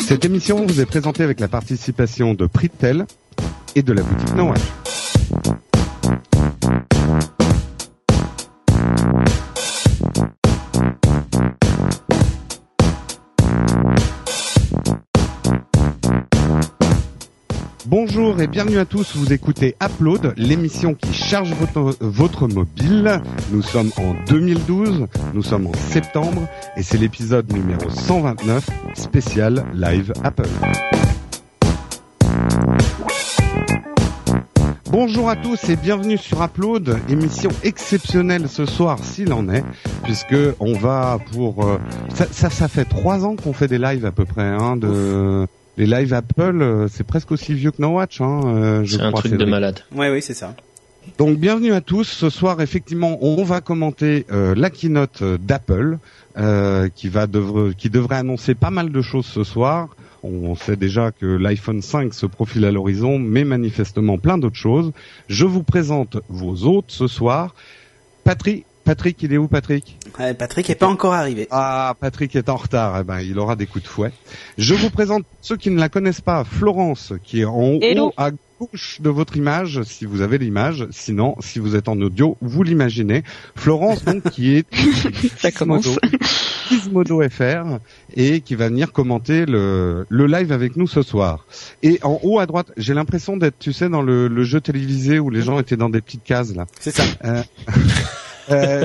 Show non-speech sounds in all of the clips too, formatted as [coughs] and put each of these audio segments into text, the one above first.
Cette émission vous est présentée avec la participation de Pritel et de la boutique Noah. Bonjour et bienvenue à tous, vous écoutez Upload, l'émission qui charge votre, votre mobile. Nous sommes en 2012, nous sommes en septembre et c'est l'épisode numéro 129 spécial Live Apple. Bonjour à tous et bienvenue sur Upload, émission exceptionnelle ce soir s'il en est, puisque on va pour euh, ça, ça ça fait trois ans qu'on fait des lives à peu près hein, de les lives Apple, euh, c'est presque aussi vieux que No Watch. Hein, euh, je C'est un crois, truc de Cédric. malade. Ouais, oui, c'est ça. Donc bienvenue à tous. Ce soir, effectivement, on va commenter euh, la keynote euh, d'Apple, euh, qui va devre- qui devrait annoncer pas mal de choses ce soir. On sait déjà que l'iPhone 5 se profile à l'horizon, mais manifestement plein d'autres choses. Je vous présente vos hôtes ce soir. Patrick, Patrick, il est où Patrick Ouais, Patrick est pas encore arrivé. Ah, Patrick est en retard. Eh ben, il aura des coups de fouet. Je vous présente ceux qui ne la connaissent pas. Florence, qui est en Hello. haut à gauche de votre image, si vous avez l'image. Sinon, si vous êtes en audio, vous l'imaginez. Florence, donc, qui est [laughs] Ça commence. Gizmodo FR et qui va venir commenter le, le live avec nous ce soir. Et en haut à droite, j'ai l'impression d'être, tu sais, dans le, le jeu télévisé où les gens étaient dans des petites cases là. C'est ça. Euh,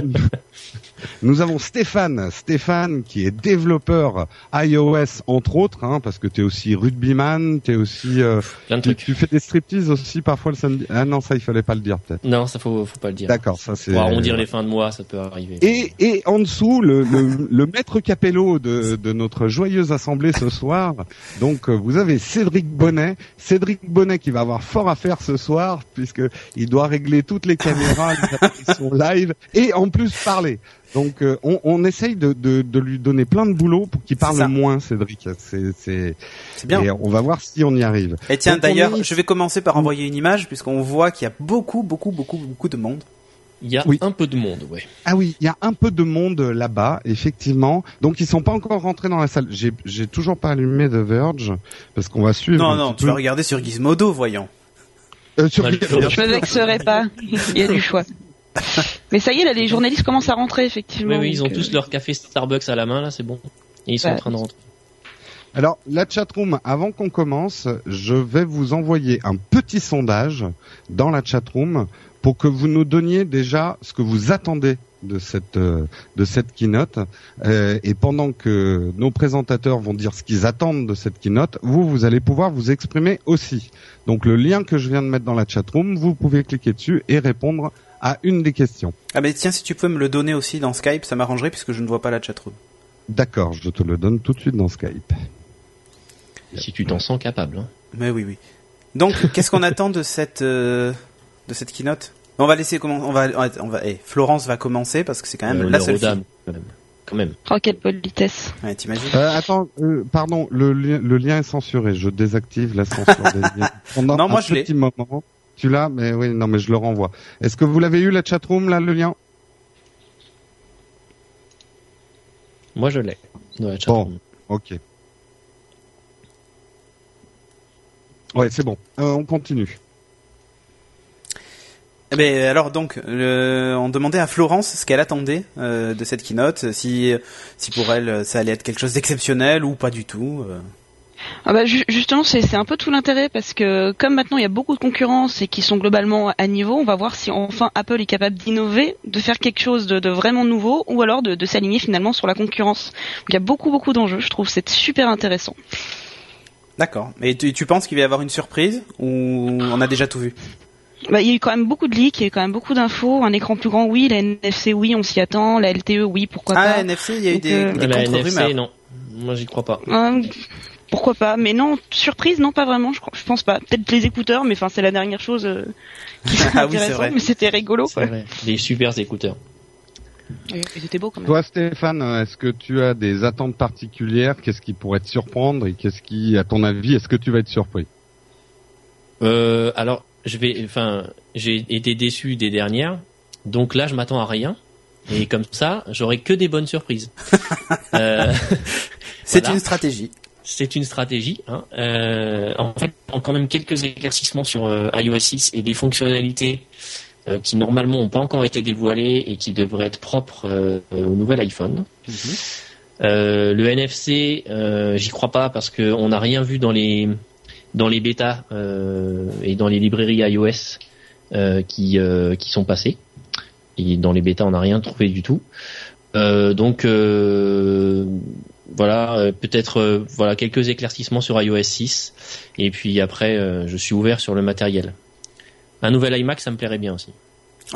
nous avons Stéphane, Stéphane qui est développeur iOS entre autres, hein, parce que tu es aussi rugbyman, t'es aussi, euh, Plein de tu, trucs. tu fais des striptease aussi parfois le samedi. Ah non, ça il fallait pas le dire peut-être. Non, ça faut, faut pas le dire. D'accord, ça c'est. Pour arrondir les fins de mois, ça peut arriver. Et, et en dessous, le, le, le maître capello de, de notre joyeuse assemblée ce soir. Donc, euh, vous avez Cédric Bonnet. Cédric Bonnet qui va avoir fort à faire ce soir, puisque il doit régler toutes les caméras, les applications live, et en plus parler. Donc, euh, on, on essaye de, de, de lui donner plein de boulot pour qu'il C'est ça. parle moins, Cédric. C'est, c'est, C'est bien. et on va voir si on y arrive. Et tiens, Donc, on d'ailleurs, est- je vais commencer par envoyer une image puisqu'on voit qu'il y a beaucoup, beaucoup, beaucoup, beaucoup de monde. Il y a Oui. un peu de monde, ouais. Ah oui, il y a un peu de monde euh, là-bas, effectivement. Donc ils sont pas encore rentrés dans la salle. J'ai j'ai toujours pas allumé The Verge parce qu'on va suivre. Non, un non, petit tu peu. vas regarder sur Gizmodo, voyons. Euh, sur- On a le choix. Je me vexerai pas. Il y a du [laughs] choix. Mais ça y est, là, les journalistes commencent à rentrer, effectivement. Mais oui, ils ont donc, tous euh, leur café Starbucks à la main, là, c'est bon. Et ils sont Ouais. en train de rentrer. Alors la chatroom, avant qu'on commence, je vais vous envoyer un petit sondage dans la chatroom pour que vous nous donniez déjà ce que vous attendez de cette euh, de cette keynote Euh, et pendant que nos présentateurs vont dire ce qu'ils attendent de cette keynote, vous vous allez pouvoir vous exprimer aussi. Donc le lien que je viens de mettre dans la chatroom, vous pouvez cliquer dessus et répondre à une des questions. Ah, mais tiens, si tu pouvais me le donner aussi dans Skype, ça m'arrangerait puisque je ne vois pas la chatroom. D'accord, je te le donne tout de suite dans Skype. Si tu t'en sens capable. Hein. Mais oui, oui. Donc, qu'est-ce qu'on attend de cette euh, de cette keynote On va laisser comment on va on va eh, Florence va commencer parce que Ah, c'est quand même Euh, la l'honneur seule aux fille. dames, quand même. Quand même. Oh, quelle politesse. Ouais, t'imagines Euh, attends, euh, pardon, le, li- le lien est censuré. Je désactive la censure des [laughs] liens. Pendant Non, moi, un je l'ai. petit moment. Tu l'as, mais oui, non, mais je le renvoie. Est-ce que vous l'avez eu la chatroom là, le lien Moi, je l'ai. Dans la Bon. chatroom. Ok. Ouais, c'est bon. Euh, on continue. Eh ben, alors donc, euh, on demandait à Florence ce qu'elle attendait euh, de cette keynote, si, si pour elle euh, ça allait être quelque chose d'exceptionnel ou pas du tout. euh. Ah bah, ju- justement, c'est c'est un peu tout l'intérêt parce que comme maintenant il y a beaucoup de concurrence et qui sont globalement à niveau, on va voir si enfin Apple est capable d'innover, de faire quelque chose de, de vraiment nouveau ou alors de, de s'aligner finalement sur la concurrence. Donc, il y a beaucoup beaucoup d'enjeux. Je trouve c'est super intéressant. D'accord. Et tu, tu penses qu'il va y avoir une surprise ou on a déjà tout vu Bah, il y a eu quand même beaucoup de leaks, il y a eu quand même beaucoup d'infos. Un écran plus grand, oui. La NFC, oui, on s'y attend. La LTE, oui, pourquoi Ah, pas. NFC, il y a eu Donc, des, euh, des la NFC, contre-rumeurs. Ah, non. Moi, j'y crois pas. Euh, pourquoi pas Mais non, surprise, non, pas vraiment. Je, crois- je pense pas. Peut-être les écouteurs, mais enfin, c'est la dernière chose euh, qui serait Ah oui, c'est intéressante. vrai. mais c'était rigolo. C'est Quoi. vrai. Des super écouteurs. Et Ils étaient beaux quand même. Toi, Stéphane, euh, est-ce que tu as des attentes particulières Qu'est-ce qui pourrait te surprendre et qu'est-ce qui, à ton avis, est-ce que tu vas être surpris Euh, alors, je vais, enfin, j'ai été déçu des dernières, donc là, je m'attends à rien. Et [laughs] comme ça, j'aurai que des bonnes surprises. euh, C'est Voilà. une stratégie. c'est une stratégie. Hein. Euh, en fait, on a quand même quelques éclaircissements sur euh, iOS 6 et des fonctionnalités euh, qui normalement n'ont pas encore été dévoilées et qui devraient être propres euh, au nouvel iPhone. Euh, le NFC, euh, j'y crois pas parce qu'on n'a rien vu dans les dans les bêtas euh, et dans les librairies iOS euh, qui euh, qui sont passées. Et dans les bêtas, on n'a rien trouvé du tout. Euh, donc euh, voilà, euh, peut-être euh, voilà quelques éclaircissements sur iOS 6. Et puis après, euh, je suis ouvert sur le matériel. Un nouvel iMac, ça me plairait bien aussi.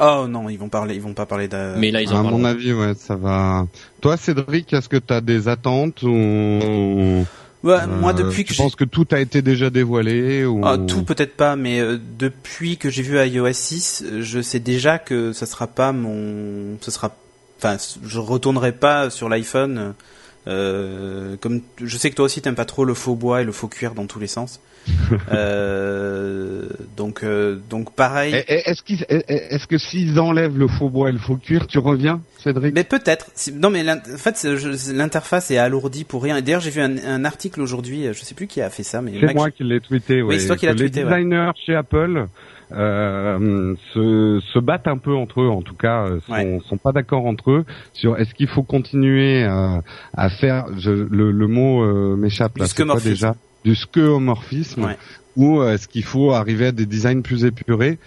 Oh non, ils vont parler, ils vont pas parler d'un. Mais là, ils à en mon parlent. avis, ouais, ça va. Toi, Cédric, est-ce que t'as des attentes ou Ouais, Euh, moi depuis que tu j'ai penses que tout a été déjà dévoilé ou Ah, tout peut-être pas, mais euh, depuis que j'ai vu iOS 6, euh, je sais déjà que ça sera pas mon, ça sera, enfin, s- je retournerai pas sur l'iPhone. euh, comme t- je sais que toi aussi t'aimes pas trop le faux bois et le faux cuir dans tous les sens, Euh, donc euh, donc pareil. Eh, eh, Est-ce qu'ils- eh, eh, est-ce que s'ils enlèvent le faux bois et le faux cuir, tu reviens, Cédric Mais peut-être. Si- Non, mais l'in- en fait, c'est- je- l'interface est alourdie pour rien. Et d'ailleurs, j'ai vu un, un article aujourd'hui. euh, Je sais plus qui a fait ça, mais C'est Mac- moi qui l'ai tweeté. ouais, c'est toi qui l'as que tweeté, Les ouais. designers chez Apple euh, se, se battent un peu entre eux, en tout cas, euh, sont, Ouais. sont pas d'accord entre eux sur est-ce qu'il faut continuer euh, à faire je- le, le mot euh, m'échappe Du là, c'est quoi skeuomorphisme. déjà du skeuomorphisme Ouais. ou euh, est-ce qu'il faut arriver à des designs plus épurés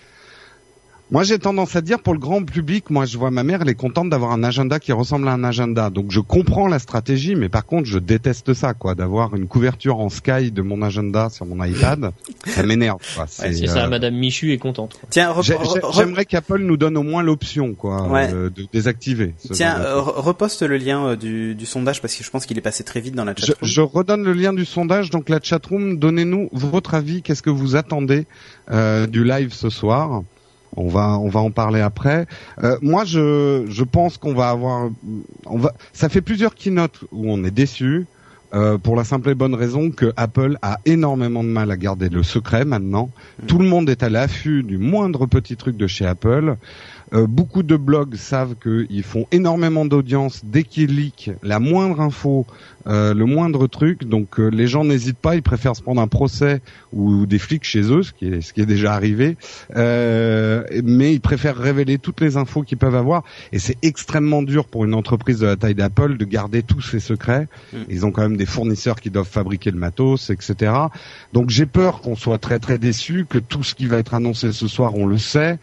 moi, j'ai tendance à dire pour le grand public, moi, je vois ma mère, elle est contente d'avoir un agenda qui ressemble à un agenda. Donc, je comprends la stratégie, mais par contre, je déteste ça, quoi, d'avoir une couverture en sky de mon agenda sur mon [laughs] iPad. ça m'énerve, quoi. Ouais, C'est euh, ça, Madame Michu est contente. quoi. Tiens, rep- j'ai- j'ai- re- re- J'aimerais qu'Apple nous donne au moins l'option, quoi, Ouais. euh, de désactiver. ce Tiens, genre de- euh, re- reposte le lien euh, du, du sondage parce que je pense qu'il est passé très vite dans la Je, chatroom. je redonne le lien du sondage. Donc la chatroom, donnez-nous votre avis. Qu'est-ce que vous attendez euh, du live ce soir On va on va en parler après. Euh, moi, je je pense qu'on va avoir. On va. Ça fait plusieurs keynotes où on est déçu. euh, pour la simple et bonne raison que Apple a énormément de mal à garder le secret maintenant. Mm. Tout le monde est à l'affût du moindre petit truc de chez Apple. Euh, beaucoup de blogs savent qu'ils font énormément d'audience dès qu'ils leak la moindre info euh, le moindre truc. Donc euh, les gens n'hésitent pas, ils préfèrent se prendre un procès ou des flics chez eux, ce qui est, ce qui est déjà arrivé. Euh, mais ils préfèrent révéler toutes les infos qu'ils peuvent avoir. Et c'est extrêmement dur pour une entreprise de la taille d'Apple de garder tous ses secrets. Mm. Ils ont quand même des fournisseurs qui doivent fabriquer le matos, etc. Donc j'ai peur qu'on soit très très déçu, que tout ce qui va être annoncé ce soir, on le sait.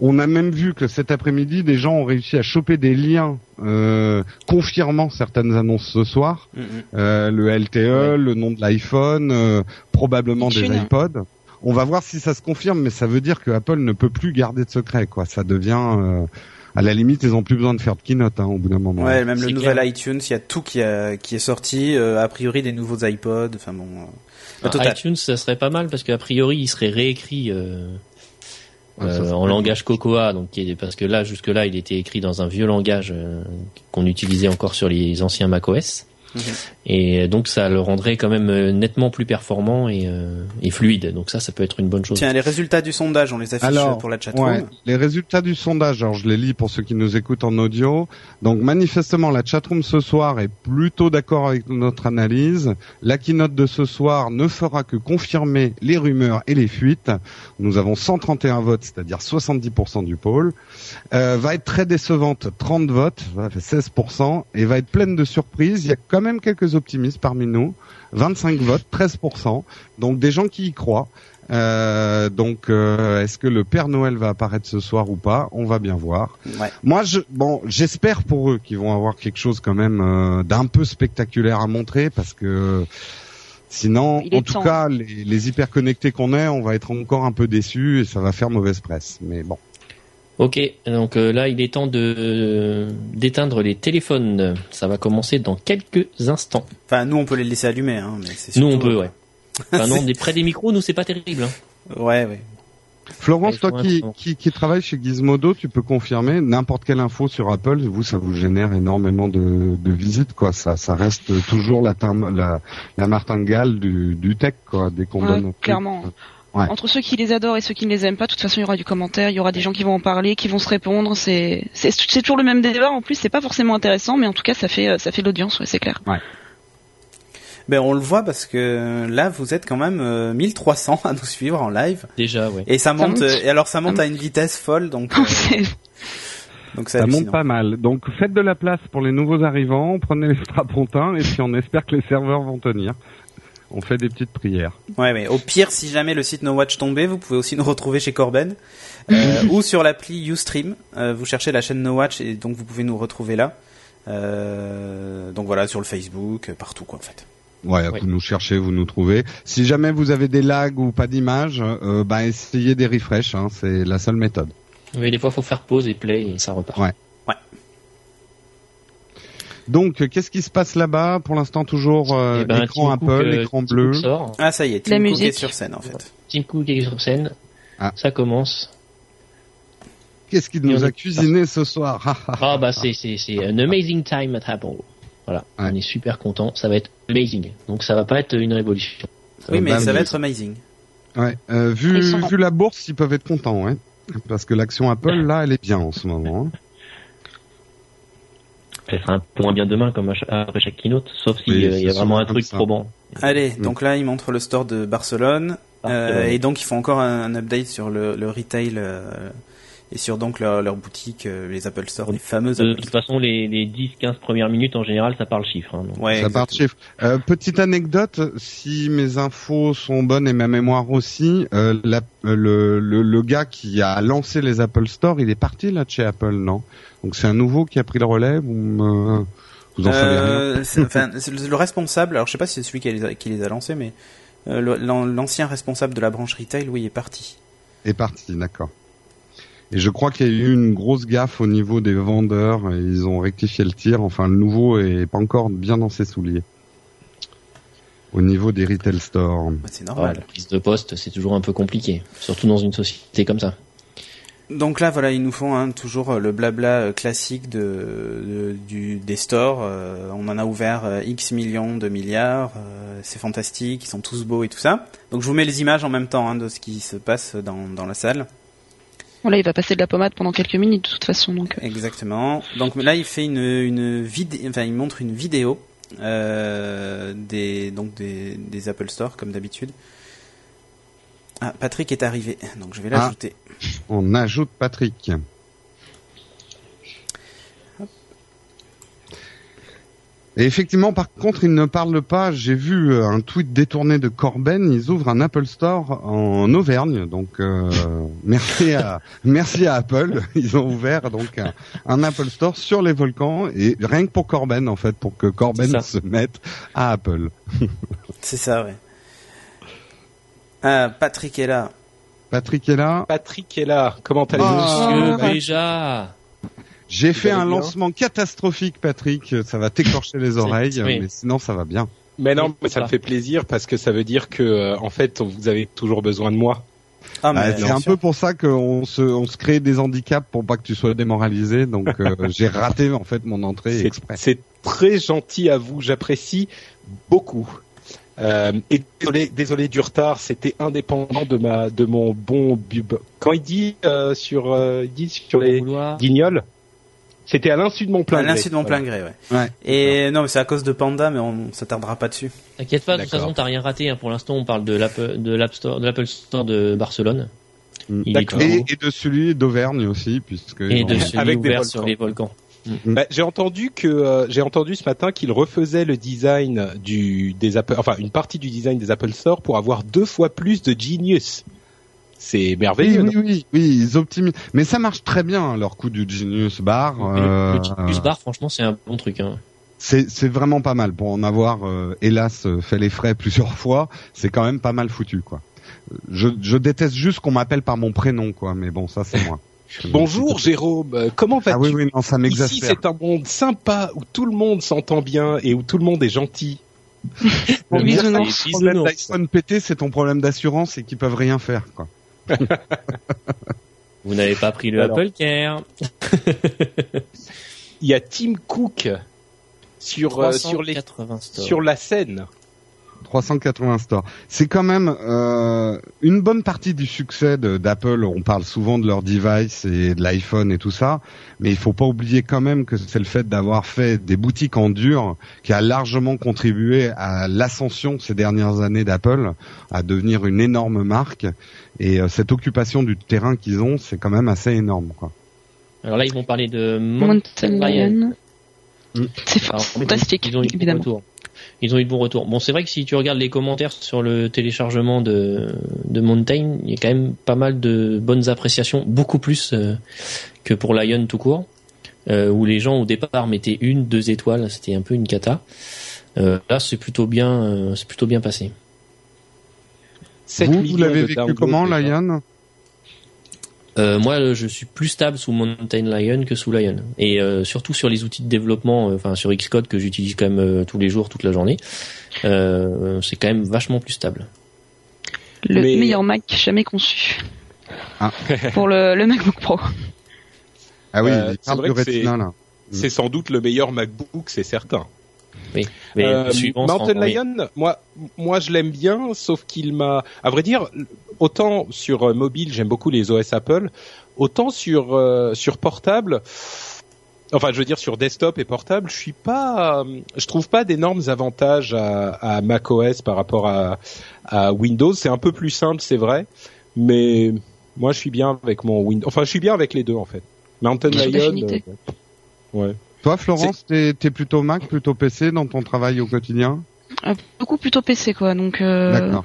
On a même vu que cet après-midi, des gens ont réussi à choper des liens euh, confirmant certaines annonces ce soir. Mm, mm. Euh, le LTE, le nom de l'iPhone, euh, probablement des Chine. iPods. On va voir si ça se confirme, mais ça veut dire que Apple ne peut plus garder de secret, quoi. Ça devient, euh, à la limite, ils ont plus besoin de faire de keynote hein, au bout d'un moment. Ouais, même le c'est nouvel clair. iTunes, il y a tout qui, a- qui est sorti, euh, a priori des nouveaux iPods, enfin bon. euh, la Un totale. iTunes, ça serait pas mal parce qu'a priori, il serait réécrit euh, Ouais, ça euh, serait- en langage Cocoa, donc qui est- parce que là, jusque-là, il était écrit dans un vieux langage euh, qu'on utilisait encore sur les anciens macOS. Mhm. Et donc, ça le rendrait quand même euh, nettement plus performant et, euh, et fluide. Donc ça, ça peut être une bonne chose. Tiens, les résultats du sondage, on les affiche Alors, euh, pour la chatroom. Ouais, les résultats du sondage, alors je les lis pour ceux qui nous écoutent en audio. Donc manifestement, la chatroom ce soir est plutôt d'accord avec notre analyse. La keynote de ce soir ne fera que confirmer les rumeurs et les fuites. Nous avons 131 votes, c'est-à-dire 70% du pôle. Euh, va être très décevante, 30 votes, ça fait 16%, et va être pleine de surprises. Il y a quand même quelques optimistes parmi nous, 25 votes, 13%, donc des gens qui y croient. Euh, donc, euh, est-ce que le Père Noël va apparaître ce soir ou pas On va bien voir. Ouais. Moi, je, bon, j'espère pour eux qu'ils vont avoir quelque chose quand même euh, d'un peu spectaculaire à montrer, parce que sinon, Il est en tout temps. cas, les, les hyper connectés qu'on est, on va être encore un peu déçus et ça va faire mauvaise presse. Mais bon. Ok, donc euh, là, il est temps de d'éteindre les téléphones. Ça va commencer dans quelques instants. Enfin, nous, on peut les laisser allumer, hein, mais c'est Nous, on surtout- peut, ouais. [laughs] Enfin, non, on est près des micros, nous, c'est pas terrible. hein. Ouais, ouais. Florence, Ouais, toi je vois qui, absolument. qui, qui travaille chez Gizmodo, tu peux confirmer n'importe quelle info sur Apple, vous ça vous génère énormément de, de visites quoi. Ça, ça reste toujours la, tim- la, la martingale du, du tech quoi. Dès qu'on Ouais, donne un truc. clairement. bah, Ouais. Entre ceux qui les adorent et ceux qui ne les aiment pas, de toute façon, il y aura du commentaire, il y aura des gens qui vont en parler, qui vont se répondre. C'est c'est c'est toujours le même débat. En plus, c'est pas forcément intéressant, mais en tout cas, ça fait euh, ça fait de l'audience, ouais, c'est clair. Ben on le voit parce que là vous êtes quand même euh, 1300 à nous suivre en live Déjà, ouais. et ça monte. monte. euh, et alors ça monte Ça à une vitesse folle donc euh, [laughs] C'est- donc c'est Ça monte hallucinant. pas mal. Donc faites de la place pour les nouveaux arrivants, prenez les strapontins et puis on espère que les serveurs vont tenir. On fait des petites prières. Ouais, mais au pire, si jamais le site No Watch tombait, vous pouvez aussi [laughs] nous retrouver chez Corben [laughs] euh, ou sur l'appli Ustream. Euh, vous cherchez la chaîne No Watch et donc vous pouvez nous retrouver là. Euh, donc voilà, sur le Facebook, euh, partout quoi en fait. Ouais, Oui. vous nous cherchez, vous nous trouvez. Si jamais vous avez des lags ou pas d'image, euh, bah essayez des refresh, hein, c'est la seule méthode. Mais des fois, faut faire pause et play et ça repart. Ouais. Donc, euh, qu'est-ce qui se passe là-bas Pour l'instant, toujours euh, Eh ben, écran Tim Cook, Apple, euh, écran Tim bleu. Cook sort. Ah ça y est, Tim La Cook musique. est sur scène en fait. Euh, Tim Cook est sur scène. Ah. Ça commence. Qu'est-ce qui Et on nous est- a cuisiné ce soir [laughs] Ah, ah, Ah bah c'est c'est c'est un amazing time at Apple. Voilà, Ouais. on est super content. Ça va être amazing. Donc ça va pas être une révolution. Oui, Euh, mais bah, ça oui. va être amazing. ouais. Euh, vu, Ils sont- vu la bourse, ils peuvent être contents, ouais. Parce que l'action Apple, là, elle est bien en ce moment. hein. Ça sera un peu moins bien demain comme à cha- après chaque keynote, sauf s'il Oui, euh, il y a c'est vraiment un comme truc ça. probant. Allez, Mm. donc là, ils montrent le store de Barcelone Ah, euh, Barcelone. et donc ils font encore un, un update sur le, le retail euh, et sur donc leur, leur boutique, euh, les Apple Store, les fameuses. De Apple toute façon, les, les 10-15 premières minutes en général, ça parle chiffre. Hein, donc. Ouais, Ça part exactement. de chiffre. Euh, petite anecdote, si mes infos sont bonnes et ma mémoire aussi, euh, la- euh, le, le, le gars qui a lancé les Apple Store, il est parti là de chez Apple, non Donc c'est un nouveau qui a pris le relais. Vous, me- vous en savez rien Euh, c'est- enfin, c'est le le responsable, alors je sais pas si c'est celui qui les a, qui les a lancés, mais euh, le- l'an- l'ancien responsable de la branche retail, oui, est parti. Est parti, d'accord. Et je crois qu'il y a eu une grosse gaffe au niveau des vendeurs. et ils ont rectifié le tir. Enfin, le nouveau est pas encore bien dans ses souliers. Au niveau des retail stores. Bah, c'est Voilà, normal. la prise de poste, c'est toujours un peu compliqué, surtout dans une société comme ça. Donc là, voilà, ils nous font hein, toujours euh, le blabla euh, classique de, de- du, des stores. euh, on en a ouvert euh, X millions de milliards, euh, c'est fantastique, ils sont tous beaux et tout ça. Donc je vous mets les images en même temps hein, de ce qui se passe dans, dans la salle. Bon, là, il va passer de la pommade pendant quelques minutes de toute façon. Donc, euh, Exactement. Donc là, il fait une, une vidéo, enfin, il montre une vidéo euh, des donc des, des Apple Store comme d'habitude. Ah, Patrick est arrivé, donc je vais l'ajouter. On ajoute Patrick. Et effectivement, par contre, ils ne parlent pas. J'ai vu euh, un tweet détourné de Corben. Ils ouvrent un Apple Store en Auvergne. Donc, euh, [laughs] merci à merci à Apple. [laughs] Ils ont ouvert donc un, un Apple Store sur les volcans et rien que pour Corben en fait, pour que C'est ça. Corben se mette à Apple. C'est ça, ouais. Ah, Patrick est là. Patrick est là. Patrick est là. Comment allez-vous Ah. Monsieur bah- déjà J'ai fait allez un bien lancement catastrophique, Patrick. Ça va t'écorcher les oreilles, oui. mais sinon ça va bien. Mais non, mais Ah. ça me fait plaisir parce que ça veut dire que euh, en fait, vous avez toujours besoin de moi. Ah, mais Bah, c'est bien un sûr. peu pour ça qu'on se, on se crée des handicaps pour pas que tu sois démoralisé. Donc euh, j'ai raté en fait mon entrée C'est- exprès. C'est très gentil à vous, j'apprécie beaucoup. Euh, et désolé, désolé du retard, c'était indépendant de ma de mon bon bub. Quand il dit euh, sur euh, il dit sur les vouloir. guignols, c'était à l'insu de mon plein. À gré. l'insu de mon Voilà. plein gré, ouais. Ouais. Et non, mais c'est à cause de Panda, mais on s'attardera pas dessus. T'inquiète pas, de toute D'accord. façon, t'as rien raté. hein. Pour l'instant, on parle de l'Apple de l'App Store, de l'Apple Store de Barcelone. Mm. Il est D'accord. tout Et, et de celui d'Auvergne aussi, puisque Et de Bon, celui Avec des ouvert volcans. sur les volcans. Mm. Bah, j'ai entendu que euh, j'ai entendu ce matin qu'il refaisait le design du des Apple, enfin une partie du design des Apple Store pour avoir deux fois plus de Genius. C'est oui, merveilleux. non oui, oui, oui, ils optimisent. Mais ça marche très bien leur coup du Genius Bar. Mais le- euh, le Genius Bar, franchement, c'est un bon truc. Hein. c'est c'est vraiment pas mal pour en avoir euh, hélas euh, fait les frais plusieurs [laughs] fois. C'est quand même pas mal foutu quoi. Je, je déteste juste qu'on m'appelle par mon prénom quoi, mais bon ça c'est moi. Mm. Bonjour Jérôme, euh, comment vas-tu Ah oui oui non ça Ici m'exaspère. c'est un monde sympa où tout le monde s'entend bien et où tout le monde est gentil. Le Le bisounours. Le problème Bisounours. d'iPhone pété, c'est ton problème d'assurance et qu'ils peuvent rien faire, quoi. Vous n'avez pas pris le Alors. Apple Care. Il y a Tim Cook sur euh, sur les 380 stores. sur la scène. 380 stores. C'est quand même euh, une bonne partie du succès de- d'Apple. On parle souvent de leur device et de l'iPhone et tout ça, mais il faut pas oublier quand même que c'est le fait d'avoir fait des boutiques en dur qui a largement contribué à l'ascension ces dernières années d'Apple à devenir une énorme marque. Et euh, cette occupation du terrain qu'ils ont, c'est quand même assez énorme. Quoi. Alors là, ils vont parler de Mountain Mountain Lion. Lion. Mm. C'est Mm. Alors, fantastique, Ils ont eu de bons évidemment. retours. Ils ont eu de bons retours. Bon, c'est vrai que si tu regardes les commentaires sur le téléchargement de, de Mountain, il y a quand même pas mal de bonnes appréciations, beaucoup plus euh, que pour Lion tout court, euh, où les gens au départ mettaient une, deux étoiles, c'était un peu une cata. Euh, là, c'est plutôt bien, euh, c'est plutôt bien passé. 7 Vous, millions vous l'avez de vécu downloads comment, déjà. Lion Euh, moi, euh, je suis plus stable sous Mountain Lion que sous Lion, et euh, surtout sur les outils de développement, euh, enfin sur Xcode que j'utilise quand même euh, tous les jours, toute la journée. Euh, c'est quand même vachement plus stable. Le Mais- meilleur Mac jamais conçu. Ah. [laughs] Pour le, le MacBook Pro. Ah oui, il Euh, c'est parle vrai du que c'est- Retina là. C'est sans doute le meilleur MacBook, c'est certain. Mais Euh, le suivant, Mountain c'est- Lion, moi, moi, je l'aime bien, sauf qu'il m'a, à vrai dire, autant sur euh, mobile, j'aime beaucoup les OS Apple, autant sur euh, sur portable. Enfin, je veux dire sur desktop et portable, je suis pas, euh, je trouve pas d'énormes avantages à, à macOS par rapport à, à Windows. C'est un peu plus simple, c'est vrai, mais moi, je suis bien avec mon Windows. Enfin, je suis bien avec les deux en fait. Mountain Sur Lion, l'affinité. euh, ouais. Toi, Florence, t'es t'es plutôt Mac, plutôt PC dans ton travail au quotidien Beaucoup plutôt PC, quoi. Donc, euh, D'accord.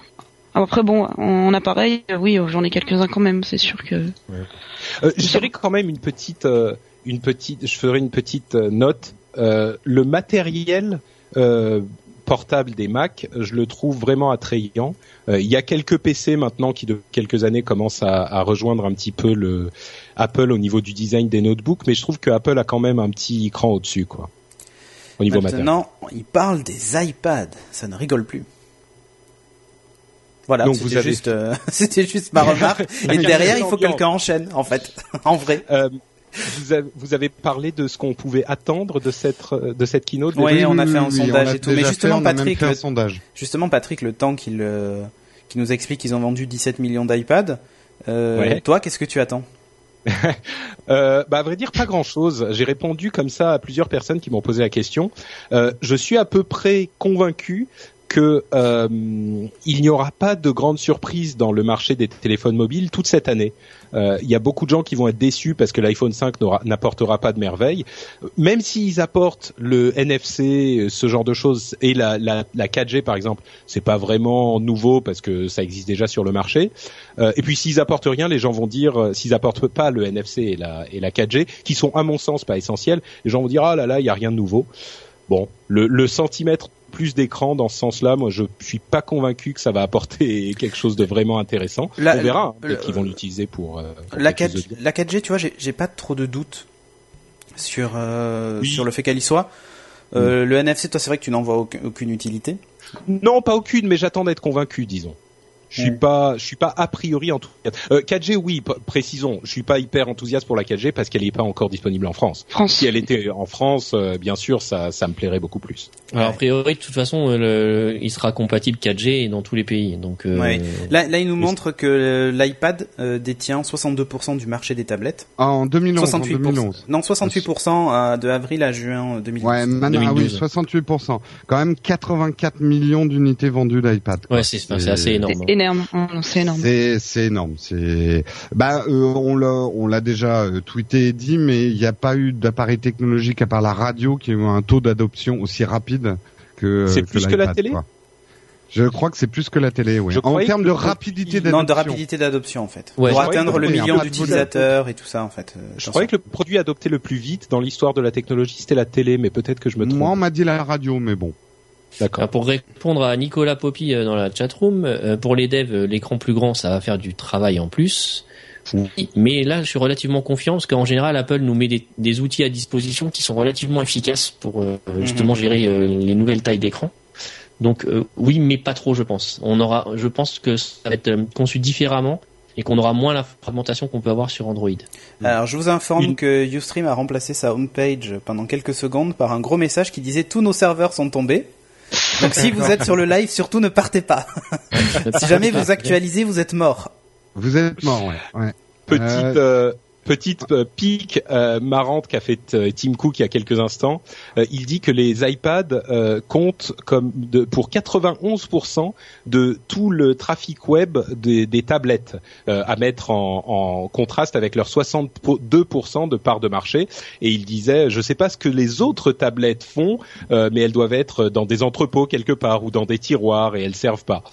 Après, bon, en appareil, euh, oui, j'en ai quelques-uns quand même, c'est sûr que. Euh, je dirais quand même une petite, euh, une petite, je ferai une petite euh, note. Euh, le matériel euh, portable des Mac, je le trouve vraiment attrayant. Euh, Il y a quelques PC maintenant qui, de quelques années, commencent à, à rejoindre un petit peu le Apple au niveau du design des notebooks, mais je trouve que Apple a quand même un petit cran au-dessus, quoi, au niveau matériel. Maintenant, il parle des iPads. Ça ne rigole plus. Voilà, Donc vous c'était avez- juste, euh, [laughs] c'était juste ma [laughs] remarque. Et derrière, il faut que quelqu'un enchaîne, en fait, [laughs] en vrai. Euh, vous, avez, vous avez parlé de ce qu'on pouvait attendre de cette euh, de cette keynote. Ouais, Oui, on a oui, fait un oui, sondage on a et tout, mais déjà justement, fait, on a même Patrick, fait un le- sondage. Justement, Patrick, le temps qu'il euh, qu'il nous explique qu'ils ont vendu 17 millions d'iPads, euh, Ouais. toi, qu'est-ce que tu attends Euh, bah, à vrai dire, pas grand-chose. J'ai répondu comme ça à plusieurs personnes qui m'ont posé la question. Euh, je suis à peu près convaincu que euh, il n'y aura pas de grande surprise dans le marché des téléphones mobiles toute cette année. Euh, Il y a beaucoup de gens qui vont être déçus parce que l'iPhone 5 n'aura- n'apportera pas de merveille. Même s'ils apportent le NFC, euh, ce genre de choses et la, la, la 4G par exemple, c'est pas vraiment nouveau parce que ça existe déjà sur le marché. Euh, et puis s'ils apportent rien, les gens vont dire, euh, s'ils apportent pas le NFC et la, et la 4G, qui sont à mon sens pas essentiels, les gens vont dire, ah là là, il y a rien de nouveau. Bon, le, le centimètre plus d'écran dans ce sens-là, moi je suis pas convaincu que ça va apporter [laughs] quelque chose de vraiment intéressant. La- On verra, hein, Bah, le- peut-être qu'ils vont l'utiliser pour... euh, pour la, quelque chose 4, de bien. la 4G, tu vois, j'ai j'ai pas trop de doutes sur, euh, Oui. sur le fait qu'elle y soit. Euh, Le NFC, toi, c'est vrai que tu n'en vois aucun- aucune utilité. Non, pas aucune, mais j'attends d'être convaincu, disons. Je suis pas, je suis pas a priori enthousiaste. Euh, 4G, oui, p- précisons. Je suis pas hyper enthousiaste pour la 4G parce qu'elle n'est pas encore disponible en France. France. Si elle était en France, euh, bien sûr, ça, ça me plairait beaucoup plus. Alors, a Ouais. priori, de toute façon, euh, le- il sera compatible 4G dans tous les pays. Donc, euh, Ouais. Là, là, il nous Mais- montre que euh, l'iPad euh, détient 62% du marché des tablettes. Ah, en 2011. 68%. En 2011. Non, 68% à- euh, de avril à juin euh, 2012. Ouais, maintenant, ah oui, 2012. 68%. Quand même 84 millions d'unités vendues d'iPad. quoi. ouais, c'est enfin, c'est assez énorme. hein. C'est énorme. Oh, non, c'est énorme. C'est c'est énorme. C'est bah euh, on l'a on l'a déjà euh, tweeté et dit, mais il n'y a pas eu d'appareil technologique à part la radio qui a eu un taux d'adoption aussi rapide que. euh, C'est plus que la l'iPad, télé quoi. Je crois que c'est plus que la télé. Oui. Je en croyais termes que- de rapidité Non, de d'adoption. rapidité d'adoption en fait. Ouais, Pour je croyais atteindre que le c'était un million pas de d'utilisateurs et tout ça en fait. euh, Je attention. croyais que le produit adopté le plus vite dans l'histoire de la technologie, c'était la télé, mais peut-être que je me trompe. Moi, on m'a dit la radio, mais bon. D'accord. Alors, Euh, pour répondre à Nicolas Poppy euh, dans la chatroom, euh, pour les devs, euh, l'écran plus grand, ça va faire du travail en plus. Oui, mais là, je suis relativement confiant parce qu'en général, Apple nous met des, des outils à disposition qui sont relativement efficaces pour euh, Mhm. justement gérer euh, les nouvelles tailles d'écran. Donc, euh, oui, mais pas trop, je pense. On aura, je pense que ça va être euh, conçu différemment et qu'on aura moins la fragmentation qu'on peut avoir sur Android. Euh, Alors je vous informe Une- que Ustream a remplacé sa homepage pendant quelques secondes par un gros message qui disait tous nos serveurs sont tombés. Donc si vous êtes sur le live, surtout ne partez pas. [laughs] si jamais vous actualisez, vous êtes mort. Vous êtes mort, ouais. ouais. Petite euh, petite euh, pique euh, marrante qu'a fait euh, Tim Cook il y a quelques instants. Euh, il dit que les iPads euh, comptent comme de, pour 91% de tout le trafic web des, des tablettes, euh, à mettre en, en contraste avec leurs 62% de part de marché. Et il disait, je ne sais pas ce que les autres tablettes font, euh, mais elles doivent être dans des entrepôts quelque part ou dans des tiroirs et elles servent pas.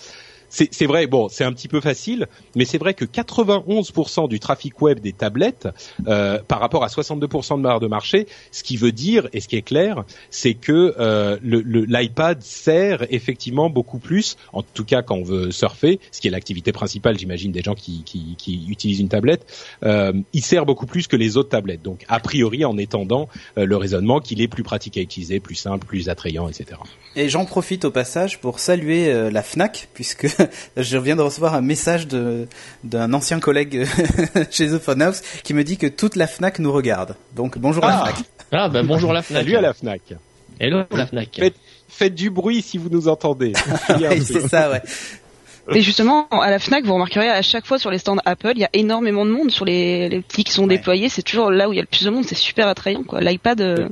C'est c'est vrai, bon, c'est un petit peu facile, mais c'est vrai que 91% du trafic web des tablettes, euh, par rapport à 62% de part de marché, ce qui veut dire, et ce qui est clair, c'est que euh, le- le- l'iPad sert effectivement beaucoup plus, en tout cas quand on veut surfer, ce qui est l'activité principale, j'imagine, des gens qui, qui, qui utilisent une tablette, euh, il sert beaucoup plus que les autres tablettes. Donc, a priori, en étendant euh, le raisonnement qu'il est plus pratique à utiliser, plus simple, plus attrayant, etc. Et j'en profite au passage pour saluer euh, la Fnac, puisque [laughs] je viens de recevoir un message de d'un ancien collègue [laughs] chez The Fun House qui me dit que toute la Fnac nous regarde. Donc bonjour la Ah. Fnac. [laughs] Ah, bah bonjour la FNAC. Salut à la FNAC Hello la FNAC. Faites- Faites du bruit si vous nous entendez. Criez un Ouais, peu. c'est ça, ouais. Et justement, à la Fnac, vous remarquerez à chaque fois sur les stands Apple, il y a énormément de monde sur les, les petits qui sont Ouais. déployés. C'est toujours là où il y a le plus de monde. C'est super attrayant, quoi. L'iPad, euh,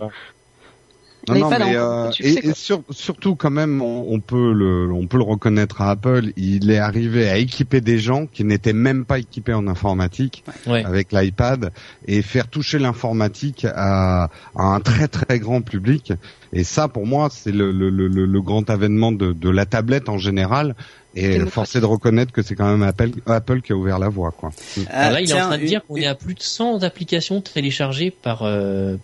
Non, Mais non, pas mais dans- euh, tu le sais, et, quoi. et sur- surtout quand même, on, on peut le, on peut le reconnaître à Apple. Il est arrivé à équiper des gens qui n'étaient même pas équipés en informatique Ouais. avec l'iPad et faire toucher l'informatique à, à un très très grand public. Et ça, pour moi, c'est le, le, le, le- le grand avènement de, de la tablette en général. Et Démocratique. forcé de reconnaître que c'est quand même Apple, Apple qui a ouvert la voie, quoi. Ah, Alors là, il est tiens, en train de une- dire qu'on est à plus de 100 applications téléchargées par, euh,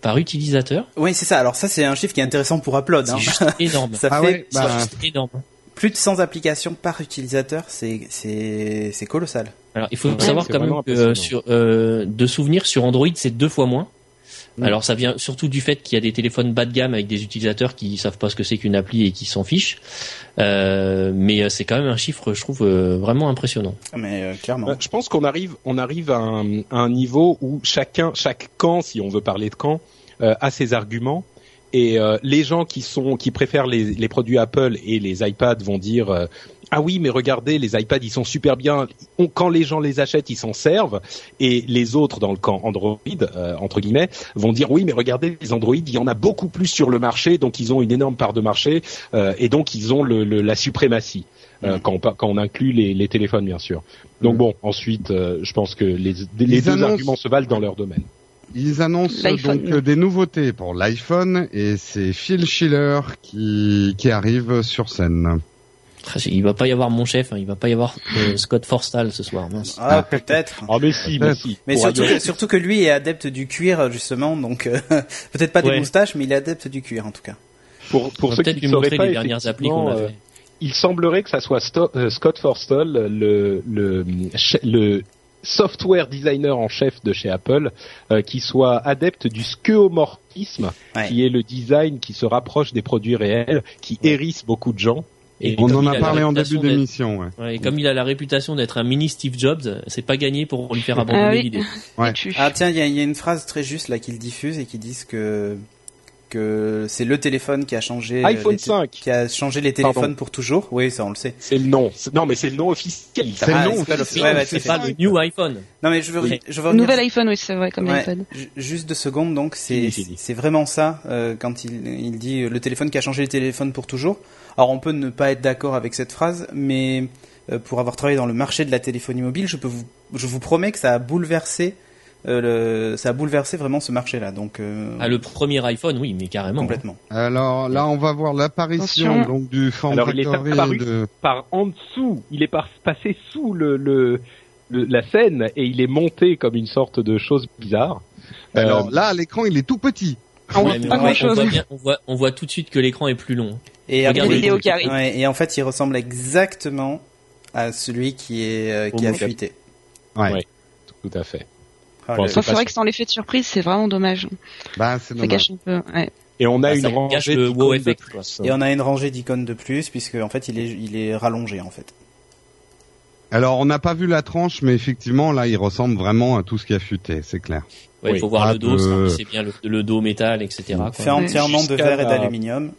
par utilisateur. Oui, c'est ça. Alors ça, c'est un chiffre qui est intéressant pour Upload. hein. C'est [laughs] juste énorme. Ça Ah fait ouais, C'est bah, juste énorme. plus de 100 applications par utilisateur. C'est c'est c'est colossal. Alors, il faut Ouais, savoir c'est quand vraiment même que euh, impressionnant. sur, euh, de souvenirs sur Android, c'est deux fois moins. Mm. Alors, ça vient surtout du fait qu'il y a des téléphones bas de gamme avec des utilisateurs qui savent pas ce que c'est qu'une appli et qui s'en fichent. Euh, mais euh, c'est quand même un chiffre, je trouve, euh, vraiment impressionnant. Mais euh, clairement. Euh, Je pense qu'on arrive, on arrive à un, à un niveau où chacun, chaque camp, si on veut parler de camp, euh, a ses arguments. Et euh, les gens qui sont, qui préfèrent les, les produits Apple et les iPads vont dire euh, ah oui mais regardez les iPads ils sont super bien. On- quand les gens les achètent ils s'en servent. Et les autres dans le camp Android euh, entre guillemets vont dire oui mais regardez les Android il y en a beaucoup plus sur le marché donc ils ont une énorme part de marché euh, et donc ils ont le, le- la suprématie euh, Mhm. quand, on, par- quand on inclut les, les téléphones bien sûr. Donc Mm. bon, ensuite, euh, je pense que les, les Ils deux annoncent- arguments se valent dans leur domaine. Ils annoncent L'iPhone. donc euh, des nouveautés pour l'iPhone et c'est Phil Schiller qui, qui arrive sur scène. Ah, c'est- Il va pas y avoir mon chef, hein, il va pas y avoir euh, Scott Forstall ce soir. mince. Ah peut-être. Mm. Oh, Ah mais si, mais si. Mais surtout, que- surtout que lui est adepte du cuir justement, donc euh, [laughs] peut-être pas des Ouais. moustaches, mais il est adepte du cuir en tout cas. pour, On pour va ceux qui peut-être ne lui sauraient montrer pas, les dernières applis qu'on a effectivement, fait. euh, il semblerait que ça soit Sto- euh, Scott Forstall, le, le, le software designer en chef de chez Apple, euh, qui soit adepte du skeuomorphisme, Ouais. qui est le design qui se rapproche des produits réels, qui hérisse beaucoup de gens. Et On comme en il a la parlé en réputation début d'être- d'émission. Ouais. ouais, et comme il a la réputation d'être un mini Steve Jobs, c'est pas gagné pour lui faire abandonner Ah oui. l'idée. Ouais. tu- Ah tiens, il y, a- il y a une phrase très juste là qu'ils diffusent et qui disent que que c'est le téléphone qui a changé euh, iPhone les té- 5. qui a changé les téléphones Pardon. pour toujours. Oui, ça on le sait. C'est le nom. C'est- Non, mais c'est le nom officiel. C'est Ah, le nom. c'est pas c'est- l'officiel. [laughs] Ouais, ouais, C'est c'est pas ça. le new iPhone. Non mais je veux Oui. je veux revenir- Nouvel iPhone, oui, c'est vrai, comme Ouais, l'iPhone. ju- Juste deux secondes, donc c'est Fini, fini. c'est vraiment ça euh, quand il, il dit euh, le téléphone qui a changé les téléphones pour toujours. Alors on peut ne pas être d'accord avec cette phrase, mais euh, pour avoir travaillé dans le marché de la téléphonie mobile, je peux vous, je vous promets que ça a bouleversé, euh, le, ça a bouleversé vraiment ce marché-là. Donc euh, Ah, le premier iPhone, oui, mais hein. carrément. complètement. Alors là, on va voir l'apparition Attention. donc du form Alors, il est factory apparu. de. par en dessous. Il est par- passé sous le, le- le- la scène et il est monté comme une sorte de chose bizarre. Euh, Alors là, à l'écran, il est tout petit. On voit Ouais, mais pas on, voit, on grand-chose. voit bien- on voit- on voit tout de suite que l'écran est plus long. Et, Regarde après, les vidéos qui ouais, arrivent. et en fait, il ressemble exactement à celui qui est euh, qui Au a monde. fuité. Ouais. Ouais. tout à fait. Ah, Bon, le- c'est Sauf c'est pas vrai que sans l'effet de surprise, c'est vraiment dommage. Bah, c'est Ça dommage. gâche un peu. ouais. Et on a Ah, une ça gâche rangée le d'icônes wow de effect, plus. quoi. Et on a une rangée d'icônes de plus puisque en fait il est il est rallongé en fait. Alors, on n'a pas vu la tranche, mais effectivement, là, il ressemble vraiment à tout ce qui a futé, c'est clair. Ouais, Oui. Il faut voir Ah, le dos, euh, Ah, ça, c'est bien le, le dos métal, etc. quoi. Fait entièrement de Jusqu'à verre et la- d'aluminium.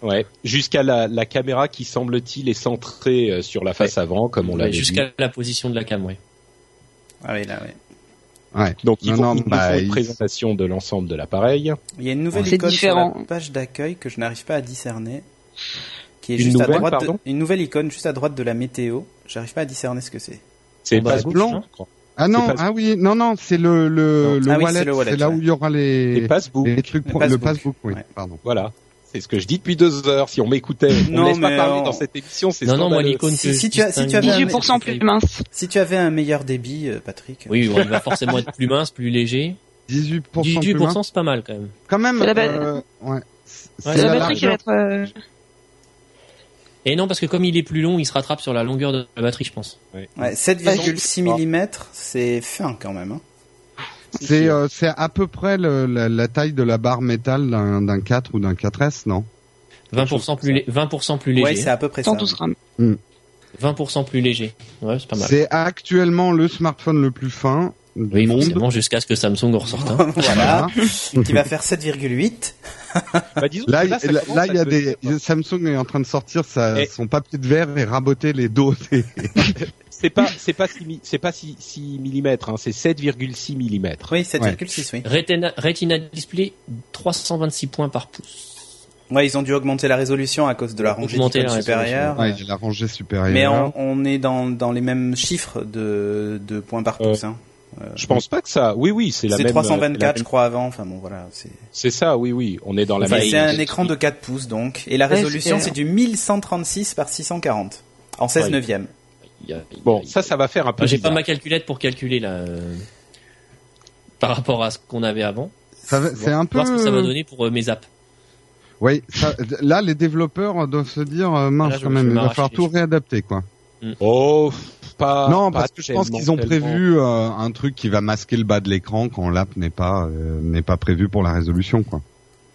Ouais, jusqu'à la, la caméra qui semble-t-il est centrée euh, sur la face avant, comme on Ouais, l'avait vu. Jusqu'à la position de la cam, ouais. Ah oui, là, ouais. Ouais. Donc ils Non, vont non, ils nous bah, font ils- une présentation de l'ensemble de l'appareil. Il y a une nouvelle C'est icône différent. sur la page d'accueil que je n'arrive pas à discerner. Qui est Une juste à nouvelle, droite de- pardon une nouvelle icône juste à droite de la météo. J'arrive pas à discerner ce que c'est. C'est hein. Bah, pas blanc. Ah non, pas- ah oui, non, non, c'est le le, Non. le Ah oui, wallet, c'est c'est le wallet, là ouais. où il y aura les, C'est Facebook. les trucs, Le pro- le passbook. passbook, oui, Ouais. pardon. Voilà. C'est ce que je dis depuis deux heures. Si on m'écoutait, on Non, ne laisse mais pas parler on- dans cette émission. C'est Non, non, moi, scandaleux. l'icône Si- que si je tu as- si distingue- tu avais un- 18% plus mince. Si tu avais un meilleur débit, euh, Patrick. Oui, on va forcément être plus mince, plus léger. 18%, plus 18%, loin. c'est pas mal quand même. Quand même, C'est la ba- euh, ouais. Ah, C'est Ouais, la La batterie qui largeur. va être euh, Et non, parce que comme il est plus long, il se rattrape sur la longueur de la batterie, je pense. Ouais, 7,6 mm, c'est fin quand même. hein. C'est euh, c'est à peu près le- la, la taille de la barre métal d'un d'un 4 ou d'un 4S, non 20% plus, lé- 20% plus Ouais, léger. c'est à peu près ça. 112 grammes. 20% plus léger. Ouais, c'est pas mal. C'est actuellement le smartphone le plus fin du Oui, monde. forcément, jusqu'à ce que Samsung en hein. ressorte [laughs] un. voilà. Ah, Qui va faire 7,8. Bah, disons que Là, ça il- là, commence là, il y à a des devenir- Samsung est en train de sortir sa, Et- son papier de verre et raboter les dos. des- C'est pas, c'est pas six mi- c'est pas 6 mm, hein, c'est 7,6 mm. Oui, 7,6, oui. Retina, Retina Display, 326 points par pouce. Ouais, ils ont dû augmenter la résolution à cause de la rangée Augmenter la d'icônes résolution. supérieure. [laughs] Ouais, il y a la rangée supérieure. Mais on, on est dans, dans les mêmes chiffres de, de points par Euh, pouce. hein. Je pense pas que ça. Oui, oui, c'est la C'est même. euh, 324, la je même- crois, avant. Enfin bon, voilà. C'est C'est ça, oui, oui. On est dans la c'est- même. c'est un écran de 4 pouces, donc. Et la Ouais, résolution, c'est- c'est du 1136 par 640. En 16 Ouais. neuvième. Il y a- il y Bon, a- ça, ça va faire un peu. Enfin, J'ai pas bizarre. ma calculette pour calculer là, euh, par rapport à ce qu'on avait avant. Ça va- c'est un peu. Voir ce que ça va donner pour euh, mes apps. Oui, ça- là, les développeurs doivent se dire, euh, mince, Là, je- quand je même, vais il va m'arracher falloir les tout cheveux. réadapter, quoi. Oh, pff, pas. non, pas parce que je pense tellement, qu'ils ont tellement. prévu euh, un truc qui va masquer le bas de l'écran quand l'app n'est pas euh, n'est pas prévu pour la résolution, quoi.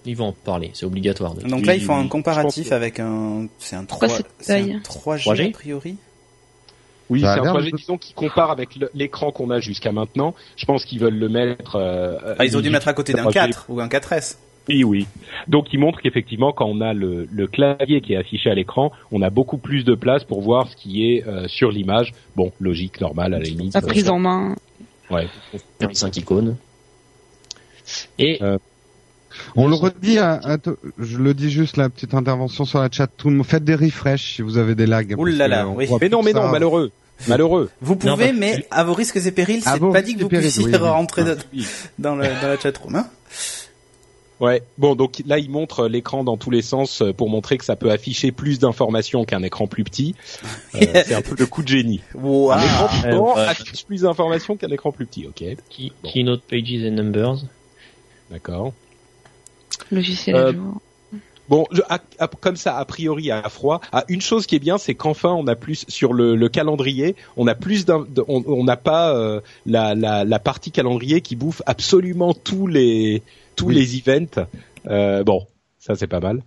Ils vont en parler, c'est obligatoire. de- Donc là, Oui, ils font oui, un je pense comparatif que- avec un. C'est un 3, cette c'est un taille 3G, 3G? a priori. Euh, Oui, c'est Ça a un l'air projet, de- disons, qui compare avec le- l'écran qu'on a jusqu'à maintenant. Je pense qu'ils veulent le mettre. euh, Ah, ils ont dû euh, mettre à côté d'un 3G. 4 ou un 4S. Oui, oui. Donc, ils montrent qu'effectivement, quand on a le, le clavier qui est affiché à l'écran, on a beaucoup plus de place pour voir ce qui est euh, sur l'image. Bon, logique, normal, à la limite. euh, La prise en main. Ouais. 5 icônes. Et Euh, On le redit, à- à t- je le dis juste la petite intervention sur la chat room. Faites des refresh si vous avez des lags. Ouh là parce que là, on oui. voit Mais non, plus mais ça. non, malheureux. [laughs] Malheureux. Vous Non, pouvez, parce que- mais à vos risques et périls, À c'est vos pas dit que vous risques et Ah périls, puissiez oui, oui. [laughs] rentrer Ah, de- dans, le, dans la chatroom. Hein Ouais. Bon, donc là, ils montrent l'écran dans tous les sens euh, pour montrer que ça peut afficher plus d'informations qu'un écran plus petit. [laughs] Euh, c'est un peu le coup de génie. Wow. Un écran plus Ah, grand ouais. affiche plus d'informations qu'un écran plus petit. Ok, key- Keynote Pages and Numbers. d'accord. Logiciel Euh, à jour. Bon, je- à- à- comme ça, a priori, à froid. Ah, une chose qui est bien, c'est qu'enfin, on a plus sur le, le calendrier, on a plus d'un, de- on on n'a pas euh, la, la, la partie calendrier qui bouffe absolument tous les tous Oui. les events. Euh, bon, ça c'est pas mal.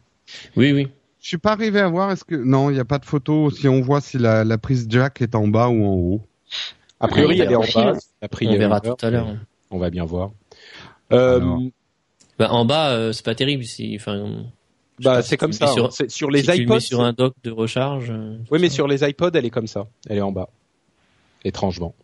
Oui, oui. Je suis pas arrivé à voir. Est-ce que non, il n'y a pas de photo. Si on voit si la, la prise jack est en bas ou en haut. A priori, Oui, elle est en profil. bas. A priori, on elle est verra en bas. tout à l'heure. On va bien voir. Euh, Alors. Bah, en bas, euh, c'est pas terrible. Si, enfin, je sais bah, pas, c'est si comme tu ça. le mets hein. Sur, C'est- Sur les si les tu le mets iPods. sur un dock de recharge. euh, Oui, mais ça. sur les iPods, elle est comme ça. Elle est en bas. Étrangement.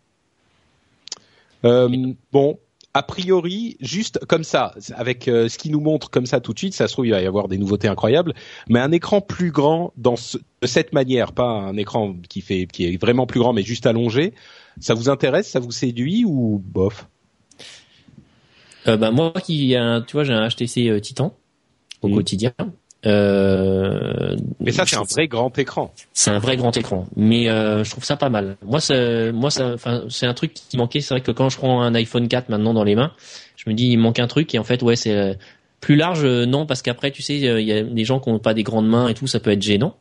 Euh, bon, a priori, juste comme ça, avec euh, ce qui nous montre comme ça tout de suite, ça se trouve, il va y avoir des nouveautés incroyables, mais un écran plus grand dans ce- de cette manière, pas un écran qui, fait, qui est vraiment plus grand mais juste allongé, ça vous intéresse, ça vous séduit ou bof Euh, bah, moi qui, ai un- tu vois, j'ai un HTC euh, Titan au Mhm. quotidien. Euh, Mais ça, je c'est un trouve vrai grand écran. c'est un vrai grand écran. Mais euh, je trouve ça pas mal. Moi, ça, moi, ça, enfin, c'est un truc qui manquait. C'est vrai que quand je prends un iPhone 4 maintenant dans les mains, je me dis il manque un truc. Et en fait, ouais, c'est euh, plus large. euh, non, parce qu'après, tu sais, euh, il y a des gens qui ont pas des grandes mains et tout, ça peut être gênant.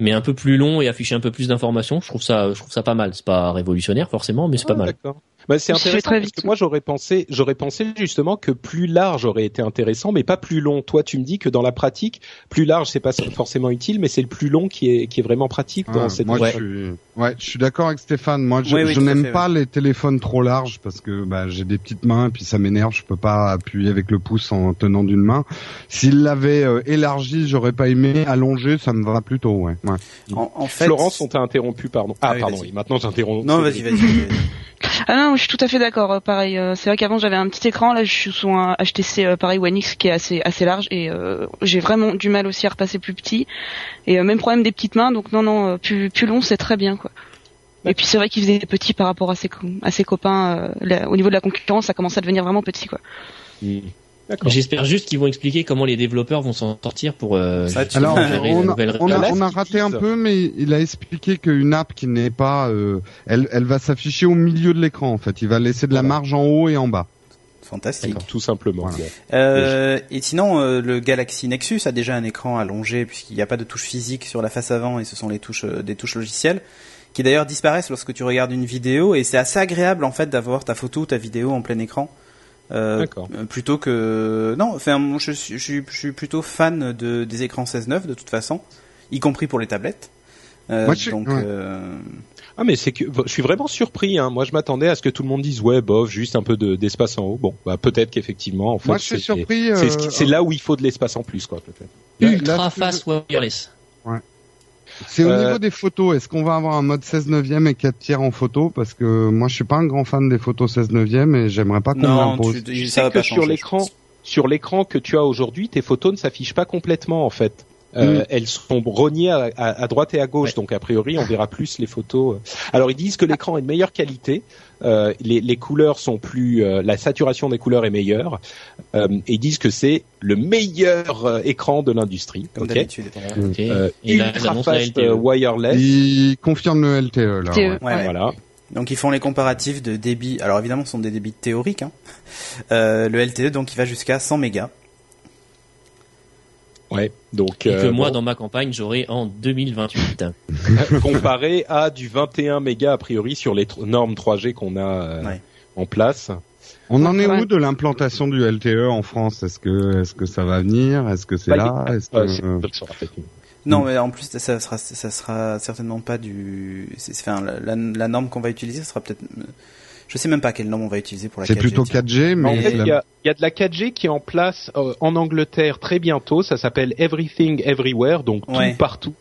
Mais un peu plus long et afficher un peu plus d'informations, je trouve ça, je trouve ça pas mal. C'est pas révolutionnaire forcément, mais c'est pas Ah, mal. d'accord. Bah, c'est Je fais intéressant très parce vite. que moi j'aurais pensé, j'aurais pensé justement que plus large aurait été intéressant, mais pas plus long. Toi, tu me dis que dans la pratique, plus large c'est pas forcément utile, mais c'est le plus long qui est qui est vraiment pratique dans Ah, cette. moi, Ouais. je suis, ouais, je suis d'accord avec Stéphane. Moi, je, Oui, oui, je tout à n'aime fait, pas les téléphones trop larges parce que bah, j'ai des petites mains et puis ça m'énerve. Je peux pas appuyer avec le pouce en tenant d'une main. S'il l'avait euh, élargi, j'aurais pas aimé. Allongé, ça me va plutôt. Ouais. ouais. En, en fait, Florence, on t'a interrompu, pardon. Ah, Ah oui, pardon. vas-y. Oui, maintenant j'interromps. Non, vas-y, vas-y. euh, [laughs] vas-y. Ah non, je suis tout à fait d'accord. euh, pareil, euh, c'est vrai qu'avant j'avais un petit écran, là je suis sous un HTC euh, pareil One X qui est assez assez large et euh, j'ai vraiment du mal aussi à repasser plus petit. Et euh, même problème des petites mains, donc non non, euh, plus plus long c'est très bien quoi. Et puis c'est vrai qu'il faisait petit par rapport à ses co- à ses copains. euh, là, au niveau de la concurrence, ça commençait à devenir vraiment petit quoi. Hmm. D'accord. J'espère juste qu'ils vont expliquer comment les développeurs vont s'en sortir pour euh, Ça, tu- Alors, justement gérer la on a, nouvelle on a- réponse. on a raté un peu, mais il a expliqué qu'une app qui n'est pas, euh, elle, elle va s'afficher au milieu de l'écran. En fait, il va laisser de la Voilà. marge en haut et en bas. Fantastique. Tout simplement. Voilà. Euh, et sinon, euh, le Galaxy Nexus a déjà un écran allongé puisqu'il n'y a pas de touche physique sur la face avant et ce sont les touches euh, des touches logicielles qui d'ailleurs disparaissent lorsque tu regardes une vidéo et c'est assez agréable en fait d'avoir ta photo ou ta vidéo en plein écran. Euh, D'accord. euh, plutôt que non, enfin moi, je, suis- je, suis- je suis plutôt fan de des écrans 16/9 de toute façon, y compris pour les tablettes. Euh, Moi, je suis- donc ouais. euh, Ah mais c'est que je suis vraiment surpris. Hein. Moi je m'attendais à ce que tout le monde dise ouais bof juste un peu de- d'espace en haut. Bon bah peut-être qu'effectivement en fait Moi, je suis c'est- surpris. c'est ce euh, qui- c'est là où il faut de l'espace en plus quoi peut-être. là- ultra là, ce que je- fast wireless. C'est au Euh, niveau des photos. Est-ce qu'on va avoir un mode 16 neuvième et 4 tiers en photo Parce que moi, je suis pas un grand fan des photos 16 neuvième et j'aimerais pas qu'on non, m'impose. tu- Je ça sais va que pas sur changer, l'écran, sur l'écran que tu as aujourd'hui, tes photos ne s'affichent pas complètement en fait. Euh, Elles sont rognées à, à- à droite et à gauche, donc a priori on verra plus les photos. euh. Alors ils disent que l'écran est de meilleure qualité, euh, les, les couleurs sont plus, euh, la saturation des couleurs est meilleure, euh, et ils disent que c'est le meilleur euh, écran de l'industrie. comme ok d'habitude. Ok. Euh, Et là, ils ultra annoncent la fast LTE. euh, wireless. Il confirme le LTE là. LTE. Ah ouais. Ouais, ouais. Voilà. Donc ils font les comparatifs de débit. Alors évidemment, ce sont des débits théoriques. Hein. Euh, le LTE, donc, il va jusqu'à 100 mégas. Ouais. Donc Et que euh, moi, bon. dans ma campagne, j'aurai en 2028. [laughs] comparé à du 21 mégas a priori sur les tr- normes 3G qu'on a euh, Ouais. en place. On en est Ouais. où de l'implantation du LTE en France Est-ce que est-ce que ça va venir Est-ce que c'est Bah, là il- Est-ce que- Euh, c'est- Mm. Non, mais en plus, ça sera, ça sera certainement pas du. c'est- c'est- Enfin, la, la- la norme qu'on va utiliser, ça sera peut-être. Je sais même pas quelle norme on va utiliser pour la. C'est 4G, plutôt tiens. 4G, mais en fait, c'est il la- y a, il y a de la 4G qui est en place euh, en Angleterre très bientôt. Ça s'appelle Everything Everywhere, donc Ouais. tout partout.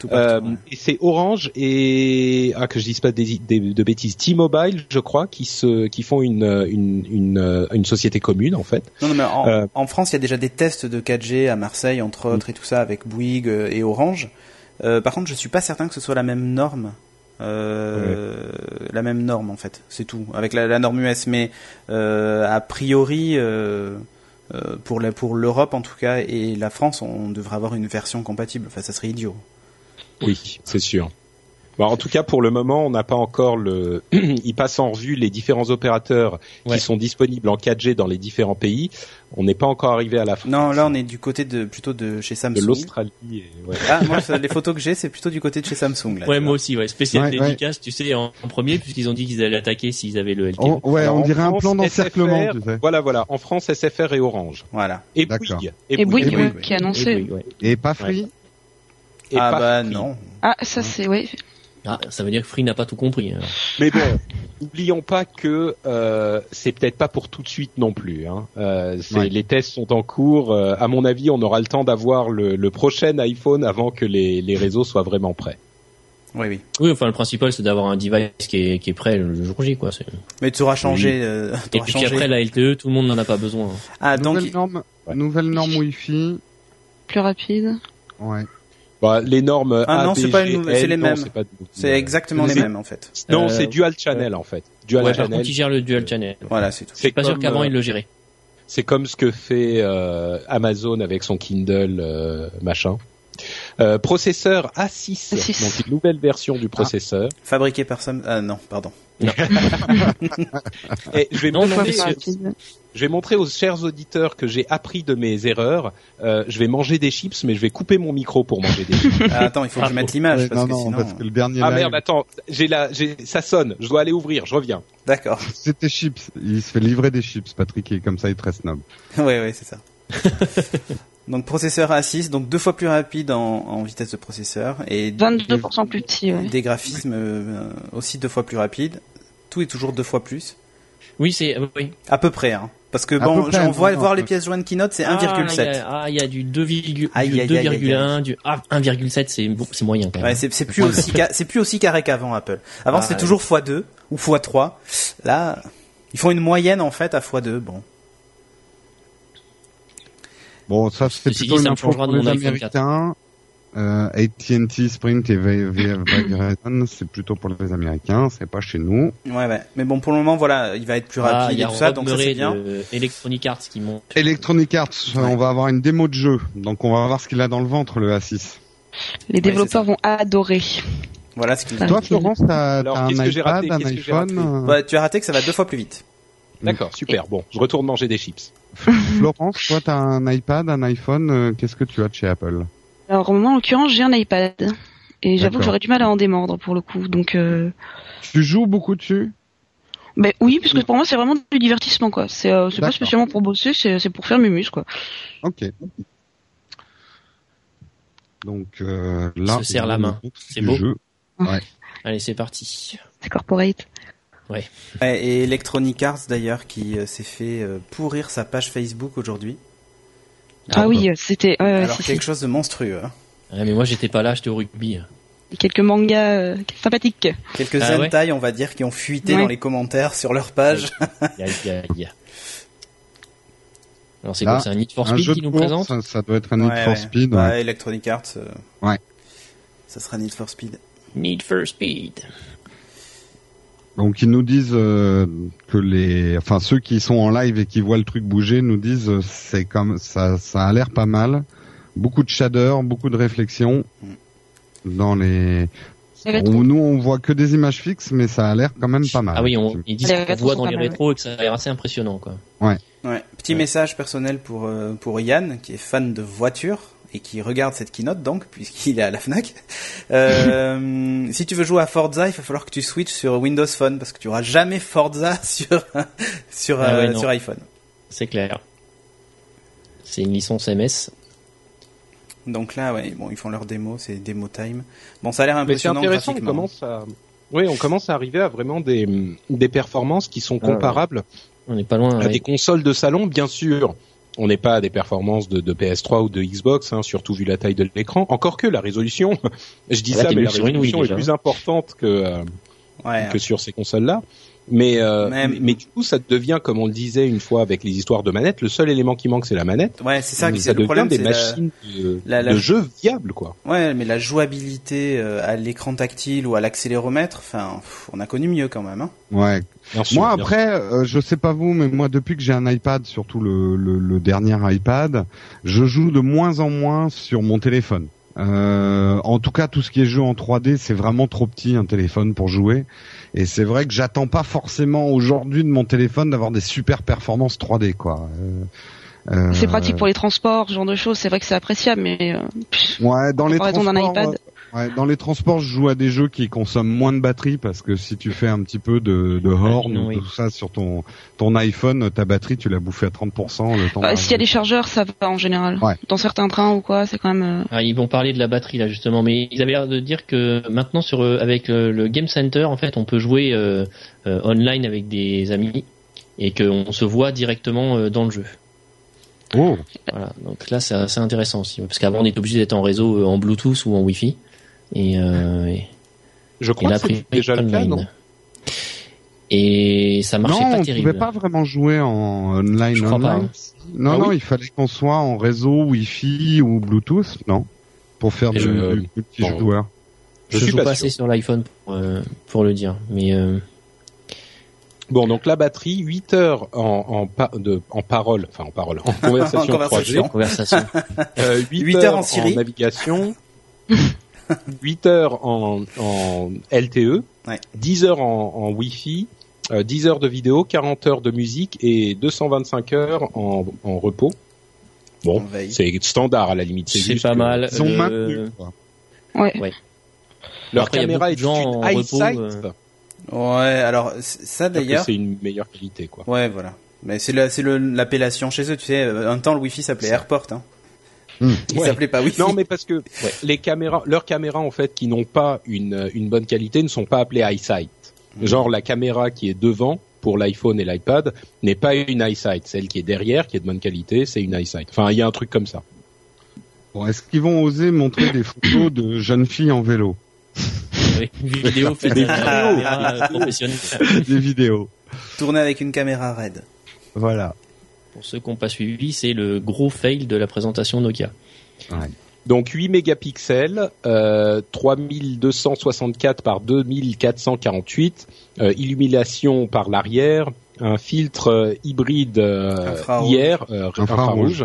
Tout Euh, partout, ouais. Et c'est Orange et ah que je dise pas des, des- de bêtises, T-Mobile, je crois, qui se qui font une euh, une une, euh, une société commune en fait. Non, non, mais en, euh, en France, il y a déjà des tests de 4G à Marseille, entre autres, et tout ça, avec Bouygues euh, et Orange. Euh, par contre, je suis pas certain que ce soit la même norme. Euh, La même norme, en fait, c'est tout. Avec la, la norme US, mais euh, a priori, euh, euh, pour la- pour l'Europe en tout cas et la France, on devrait avoir une version compatible. Enfin, ça serait idiot. Oui, c'est sûr. Bon, en tout cas, pour le moment, on n'a pas encore le. [clears throat] Ils passent en revue les différents opérateurs Ouais. qui sont disponibles en 4G dans les différents pays. On n'est pas encore arrivé à la fin Non, là, on est du côté de plutôt de chez Samsung. de l'Australie. et- ouais. Ah, moi, ça, les photos que j'ai, c'est plutôt du côté de chez Samsung. Là, Ouais, moi tu vois. aussi, ouais. Spécial Ouais, ouais. dédicace, tu sais, en, en premier, puisqu'ils ont dit qu'ils allaient attaquer s'ils avaient le E. LTE. Oh, ouais, Alors, on en dirait un France, plan d'encerclement. SFR, tu sais. Voilà, voilà. En France, SFR et Orange. Voilà. Et D'accord. Bouygues. Et Bouygues, Bouygues, ouais, oui. qui est annoncé. Et Bouygues, ouais. Et pas free. Et ah pas bah Free. non. Ah ça c'est oui. Ah, ça veut dire que Free n'a pas tout compris. hein. alors. Mais bon, n'oublions pas que euh, c'est peut-être pas pour tout de suite non plus. Hein. Euh, c'est- Ouais. Les tests sont en cours. Euh, à mon avis, on aura le temps d'avoir le, le prochain iPhone avant que les, les réseaux soient vraiment prêts. Oui, oui. Oui, enfin, le principal, c'est d'avoir un device qui est, qui est prêt le jour J, quoi. c'est- Mais tu auras changé. euh, Et [laughs] t'auras puis changé. après, la LTE, tout le monde n'en a pas besoin. hein. Ah, donc Nouvelle norme, Ouais. nouvelle norme Wi-Fi. Plus rapide. Ouais. Bah, les normes Ah non, c'est pas une nouvelle, c'est les non, mêmes. pas de nouvelle. c'est exactement les c'est- mêmes en fait. Non, Euh, c'est dual channel en fait. Dual Ouais, par channel. contre, ils gèrent le dual channel. Voilà, c'est tout. Je suis pas sûr E. comme, qu'avant, euh, ils le géraient. C'est comme ce que fait euh, Amazon avec son Kindle euh, machin. Euh, processeur A6, A6. donc une nouvelle version du processeur. Fabriqué par Sam. Ah non, pardon. Et je vais Non, non, montrer, mais c'est- je vais montrer aux chers auditeurs que j'ai appris de mes erreurs. Euh, je vais manger des chips, mais je vais couper mon micro pour manger des chips. Ah, attends, il faut que je mette l'image Ouais, parce non, que non, sinon. parce que le dernier ah live, merde, attends, j'ai la, j'ai, ça sonne. Je dois aller ouvrir. Je reviens. D'accord. [laughs] c'était chips. Il se fait livrer des chips, Patrick, et comme ça, il est très snob. Oui, oui, c'est ça. donc processeur A6, donc deux fois plus rapide en, en vitesse de processeur et 22% plus petit, ouais. des graphismes euh, aussi deux fois plus rapides. Tout est toujours deux fois plus, Oui, c'est. euh, Oui. à peu près. Hein. Parce que À bon, peu près, on voit non, voir non. les pièces jointes qui notent, c'est Ah, il y 1,7. a- Ah, il y a du 2,1, Aïe, aïe, du aïe, aïe, aïe. 2,1, du ah, 1,7, c'est bon, c'est moyen quand même. Ouais, c'est c'est plus aussi ca- c'est plus aussi carré qu'avant Apple. Avant Ah, c'était ouais. toujours x2 ou x3. Là, ils font une moyenne en fait à x2. Bon. Bon, ça, c'est Ceci plutôt dit, une ça me changera pour de les mon iPhone 4. Américains. Euh, AT&T, Sprint et Vi- Vi- Verizon, c'est plutôt pour les Américains, c'est pas chez nous. Ouais, ouais. Mais bon, pour le moment, voilà, il va être plus Ah, il rapide y a et tout ça, Rob donc ça c'est Murray bien. de Electronic Arts qui monte. Electronic Arts, euh, Ouais. on va avoir une démo de jeu, donc on va voir ce qu'il a dans le ventre, le A6. Les développeurs c'est vont adorer. Voilà ce qu'il Ah, Toi, ok. Florence, t'as Alors, t'as un qu'est-ce que j'ai iPad, raté un Qu'est-ce que j'ai raté iPhone. euh, Bah, tu as raté que ça va deux fois plus vite. D'accord, super. Bon, je retourne manger des chips. Florence, toi, t'as un iPad, un iPhone. euh, Qu'est-ce que tu as de chez Apple Alors moi, en l'occurrence, j'ai un iPad. Et j'avoue D'accord. que j'aurais du mal à en démordre pour le coup. Donc, euh... Tu joues beaucoup dessus ben oui, parce que pour moi, c'est vraiment du divertissement, quoi. C'est euh, c'est pas D'accord. spécialement pour bosser, c'est c'est pour faire mumus, quoi. Ok. Donc euh, là, Se serre la main. C'est C'est beau. beau. Jeu. Allez, c'est parti. C'est corporate. Ouais, et Electronic Arts d'ailleurs qui euh, s'est fait euh, pourrir sa page Facebook aujourd'hui. Ah, oui, euh, c'était ouais, ouais, Alors c'est- quelque chose de monstrueux. hein. Ouais, Ah, mais moi, j'étais pas là, j'étais au rugby. c'est quelques mangas euh, sympathiques. Quelques Ah ouais. hentai, on va dire, qui ont fuité Ouais. dans les commentaires sur leur page. Aïe, aïe, aïe. Alors, c'est Là, quoi C'est un Need for Un Speed jeu qui de nous course, présente ça, ça doit être un Need Ouais, for ouais. Speed. ouais. Ouais, Electronic Arts. euh, Ouais. Ça sera Need for Speed. Need for Speed. Donc ils nous disent euh, que les, enfin ceux qui sont en live et qui voient le truc bouger nous disent euh, c'est comme ça, ça a l'air pas mal. Beaucoup de shader, beaucoup de réflexion Mm. dans les. Les rétros. On- nous on voit que des images fixes, mais ça a l'air quand même pas mal. Ah oui, on, ils disent Les qu'on rétros voit sont dans pas les mal, rétros et que ça a l'air assez impressionnant, quoi. Ouais. Petit Ouais. message personnel pour euh, pour Yann qui est fan de voitures et qui regarde cette keynote donc puisqu'il est à la [laughs] Fnac. Euh, si tu veux jouer à Forza, il va falloir que tu switches sur Windows Phone parce que tu auras jamais Forza [laughs] sur sur Ah ouais, euh, non. sur iPhone. C'est clair. C'est une licence MS. Donc là, ouais, bon, ils font leur démo, c'est démo time. Bon, ça a l'air Mais c'est impressionnant intéressant, on graphiquement. commence à... Oui, on commence à arriver à vraiment des, des performances qui sont Ah ouais. comparables On n'est pas loin. Ah, à ouais. des consoles de salon, bien sûr. On n'est pas à des performances de, de PS3 ou de Xbox, hein, surtout vu la taille de l'écran. Encore que la résolution, [laughs] je dis Ah, là, ça, t'es mais mieux la sur une Wii, résolution est déjà. plus importante que, euh, Ouais, que sur ces consoles-là. Mais, euh, Même. mais, mais du coup, ça devient, comme on le disait une fois avec les histoires de manettes, le seul élément qui manque, c'est la manette. ouais, c'est ça, Mais qui c'est le devient problème, des c'est la- machines de, la- la- de jeux viables, quoi. Ouais, mais la jouabilité euh, à l'écran tactile ou à l'accéléromètre, enfin, pff, on a connu mieux quand même. Hein. Ouais, Bien sûr, Moi bien après, euh, je sais pas vous, mais moi depuis que j'ai un iPad, surtout le, le, le dernier iPad, je joue de moins en moins sur mon téléphone. Euh, en tout cas, tout ce qui est jeu en 3D, c'est vraiment trop petit un téléphone pour jouer. Et c'est vrai que j'attends pas forcément aujourd'hui de mon téléphone d'avoir des super performances 3D quoi. Euh, euh, C'est pratique pour les transports, ce genre de choses. C'est vrai que c'est appréciable, mais euh, pff, Ouais, dans les comparaison transports. d'un iPad. euh, ouais, dans les transports, je joue à des jeux qui consomment moins de batterie parce que si tu fais un petit peu de, de horn non, ou oui. tout ça sur ton ton iPhone, ta batterie, tu l'as bouffée à 30% le temps. bah, d'un- s'il y a des chargeurs, ça va en général. Ouais. Dans certains trains ou quoi, c'est quand même. euh, Ah, ils vont parler de la batterie là justement, mais ils avaient l'air de dire que maintenant sur euh, avec euh, le Game Center en fait on peut jouer euh, euh, online avec des amis et qu'on se voit directement euh, dans le jeu. Oh. Voilà, donc là c'est assez intéressant aussi parce qu'avant on était obligé d'être en réseau euh, en Bluetooth ou en Wi-Fi et, euh, et, Je et crois là, que priori, c'est déjà le cas, online. non Et ça marchait non, pas on terrible. pouvait pas vraiment jouer en online. Je crois pas, online. hein. Non, Ah non, oui il fallait qu'on soit en réseau Wi-Fi ou Bluetooth, non, pour faire Et du, je- du multijoueur. Je, suis joue pas pas sûr. assez sur l'iPhone pour, euh, pour le dire, mais euh, Bon, donc la batterie, 8 heures en, en, pa- de, en parole, [laughs] enfin en parole, en conversation, En conversation. 3G, conversation. euh, 8, Huit heures, heures en Syrie. [laughs] navigation, 8 heures en, en LTE, Ouais. 10 heures en, en Wi-Fi, euh, 10 heures de vidéo, 40 heures de musique et 225 heures en, en repos. Bon, En veille. [laughs] c'est standard à la limite. C'est juste pas que mal. Ils ont Euh, maintenu. quoi. euh, Ouais. Leur Après, il y a caméra est beaucoup de gens une en high repos, sight. euh, C'est-à-dire Ouais, alors c- ça que d'ailleurs. c'est une meilleure qualité quoi. Ouais, voilà. Mais c'est la- c'est le- l'appellation chez eux, tu sais. euh, Un temps, le Wi-Fi s'appelait Airport. Hein. Mmh. Il Hmm. Ouais. s'appelait pas Wi-Fi. Non, mais parce que les caméras, leurs caméras en fait, qui n'ont pas une, une bonne qualité, ne sont pas appelées eyesight. Mm. Genre la caméra qui est devant pour l'iPhone et l'iPad n'est pas une eyesight. Celle qui est derrière, qui est de bonne qualité, c'est une eyesight. Enfin, il y a un truc comme ça. Bon, est-ce qu'ils vont oser montrer des photos de jeunes filles en vélo, oui, une vidéo Ah, faite par une caméra professionnelle. des vidéos Tourner avec une caméra RAID. Voilà. Pour ceux qui n'ont pas suivi, c'est le gros fail de la présentation Nokia. Donc 8 mégapixels, euh, 3264 par 2448, euh, illumination par l'arrière, un filtre euh, hybride euh, Infrarouge. IR, euh, infrarouge,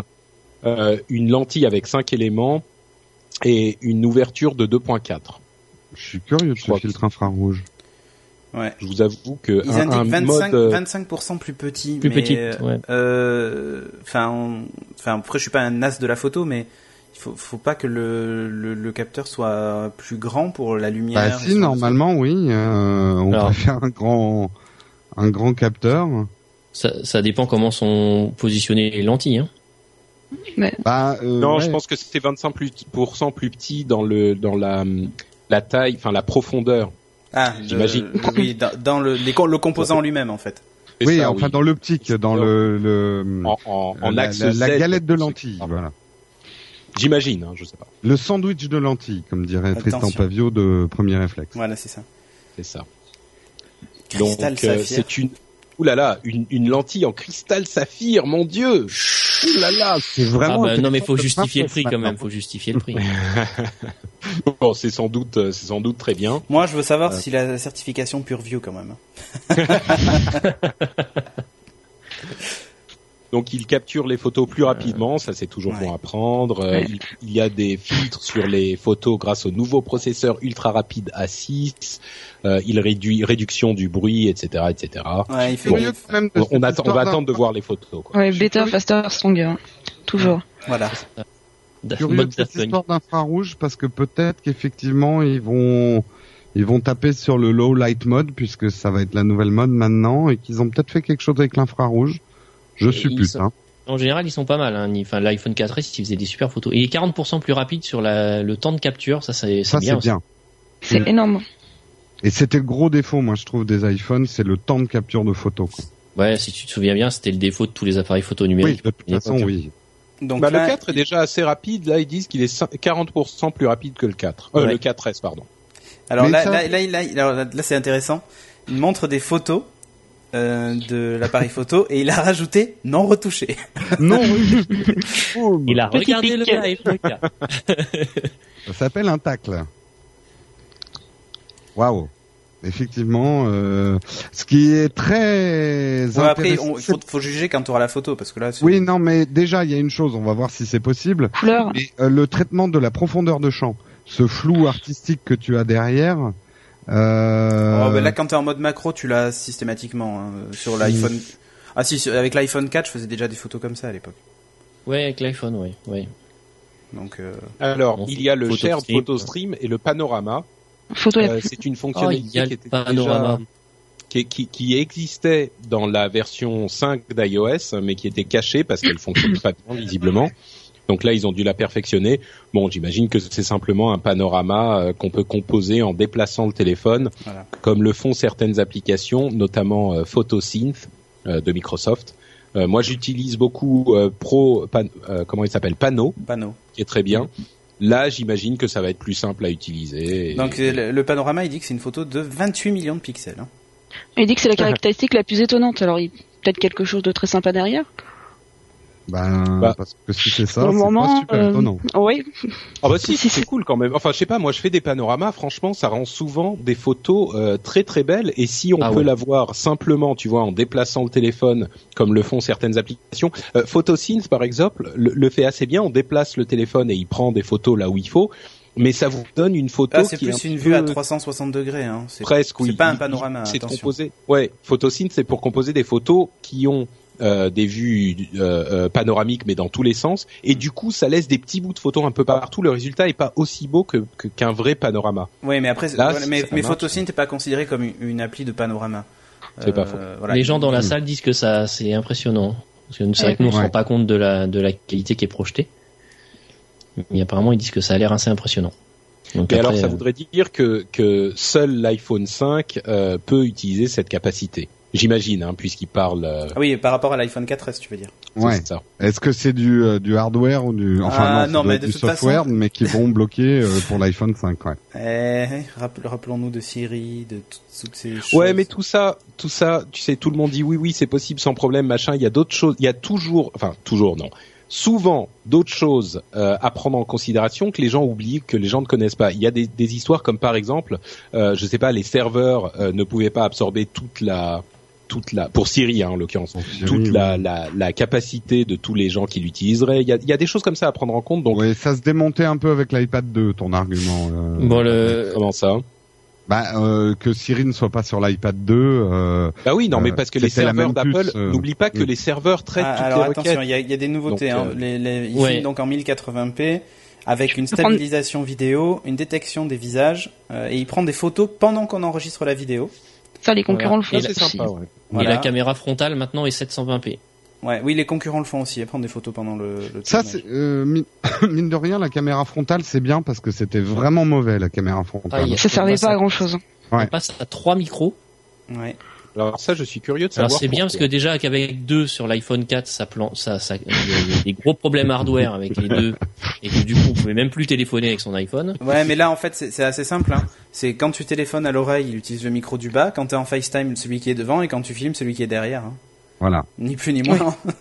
euh, une lentille avec 5 éléments et une ouverture de 2.4. Je suis curieux de Je ce crois que- filtre infrarouge. Ouais. Je vous avoue que Ils un, un indiquent 25, mode euh, 25% plus petit. Plus mais, petite, euh, ouais. euh, Enfin, on- enfin, après, je suis pas un as de la photo, mais il faut, faut pas que le, le, le capteur soit plus grand pour la lumière. Bah si, normalement, oui. euh, on Alors. peut faire un grand, un grand capteur. Ça, ça dépend comment sont positionnées les lentilles. Hein. Bah, euh, Non, ouais. je pense que c'est 25% plus, pour cent plus petit dans le dans la hum, la taille, enfin la profondeur. Ah, J'imagine. euh, oui, dans, dans le, les co- le composant lui-même, en fait. C'est Oui, ça, enfin dans l'optique, dans le, le en, en, en la, axe la- la Z, galette de pour ceux qui lentilles. parlent. Voilà. J'imagine, hein, je sais pas, Le sandwich de lentilles, comme dirait Tristan Attention. Pavio de Premier Réflexe. Voilà, c'est ça. c'est ça. Cristal Donc euh, saphir. c'est une Ouh là là, une, une lentille en cristal saphir, mon dieu. ben Ouh là là, c'est Ah vraiment bah, non, mais faut de justifier le prix princesse, quand même. Faut justifier le prix. [laughs] bon, c'est sans doute euh, c'est sans doute très bien. Moi, je veux Euh. savoir si la certification PureView, quand même. Donc il capture les photos plus rapidement, ça c'est toujours ouais. bon à prendre. Euh, Ouais. il, il y a des filtres sur les photos grâce au nouveau processeur ultra rapide A6. Euh, il réduit réduction du bruit, etc., etc. Ouais, il fait Bon. Curieux quand même de On, cette on attend, on va histoire attendre de voir les photos. Quoi. Ouais, Je suis bêta, curieux. faster, stronger. hein. Toujours. Voilà. Da- curieux mode de cette Daft Punk. histoire d'infrarouge parce que peut-être qu'effectivement ils vont ils vont taper sur le low light mode puisque ça va être la nouvelle mode maintenant et qu'ils ont peut-être fait quelque chose avec l'infrarouge. Je Et suppute. ils Hein. En général, ils sont pas mal. Hein. Ils- Enfin, l'iPhone 4S, il faisait des super photos. Et il est 40% plus rapide sur la, le temps de capture. Ça, c'est c'est Ça c'est bien. bien. C'est Mm. énorme. Et c'était le gros défaut, moi je trouve, des iPhones, c'est le temps de capture de photos. quoi. Ouais, si tu te souviens bien, c'était le défaut de tous les appareils photo Oui, numériques. de toute façon, époque. oui. Donc Bah, là, le 4 est déjà assez rapide. Là, ils disent qu'il est cin- 40% plus rapide que le 4. Euh, Ouais. Le 4S, pardon. Alors Mais là, ça- là, là, là, il- alors là, là, c'est intéressant. Il montre des photos euh, de l'appareil photo et il a rajouté non retouché. [laughs] Non, oui. Il a Petit regardé le pic. live. regarde. Ça s'appelle un tacle. Waouh. Effectivement, euh, ce qui est très Bon, après, intéressant. on, faut, faut juger quand tu auras la photo parce que là, c'est- Oui, non, mais déjà, il y a une chose, on va voir si c'est possible. Couleur. Mais euh, le traitement de la profondeur de champ, ce flou artistique que tu as derrière. Euh... Oh, bah, là, quand t'es en mode macro, tu l'as systématiquement hein, sur l'iPhone. Ah si, sur- avec l'iPhone 4, je faisais déjà des photos comme ça à l'époque. Ouais, avec l'iPhone, ouais, ouais. Donc euh, Alors, Bon, il y a le photo shared stream. photo stream et le panorama. Photo. Euh, c'est une Oh, il y fonctionnalité a qui le était panorama. déjà qui, qui, qui existait dans la version 5 d'iOS, hein, mais qui était cachée parce qu'elle fonctionne pas bien visiblement. Donc là, ils ont dû la perfectionner. Bon, j'imagine que c'est simplement un panorama euh, qu'on peut composer en déplaçant le téléphone, Voilà. comme le font certaines applications, notamment euh, Photosynth euh, de Microsoft. Euh, moi, j'utilise beaucoup euh, Pro, Pan- euh, comment il s'appelle, Pano, panneau. qui est très bien. Là, j'imagine que ça va être plus simple à utiliser. et- Donc euh, le, le panorama, il dit que c'est une photo de 28 millions de pixels. hein. Il dit que c'est la caractéristique la plus étonnante. Alors, il peut-être quelque chose de très sympa derrière. Ben, Bah. parce que si c'est ça, Pour c'est le moment, pas super euh, étonnant. Oui. Ah bah si, Si, c'est si. cool quand même. Enfin, je sais pas, moi je fais des panoramas, franchement, ça rend souvent des photos euh, très très belles et si on Ah peut ouais. la voir simplement, tu vois, en déplaçant le téléphone comme le font certaines applications, euh, Photosynth par exemple le, le fait assez bien, on déplace le téléphone et il prend des photos là où il faut. mais ça vous donne une photo Ah, c'est qui est plus un une petit vue à peu 360 degrés. Hein. C'est presque. oui. c'est pas un Il- panorama, C'est de attention. composer. Ouais, photosynth, c'est pour composer des photos qui ont euh, des vues euh, euh, panoramiques, mais dans tous les sens. Et Mm. du coup, ça laisse des petits bouts de photos un peu partout. Le résultat est pas aussi beau que que- qu'un vrai panorama. Oui, mais après, Là, voilà, ça mais, marche. mais Photosynth n'est pas considéré comme une, une appli de panorama. Euh, C'est pas faux. voilà. Les gens dans la salle disent que ça, c'est impressionnant. Parce que c'est vrai que nous, on se Ouais. rend pas compte de la, de la qualité qui est projetée. Mais apparemment, ils disent que ça a l'air assez impressionnant. Donc Et après, alors, ça euh, voudrait dire que que seul l'iPhone 5 euh, peut utiliser cette capacité. J'imagine, hein, puisqu'il parle. euh, Ah oui, par rapport à l'iPhone 4S, tu veux dire. c'est Ouais. ça. Est-ce que c'est du, euh, du hardware ou du, enfin Ah, non, ça non, doit mais être de du toute software, façon- mais qui vont bloquer [laughs] euh, pour l'iPhone 5. Ouais. Eh, rappel- rappelons-nous de Siri, de tout- toutes ces choses. Ouais, mais tout ça, tout ça, tu sais, tout le monde dit oui, oui, c'est possible sans problème, machin. Il y a d'autres choses, il y a toujours, enfin toujours non, souvent d'autres choses euh, à prendre en considération que les gens oublient, que les gens ne connaissent pas. Il y a des, des histoires comme par exemple, euh, je sais pas, les serveurs euh, ne pouvaient pas absorber toute la, toute la, pour Siri hein, en l'occurrence, Donc, toute oui, la, la, la capacité de tous les gens qui l'utiliseraient. Il y a, il y a des choses comme ça à prendre en compte. Donc Ouais, ça se démontait un peu avec l'iPad 2, ton argument. euh. Bon, le, comment ça Bah, euh, que Siri ne soit pas sur l'iPad 2. euh, Bah oui, non, Euh, mais parce que les c'était la serveurs même puce, d'Apple, euh, n'oublie pas que oui. les serveurs traitent Ah, toutes alors les requêtes. attention, il y, a- il y a des nouveautés. Donc, hein. euh, Les- les- ils ouais. filment donc en 1080p avec une Je prends- stabilisation vidéo, une détection des visages, euh, et il prend des photos pendant qu'on enregistre la vidéo. Ça, les concurrents le font Et Ça, la- c'est aussi. sympa, ouais. Et Voilà. la caméra frontale maintenant est 720p. Ouais, oui, les concurrents le font aussi, ils prennent des photos pendant le. le ça, tournage. c'est, euh, mine, [coughs] mine de rien, la caméra frontale, c'est bien parce que c'était vraiment mauvais la caméra frontale. Aïe. Ça servait pas à hein. grand chose. Ouais. On passe à trois micros. Ouais. Alors ça, je suis curieux de savoir. Alors c'est bien parce que pourquoi. déjà qu'avec deux sur l'iPhone 4, ça plan, ça, ça, euh, il y a- il y a des gros problèmes hardware avec les deux, et que du coup, on pouvait même plus téléphoner avec son iPhone. Ouais, mais là en fait c'est c'est assez simple. Hein. C'est quand tu téléphones à l'oreille, il utilise le micro du bas. Quand t'es en FaceTime, celui qui est devant, et quand tu filmes, celui qui est derrière. hein. Voilà. Ni plus ni moins. hein.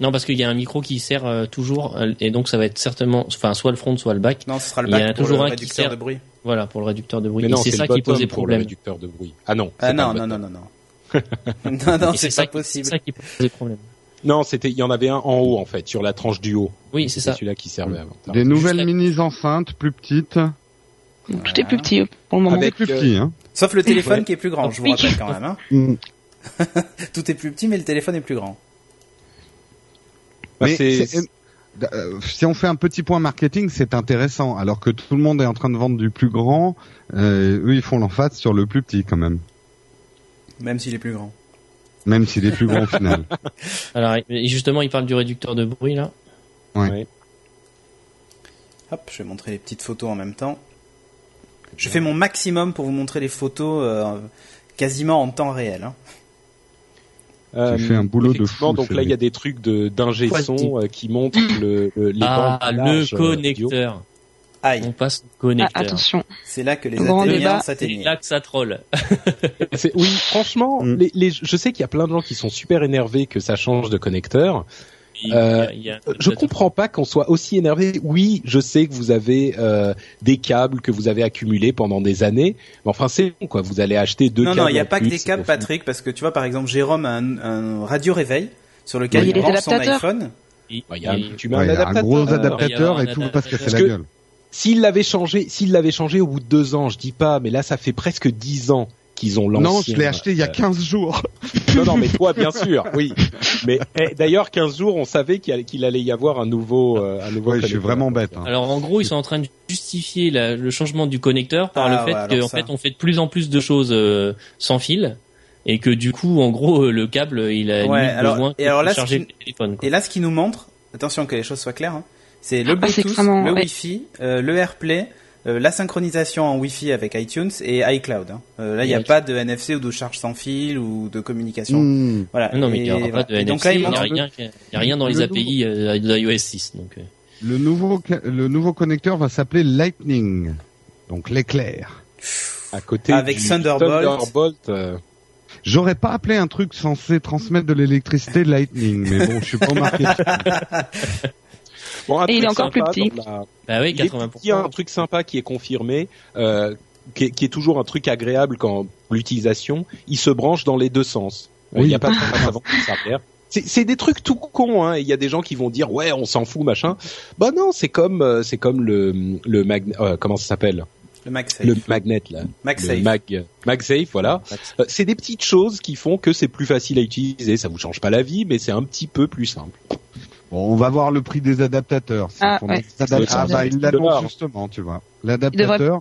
Non, parce qu'il y a un micro qui sert euh, toujours, euh, et donc ça va être certainement, enfin, soit le front, soit le back. [laughs] Non, ce sera le Il y en bac a pour toujours le un qui réducteur sert- de bruit. Voilà, pour le réducteur de bruit. Mais Et non, c'est ça le qui bottom posait pour le problème. réducteur de bruit. Ah non. Ah c'est pas non, le non, bottom. non, non, non. [laughs] non, non, Et c'est ça pas qui- possible. C'est ça qui posait problème. Non, c'était, il y en avait un en haut en fait, sur la tranche du haut. Oui, c'est C'est ça. celui-là qui servait avant. Des nouvelles à- mini enceintes plus petites. Donc, tout est plus petit hein, pour le moment. Avec, C'est plus euh, petit, hein. Sauf le téléphone Ouais. qui est plus grand, je vous Oui. rappelle quand [laughs] même. hein. Mm. Tout est plus petit, mais le téléphone est plus grand. Bah, Mais c'est- c'est- euh, si on fait un petit point marketing, c'est intéressant. Alors que tout le monde est en train de vendre du plus grand, euh, eux ils font l'emphase sur le plus petit quand même, Même s'il est plus grand. même s'il est plus grand au [laughs] final. Alors, et justement, il parle du réducteur de bruit, là. Hop, je vais montrer les petites photos en même temps. Je fais mon maximum pour vous montrer les photos euh, quasiment en temps réel. hein. euh, fait un boulot de effectivement, fou, Donc c'est là, il y vrai. a des trucs de d'ingé Quoi, dis- son euh, qui [laughs] montrent le, le- les Ah, bandes larges, le euh, audio. connecteur. Aïe, On passe au Ah, connecteur. attention. c'est là que les Grand Athéniens débat. c'est s'atténuaient. là que ça troll. C'est- Oui, franchement, Mm. les, les- je sais qu'il y a plein de gens qui sont super énervés que ça change de connecteur. Il y Euh, a- il y a- Je comprends pas qu'on soit aussi énervé. Oui, je sais que vous avez euh, des câbles que vous avez accumulés pendant des années, mais enfin c'est bon quoi. Vous allez acheter deux Non, câbles. non, il n'y a en pas que plus, des c'est câbles, pour- Patrick, parce que tu vois, par exemple, Jérôme a un, un radio réveil sur lequel Oui, il les branche son adaptateurs. iPhone. Il- Ouais, il y a un- il- tu mets Ouais, un il y a un adaptateur. gros Euh, adaptateur un et tout adaptateur. parce que c'est Parce la que- gueule. S'il l'avait changé, s'il l'avait changé au bout de deux ans, je dis pas, mais là ça fait presque dix ans qu'ils ont lancé. Non, je l'ai acheté il y a euh, 15 jours. Non, non, mais toi, bien sûr, oui. Mais eh, d'ailleurs, 15 jours, on savait qu'il allait- qu'il allait y avoir un nouveau, euh, un nouveau. Ouais, je suis connecteur. vraiment bête. hein. Alors en gros, ils sont en train de justifier la- le changement du connecteur par Ah, le ouais, fait alors qu'en ça. fait on fait de plus en plus de choses euh, sans fil et que du coup en gros euh, le câble il a Ouais, limite alors- besoin et alors là, de charger ce le qui- téléphone. quoi. Et là, ce qu'il nous montre, attention que les choses soient claires, hein, c'est le Ah, c'est Bluetooth, extrêmement- le ouais. Wi-Fi, euh, le AirPlay, euh, la synchronisation en Wi-Fi avec iTunes et iCloud. hein. Euh, là, il n'y a Oui. pas de NFC ou de charge sans fil ou de communication. Mm. Voilà. Ah Non mais il n'y aura Et pas voilà. de Et NFC, donc là, il il n'y a montre- le- rien, qui- il y a rien dans les le API euh, d'iOS 6. Donc, euh. Le nouveau ca- le nouveau connecteur va s'appeler Lightning, donc l'éclair. à côté Avec du Thunderbolt. Thunderbolt, euh, J'aurais pas appelé un truc censé transmettre de l'électricité Lightning, mais bon, je suis [laughs] pas marketing. Bon, un Et il truc est encore sympa plus petit. dans la- Bah oui, Il est petit, il y a un 80%. truc sympa qui est confirmé, euh, qui, est, qui est toujours un truc agréable quand l'utilisation, il se branche dans les deux sens. Euh, Il Oui. n'y a pas de trace avant, ça perd. c'est c'est des trucs tout cons. hein. Il y a des gens qui vont dire ouais, on s'en fout, machin. Bah non, c'est comme euh, c'est comme le le mag euh, comment ça s'appelle Le MagSafe. le magnet là. MagSafe. Le mag magsafe, voilà. Euh, C'est des petites choses qui font que c'est plus facile à utiliser. Ça vous change pas la vie, mais c'est un petit peu plus simple. Bon, on va voir le prix des adaptateurs. C'est Ah, qu'on- ouais. les adap- Ça, Ah, c'est bah, un il petit l'annonce dollar. justement, tu vois. L'adaptateur,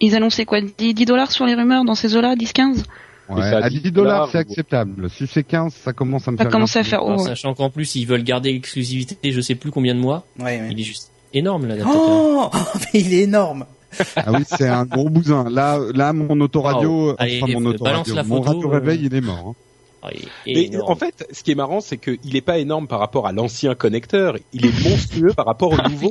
Ils annonçaient quoi 10 dollars sur les rumeurs dans ces eaux-là 10, 15 Mais ouais, ça, à 10 dollars, c'est ou- acceptable. Si c'est 15, ça commence à me Ça faire commence rien. à faire Alors, haut. ouais. Sachant qu'en plus, ils veulent garder l'exclusivité, je sais plus combien de mois. Ouais, ouais. Il est juste énorme, l'adaptateur. Oh, [laughs] mais il est énorme. Ah oui, c'est un gros bousin. Là, là, mon autoradio, Wow. Allez, enfin, mon balance autoradio, la mon photo, radio euh. réveil, il est mort. hein. Ah, il est Mais énorme. en fait, ce qui est marrant, c'est qu'il est pas énorme par rapport à l'ancien connecteur. Il est monstrueux par rapport au nouveau.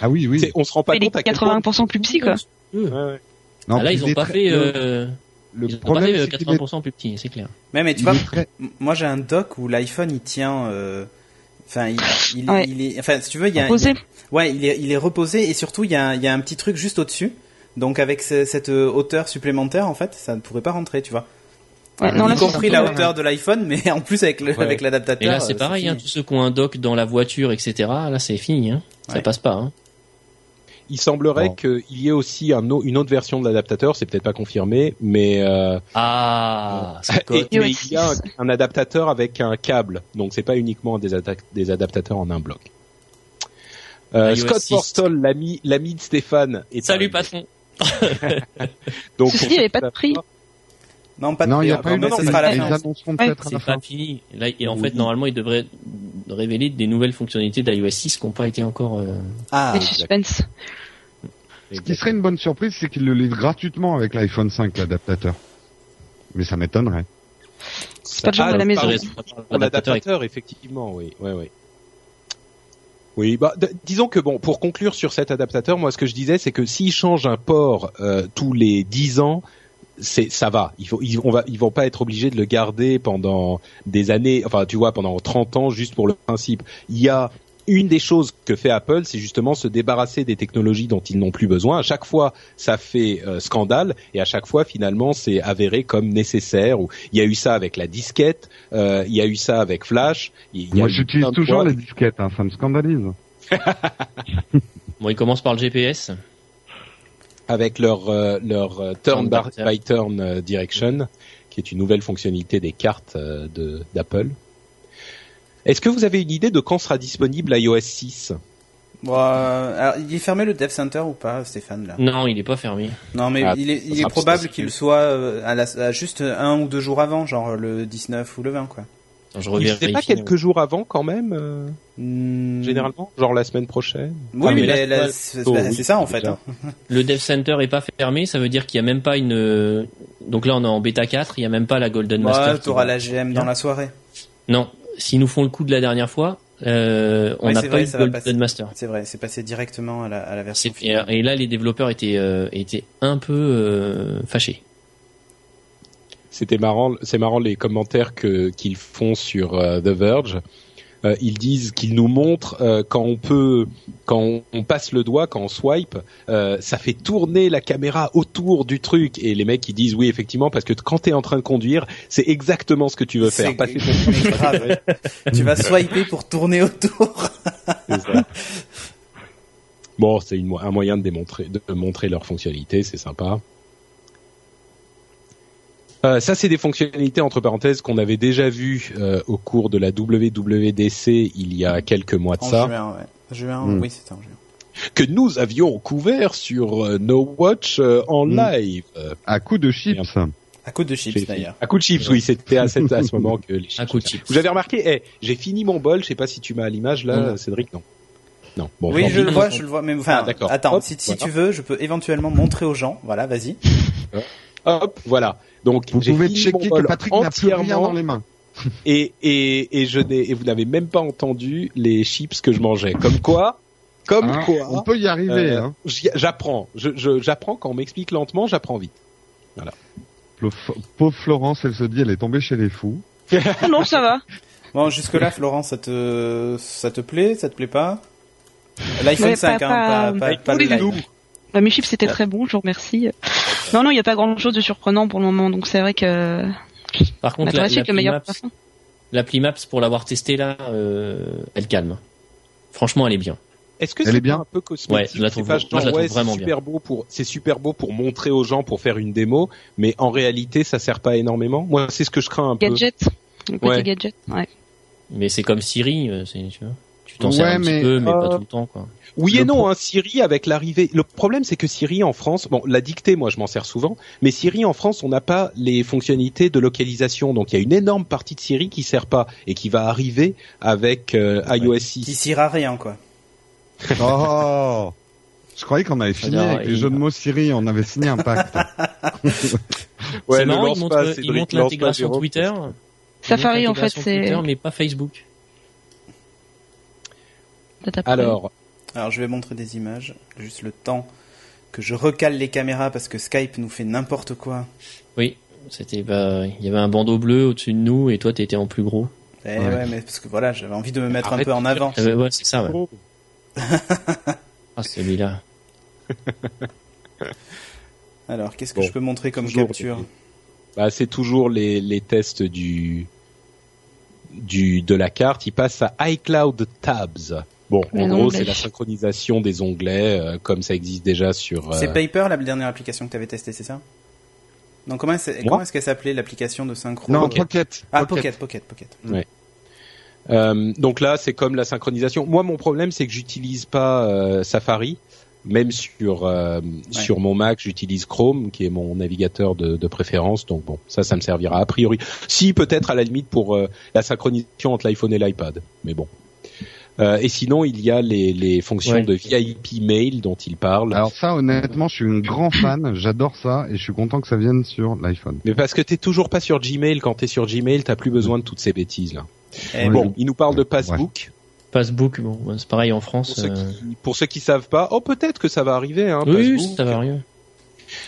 Ah oui, oui. C'est- On se rend pas Il est compte à quel point. 80% plus petit quoi. Ouais, ouais. Non, Ah, là, puis ils il ont est pas très- fait, le- euh, Le ils ont pas problème, fait euh, c'est qu'il est- 80% plus petit, c'est clair. Mais, Mm. mais tu il vois, est très- m- moi j'ai un doc où l'iPhone il tient. euh, Enfin, il, il, Ouais. il est. Enfin, si tu veux, il y a. Posé. Ouais, il est, il est reposé et surtout il y a, un- il y a un petit truc juste au-dessus. Donc avec ce- cette euh, hauteur supplémentaire, en fait, ça ne pourrait pas rentrer, tu vois. Ouais, non, y là, c'est compris la surtout, hauteur de l'iPhone, mais [laughs] en plus avec le- Ouais. avec Et l'adaptateur. là, c'est euh, pareil, hein, fini. tous ceux qui ont un dock dans la voiture, etc. Là, c'est fini, hein. ça Ouais. passe pas. Hein. Il semblerait Bon. qu'il y ait aussi un au- une autre version de l'adaptateur. C'est peut-être pas confirmé, mais, euh, Ah, ça et- cote. mais iOS il y a un, 6. un adaptateur avec un câble. Donc c'est pas uniquement des, atta- des adaptateurs en un bloc. Euh, iOS Scott 6. Forstall, l'ami, l'ami de Stéphane. Est Salut un- patron. Ceci Donc, pour dit, il ceux n'y avait qui pas de prix. Non, pas de Non, il n'y a prix pas eu encore, non, de hein. mais ça prix. non, sera à la Ils fin. annonceront Ouais, peut-être à C'est la pas fin. fini. Là, et en Oui. fait, normalement, ils devraient révéler des nouvelles fonctionnalités d'iOS 6 qui n'ont pas été encore. euh, Ah, Des suspense. [laughs] Ce qui serait une bonne surprise, c'est qu'il le livre gratuitement avec l'iPhone 5, l'adaptateur. Mais ça m'étonnerait. C'est pas le genre Ah, de la donc, maison. pardon, Pour L'adaptateur est- l'adaptateur, effectivement, oui, ouais, ouais. Oui, bah, d- disons que bon, pour conclure sur cet adaptateur, moi, ce que je disais, c'est que s'ils changent un port euh, tous les 10 ans, c'est ça va. Il faut, ils, on va, ils vont pas être obligés de le garder pendant des années. Enfin, tu vois, pendant 30 ans, juste pour le principe. Il y a une des choses que fait Apple, c'est justement se débarrasser des technologies dont ils n'ont plus besoin. À chaque fois, ça fait euh, scandale, et à chaque fois, finalement, c'est avéré comme nécessaire. Ou il y a eu ça avec la disquette, euh, il y a eu ça avec Flash. il y a Moi, eu j'utilise plein de toujours fois- les disquettes, hein, ça me scandalise. Bon, ils commencent par le GPS. avec leur euh, leur euh, Turn turn by bar- turn. by turn euh, direction, qui est une nouvelle fonctionnalité des cartes euh, de d'Apple. Est-ce que vous avez une idée de quand sera disponible iOS 6 Bon, euh, alors, il est fermé le Dev Center ou pas, Stéphane Hmm. là Non, il est pas fermé. Non, mais Ah, il est, ça il sera est plus probable facile. qu'il soit euh, à, la, à juste un ou deux jours avant, genre le 19 ou le 20, quoi. Attends, je Il reviens. n'est pas quelques jours avant quand même, euh, Hmm. généralement, genre la semaine prochaine. Oui, Ah, mais, mais là, la- la- ouais. c'est Oh, bah, oui, c'est ça en déjà. fait. hein. Le Dev Center est pas fermé, ça veut dire qu'il y a même pas une. euh, Donc là, on est en bêta 4, il y a même pas la Golden Master. Ouais, qui Bah, t'auras va- la GM dans la soirée. Non, s'ils nous font le coup de la dernière fois, euh, on Ouais, n'a c'est pas vrai, eu de ça va Golden passer. Master. C'est vrai, c'est passé directement à la, à la version. C'est- Et, hein, et là, les développeurs étaient euh, étaient un peu euh, fâchés. C'était marrant, c'est marrant les commentaires que qu'ils font sur euh, The Verge. Euh, ils disent qu'ils nous montrent euh, quand on peut, quand on, on passe le doigt, quand on swipe, euh, ça fait tourner la caméra autour du truc. Et les mecs ils disent oui effectivement parce que t- quand t'es en train de conduire, c'est exactement ce que tu veux faire. C'est- Passer ton- mais grave. [laughs] tu vas swiper pour tourner [laughs] autour. Bon, c'est une mo- un moyen de démontrer, de montrer leur fonctionnalité, c'est sympa. Euh, ça, c'est des fonctionnalités entre parenthèses qu'on avait déjà vues euh, au cours de la WWDC il y a quelques mois de En ça, juin, ouais. Juin, Hmm. oui, c'était en juin. que nous avions couvert sur euh, No Watch euh, en Mm. live. Euh, À coup de chips. À cause de j'ai- chips d'ailleurs. à coup de chips, oui, c'était à, cette- à ce moment que les Un chips. coup de chip. Vous avez remarqué, eh, j'ai fini mon bol, je sais pas si tu m'as à l'image là, Non. Cédric, non. Non, bon, oui, tant je pis. le vois, je le vois, mais enfin, Ah, d'accord. attends, Hop, si, si voilà. tu veux, je peux éventuellement montrer aux gens. Voilà, vas-y. Hop, voilà. Donc, Vous j'ai pouvez fini mon checker que bol Patrick n'a plus rien entièrement. dans les mains. et, et, et je n'ai, et vous n'avez même pas entendu les chips que je mangeais. Comme quoi, comme Hein, on quoi, peut y arriver, Euh, hein. j'y- j'apprends. Je, je- j'apprends quand on m'explique lentement, j'apprends vite. Le f- pauvre Florence, elle se dit, elle est tombée chez les fous. Ah non, ça va. Bon, jusque là, Florent, ça te, ça te plaît, ça te plaît pas L'iPhone Ouais, 5, pas- hein, pas, pas- pas, pas le Voulez-vous live. Bah, mes chiffres c'était très bon, je vous remercie. Non, non, il n'y a pas grand chose de surprenant pour le moment, donc c'est vrai que bah, Par on contre, la, attendait la que le meilleur Pimaps- personne. l'appli Maps pour l'avoir testé là, euh, elle calme. Franchement, elle est bien. Est-ce que Elle c'est est bien pas un peu Ouais, cosmétique je la trouve- C'est pas moi, je la genre, ouais, trouve vraiment c'est super beau pour c'est super beau pour montrer aux gens pour faire une démo, mais en réalité ça sert pas énormément. Moi, c'est ce que je crains un peu. Gadget. Le côté Ouais. gadget. Ouais. Mais c'est comme Siri, euh, c'est- tu vois, tu t'en Ouais, sers un mais- petit peu, mais pas Euh, tout le temps, quoi. Oui Le et non, pro- hein, Siri avec l'arrivée. Le problème, c'est que Siri en France, bon, la dictée, moi, je m'en sers souvent, mais Siri en France, on n'a pas les fonctionnalités de localisation, donc il y a une énorme partie de Siri qui sert pas et qui va arriver avec euh, iOS 6. Qui sert à rien, quoi. [laughs] Oh Je croyais qu'on avait fini Alors, avec les il- jeux de mots Siri, on avait signé un [laughs] pacte. Ouais, c'est ne marrant, lance ils montrent, pas, euh, ils Cédric, montrent lance pas, l'intégration Jérôme. Twitter. Safari, Ils en montrent fait, l'intégration c'est. Twitter, mais pas Facebook. t'as tapé. Alors, Alors je vais montrer des images, juste le temps que je recale les caméras parce que Skype nous fait n'importe quoi. Oui, c'était, bah, il y avait un bandeau bleu au-dessus de nous, et toi, t'étais en plus gros. Ah, Eh ouais. Ouais. mais parce que voilà, j'avais envie de me mettre Arrête un peu de en dire avant. Ah, ouais, ouais, c'est ça, ouais. gros. Ah, celui-là. Alors qu'est-ce que Bon. je peux montrer comme Toujours capture des- bah, c'est toujours les, les tests du du de la carte. Ils passent à iCloud Tabs. Bon, Mais en non, gros, mais- c'est la synchronisation des onglets, euh, comme ça existe déjà sur. euh, C'est Paper la dernière application que tu avais testée, c'est ça Non, comment est-ce Moi comment est-ce qu'elle s'appelait l'application de synchro non, Pocket. Pocket. Ah Pocket, Pocket, Pocket. Euh, donc là, c'est comme la synchronisation. Moi, mon problème, c'est que j'utilise pas euh, Safari. Même sur euh, sur mon Mac, j'utilise Chrome, qui est mon navigateur de, de préférence. Donc bon, ça, ça me servira a priori. Si peut-être à la limite pour euh, la synchronisation entre l'iPhone et l'iPad. Mais bon. Euh, et sinon, il y a les, les fonctions Ouais. de VIP Mail dont il parle. Alors ça, honnêtement, je suis un grand fan, j'adore ça et je suis content que ça vienne sur l'iPhone. Mais parce que t'es toujours pas sur Gmail. Quand t'es sur Gmail, t'as plus besoin de toutes ces bêtises là. Eh, Bon, il nous parle de Ouais. Passbook. Facebook, bon, ouais, c'est pareil en Pour France. ceux, euh, qui, pour ceux qui savent pas, oh peut-être que ça va arriver. Hein, Oui, Facebook. oui, ça va rien.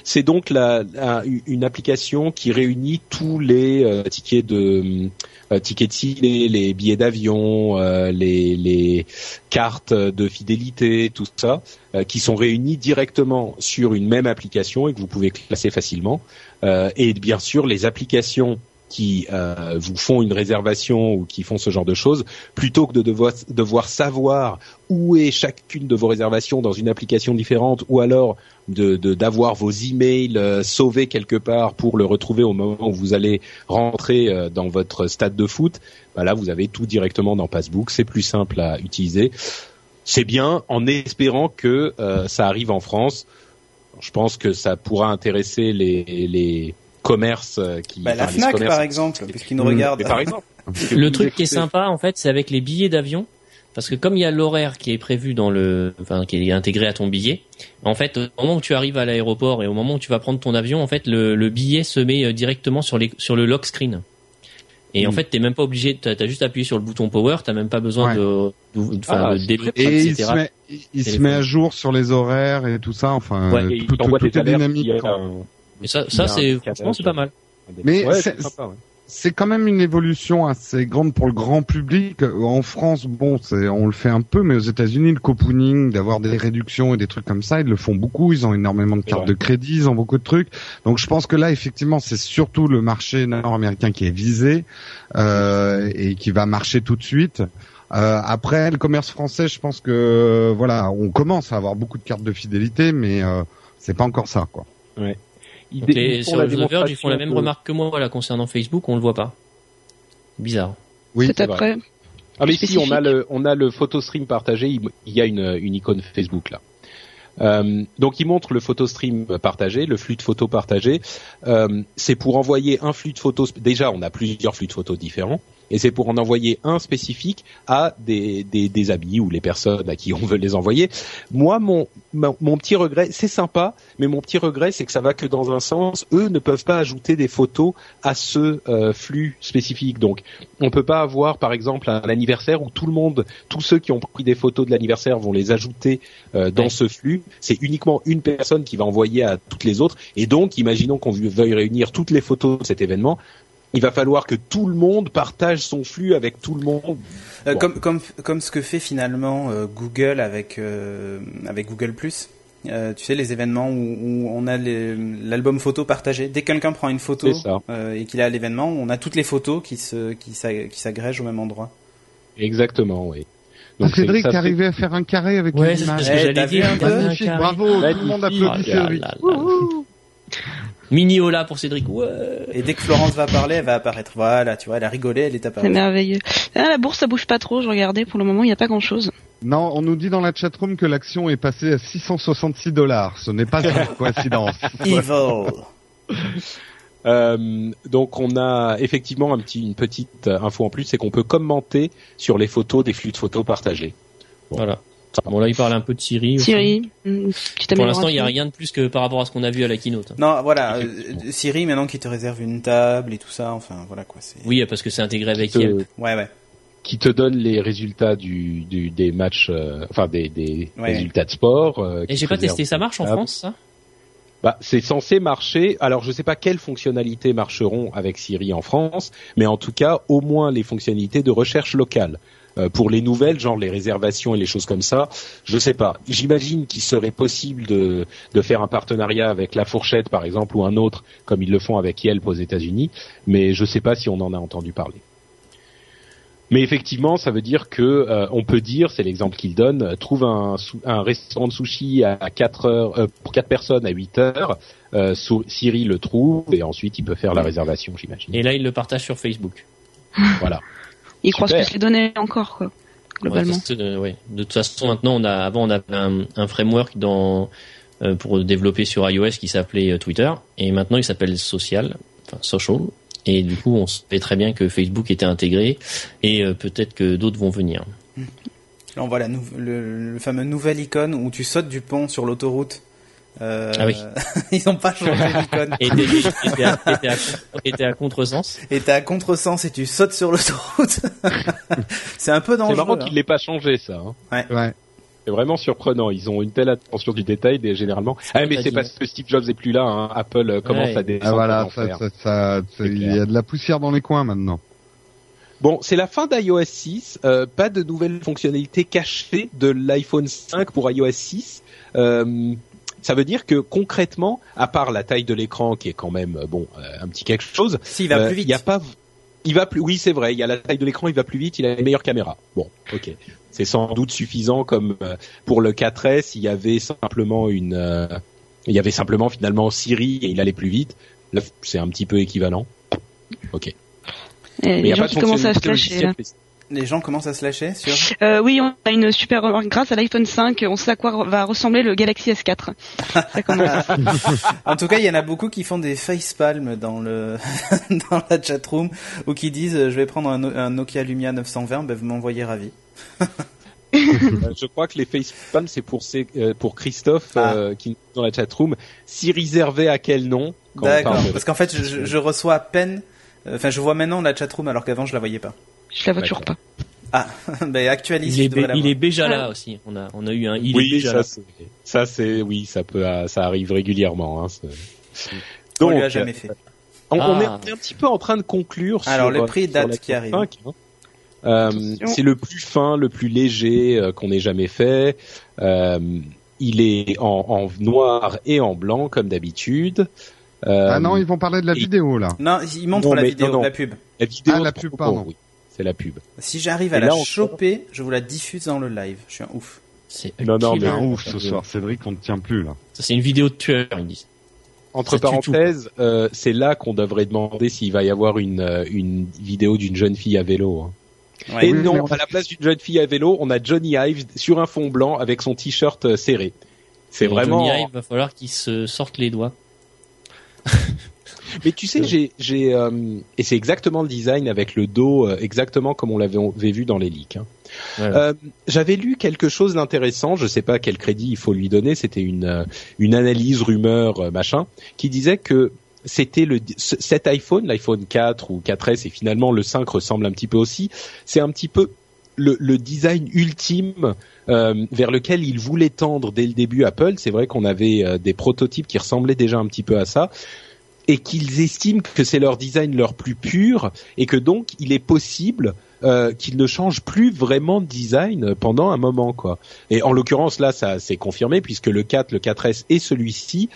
C'est donc la, la- une application qui réunit tous les euh, tickets de euh, tickets de ciné, les billets d'avion, euh, les, les cartes de fidélité, tout ça, euh, qui sont réunis directement sur une même application et que vous pouvez classer facilement. Euh, et bien sûr, les applications qui euh, vous font une réservation ou qui font ce genre de choses, plutôt que de devoir, devoir savoir où est chacune de vos réservations dans une application différente ou alors de de- d'avoir vos emails euh, sauvés quelque part pour le retrouver au moment où vous allez rentrer euh, dans votre stade de foot, bah là vous avez tout directement dans Passbook, c'est plus simple à utiliser. C'est bien en espérant que euh, ça arrive en France. Je pense que ça pourra intéresser les, les commerces euh, qui bah, la enfin, les Fnac commerces- Mmh. par exemple, puisqu'ils nous Mm, Mais regardent. par exemple, Le truc qui est écoutez- sympa, en fait, c'est avec les billets d'avion. Parce que comme il y a l'horaire qui est prévu dans le, enfin, qui est intégré à ton billet, en fait, au moment où tu arrives à l'aéroport et au moment où tu vas prendre ton avion, en fait, le, le billet se met euh, directement sur les, sur le lock screen. Et en Hmm. Mm. fait, t'es même pas obligé, t'as as juste appuyé sur le bouton power, t'as même pas besoin Ouais. de, de, enfin, Ah, de débloquer, Et il etc. se, met, il- il se Téléphone. met à jour sur les horaires et tout ça, enfin, Ouais, euh, et il tout, tout- t'envoie tout des est alertes euh, dynamique. euh, via quoi. un- Et ça, Il y a ça, c'est, un franchement, c'est pas mal. Mais Ouais, c'est- c'est sympa, ouais. C'est quand même une évolution assez grande pour le grand public. En France, bon, c'est, on le fait un peu, mais aux États-Unis, le copooning, d'avoir des réductions et des trucs comme ça, ils le font beaucoup. Ils ont énormément de C'est cartes vrai. de crédit, ils ont beaucoup de trucs. Donc, je pense que là, effectivement, c'est surtout le marché nord-américain qui est visé euh, et qui va marcher tout de suite. Euh, après, le commerce français, je pense que euh, voilà, on commence à avoir beaucoup de cartes de fidélité, mais euh, c'est pas encore ça, quoi. Ils Donc, dé- les, ils font sur la The Verge, ils font la démonstration même de- remarque que moi, là, concernant Facebook, on le voit pas. Bizarre. Oui, Tout après. Ah mais si, on spécifique. a le, on a le photostream partagé, il il y a une, une icône Facebook là. Euh, donc il montre le photostream partagé, le flux de photos partagé. Euh, c'est pour envoyer un flux de photos. Déjà, on a plusieurs flux de photos différents, et c'est pour en envoyer un spécifique à des, des, des amis ou les personnes à qui on veut les envoyer. Moi, mon, mon, mon petit regret, c'est sympa, mais mon petit regret, c'est que ça va que dans un sens. Eux ne peuvent pas ajouter des photos à ce euh, flux spécifique. Donc on peut pas avoir, par exemple, un anniversaire où tout le monde, tous ceux qui ont pris des photos de l'anniversaire vont les ajouter euh, dans Ouais. ce flux. C'est uniquement une personne qui va envoyer à toutes les autres. Et donc, imaginons qu'on veuille réunir toutes les photos de cet événement. Il va falloir que tout le monde partage son flux avec tout le monde. Euh, Bon. Comme, comme, comme ce que fait finalement euh, Google avec, euh, avec Google ⁇ Euh, tu sais, les événements où, où on a les- l'album photo partagé. Dès que quelqu'un prend une photo C'est ça. euh, et qu'il a l'événement, on a toutes les photos qui se qui s'a- qui s'agrègent au même endroit. Exactement, oui. Ah, Cédric ça qui fait- arrivait à faire un carré avec Ouais, une c'est image. ce que Eh, j'allais t'as dire. vu un t'as peu vu un Magnifique, carré. bravo, tout le Ah, monde applaudit là, Cédric. là, là, là. Mini Ola pour Cédric. Ouais. Et dès que Florence va parler, elle va apparaître. Voilà, tu vois, elle a rigolé, elle est C'est apparue. merveilleux. Ah, la bourse, ça bouge pas trop, je regardais. Pour le moment, il n'y a pas grand chose. Non, on nous dit dans la chatroom que l'action est passée à 666 dollars. Ce n'est pas une coïncidence. Evil. Euh, donc on a effectivement un petit, une petite euh, info en plus, c'est qu'on peut commenter sur les photos des flux de photos partagés. Voilà. Bon là il parle un peu de Siri. aussi. Siri, une petite Pour l'instant il n'y a amélioration. rien de plus que par rapport à ce qu'on a vu à la keynote. Non, voilà, euh, Effectivement. Siri maintenant qui te réserve une table et tout ça, enfin voilà quoi. C'est... Oui parce que c'est intégré avec Qui Yelp. te, Ouais, ouais. qui te donne les résultats du, du des matchs, euh, enfin des, des Ouais. résultats de sport. euh, Et qui j'ai te pas réservent- testé ça marche en Ah, France ça Bah, c'est censé marcher. Alors, je sais pas quelles fonctionnalités marcheront avec Siri en France, mais en tout cas, au moins les fonctionnalités de recherche locale. Euh, pour les nouvelles, genre les réservations et les choses comme ça, je sais pas. J'imagine qu'il serait possible de, de faire un partenariat avec La Fourchette, par exemple, ou un autre, comme ils le font avec Yelp aux États-Unis, mais je sais pas si on en a entendu parler. Mais effectivement, ça veut dire que euh, on peut dire, c'est l'exemple qu'il donne, euh, trouve un, sou- un restaurant de sushi à 4 heures euh, pour quatre personnes à 8 heures. Euh, sou- Siri le trouve et ensuite il peut faire la réservation, j'imagine. Et là il le partage sur Facebook. Voilà. Ils croisent Super. plus les données encore, quoi, globalement. Ouais, ça, c'est, euh, ouais. De toute façon, maintenant, on a, avant, on avait un, un framework dans, euh, pour développer sur iOS qui s'appelait euh, Twitter, et maintenant il s'appelle Social, enfin Social, et du coup, on savait très bien que Facebook était intégré, et euh, peut-être que d'autres vont venir. Là, on voit la nou- le, le fameux nouvelle icône où tu sautes du pont sur l'autoroute. Euh, Ah oui. [laughs] ils n'ont pas changé [laughs] l'icône. Et t'es- et t'es à, et t'es à, et t'es à contresens. Et t'es à contresens et tu sautes sur l'autoroute. [laughs] c'est un peu C'est dangereux. marrant hein. qu'il l'ait pas changé ça. hein. Ouais. C'est vraiment surprenant. Ils ont une telle attention du détail, des, généralement. Ah mais pas c'est dit. parce que Steve Jobs est plus là. hein. Apple euh, commence Ouais. à descendre. Ah voilà, en enfer. ça, ça, ça- C'est il y clair. a de la poussière dans les coins maintenant. Bon, c'est la fin d'iOS 6. euh, pas de nouvelles fonctionnalités cachées de l'iPhone 5 pour iOS 6. Euh, ça veut dire que concrètement, à part la taille de l'écran qui est quand même euh, bon euh, un petit quelque chose, Si, il va euh, plus vite. Il y a pas, il va plus. Oui, c'est vrai. Il y a la taille de l'écran, il va plus vite. Il a une meilleure caméra. Bon, ok. C'est sans doute suffisant comme euh, pour le 4S. Il y avait simplement une, euh, il y avait simplement finalement Siri et il allait plus vite. Là, c'est un petit peu équivalent. Et Mais il y les a gens pas de qui commencent à se fonctionnalité lâcher, là. logicielle Les gens commencent à se lâcher sur. Euh, oui, on a une super remarque. Grâce à l'iPhone 5, on sait à quoi va ressembler le Galaxy S4. Ça commence. En tout cas, il y en a beaucoup qui font des facepalms dans le [laughs] dans la chatroom ou qui disent euh, je vais prendre un, No- un Nokia Lumia 920, ben vous m'envoyez ravi. Euh, je crois que les facepalms, c'est pour, c'est, euh, pour Christophe Ah. euh, qui nous dit dans la chatroom. Si réservé à quel nom Quand on D'accord. parle de- Parce qu'en fait, je- je, je reçois à peine. euh, Enfin, je vois maintenant la chatroom alors qu'avant je la voyais pas. [laughs] Je la vois toujours pas. ben actualise. Il est, tu devrais bé- la il voir. est déjà là aussi. On a, on a eu un, il est Oui, déjà ça là. c'est, ça c'est, oui, ça peut, euh, ça arrive régulièrement. Hein, c'est- On Donc, lui a jamais fait. on, on Ah. est, on est un petit peu en train de conclure. Alors, sur, le prix euh, sur date la qui arrive. 5, hein. Euh, c'est le plus fin, le plus léger euh, qu'on ait jamais fait. Euh, il est en, en noir et en blanc comme d'habitude. Euh, Ah non, ils vont parler de la et- vidéo là. Non, il montre Non, la mais- vidéo, non, non. la pub. la vidéo Ah, la de pub, propos, pardon. oui, c'est la pub. Si j'arrive à Et la là, on- choper, je vous la diffuse dans le live. Je suis un ouf. C'est Non, non, Il est mais- killer. un ouf ce soir, Cédric, on ne tient plus là. Ça, C'est une vidéo de tueur, ils disent. Entre Ça tue parenthèses, euh, c'est là qu'on devrait demander s'il va y avoir une, euh, une vidéo d'une jeune fille à vélo. hein. Ouais. Et Oui, mais non, on- à la place d'une jeune fille à vélo, on a Johnny Hives sur un fond blanc avec son t-shirt euh, serré. C'est Et vraiment. Johnny Ive, va falloir qu'il se sorte les doigts. Mais tu sais, j'ai, j'ai, euh, et c'est exactement le design avec le dos euh, exactement comme on l'avait on avait vu dans les leaks. hein. Ouais. Euh, j'avais lu quelque chose d'intéressant, je sais pas quel crédit il faut lui donner, c'était une euh, une analyse rumeur euh, machin qui disait que c'était le ce- cet iPhone, l'iPhone 4 ou 4S et finalement le 5 ressemble un petit peu aussi, c'est un petit peu le, le design ultime euh, vers lequel il voulait tendre dès le début Apple, c'est vrai qu'on avait euh, des prototypes qui ressemblaient déjà un petit peu à ça et qu'ils estiment que c'est leur design leur plus pur et que donc il est possible euh, qu'ils ne changent plus vraiment de design pendant un moment quoi. Et en l'occurrence là, ça c'est confirmé puisque le 4, le 4S et celui-ci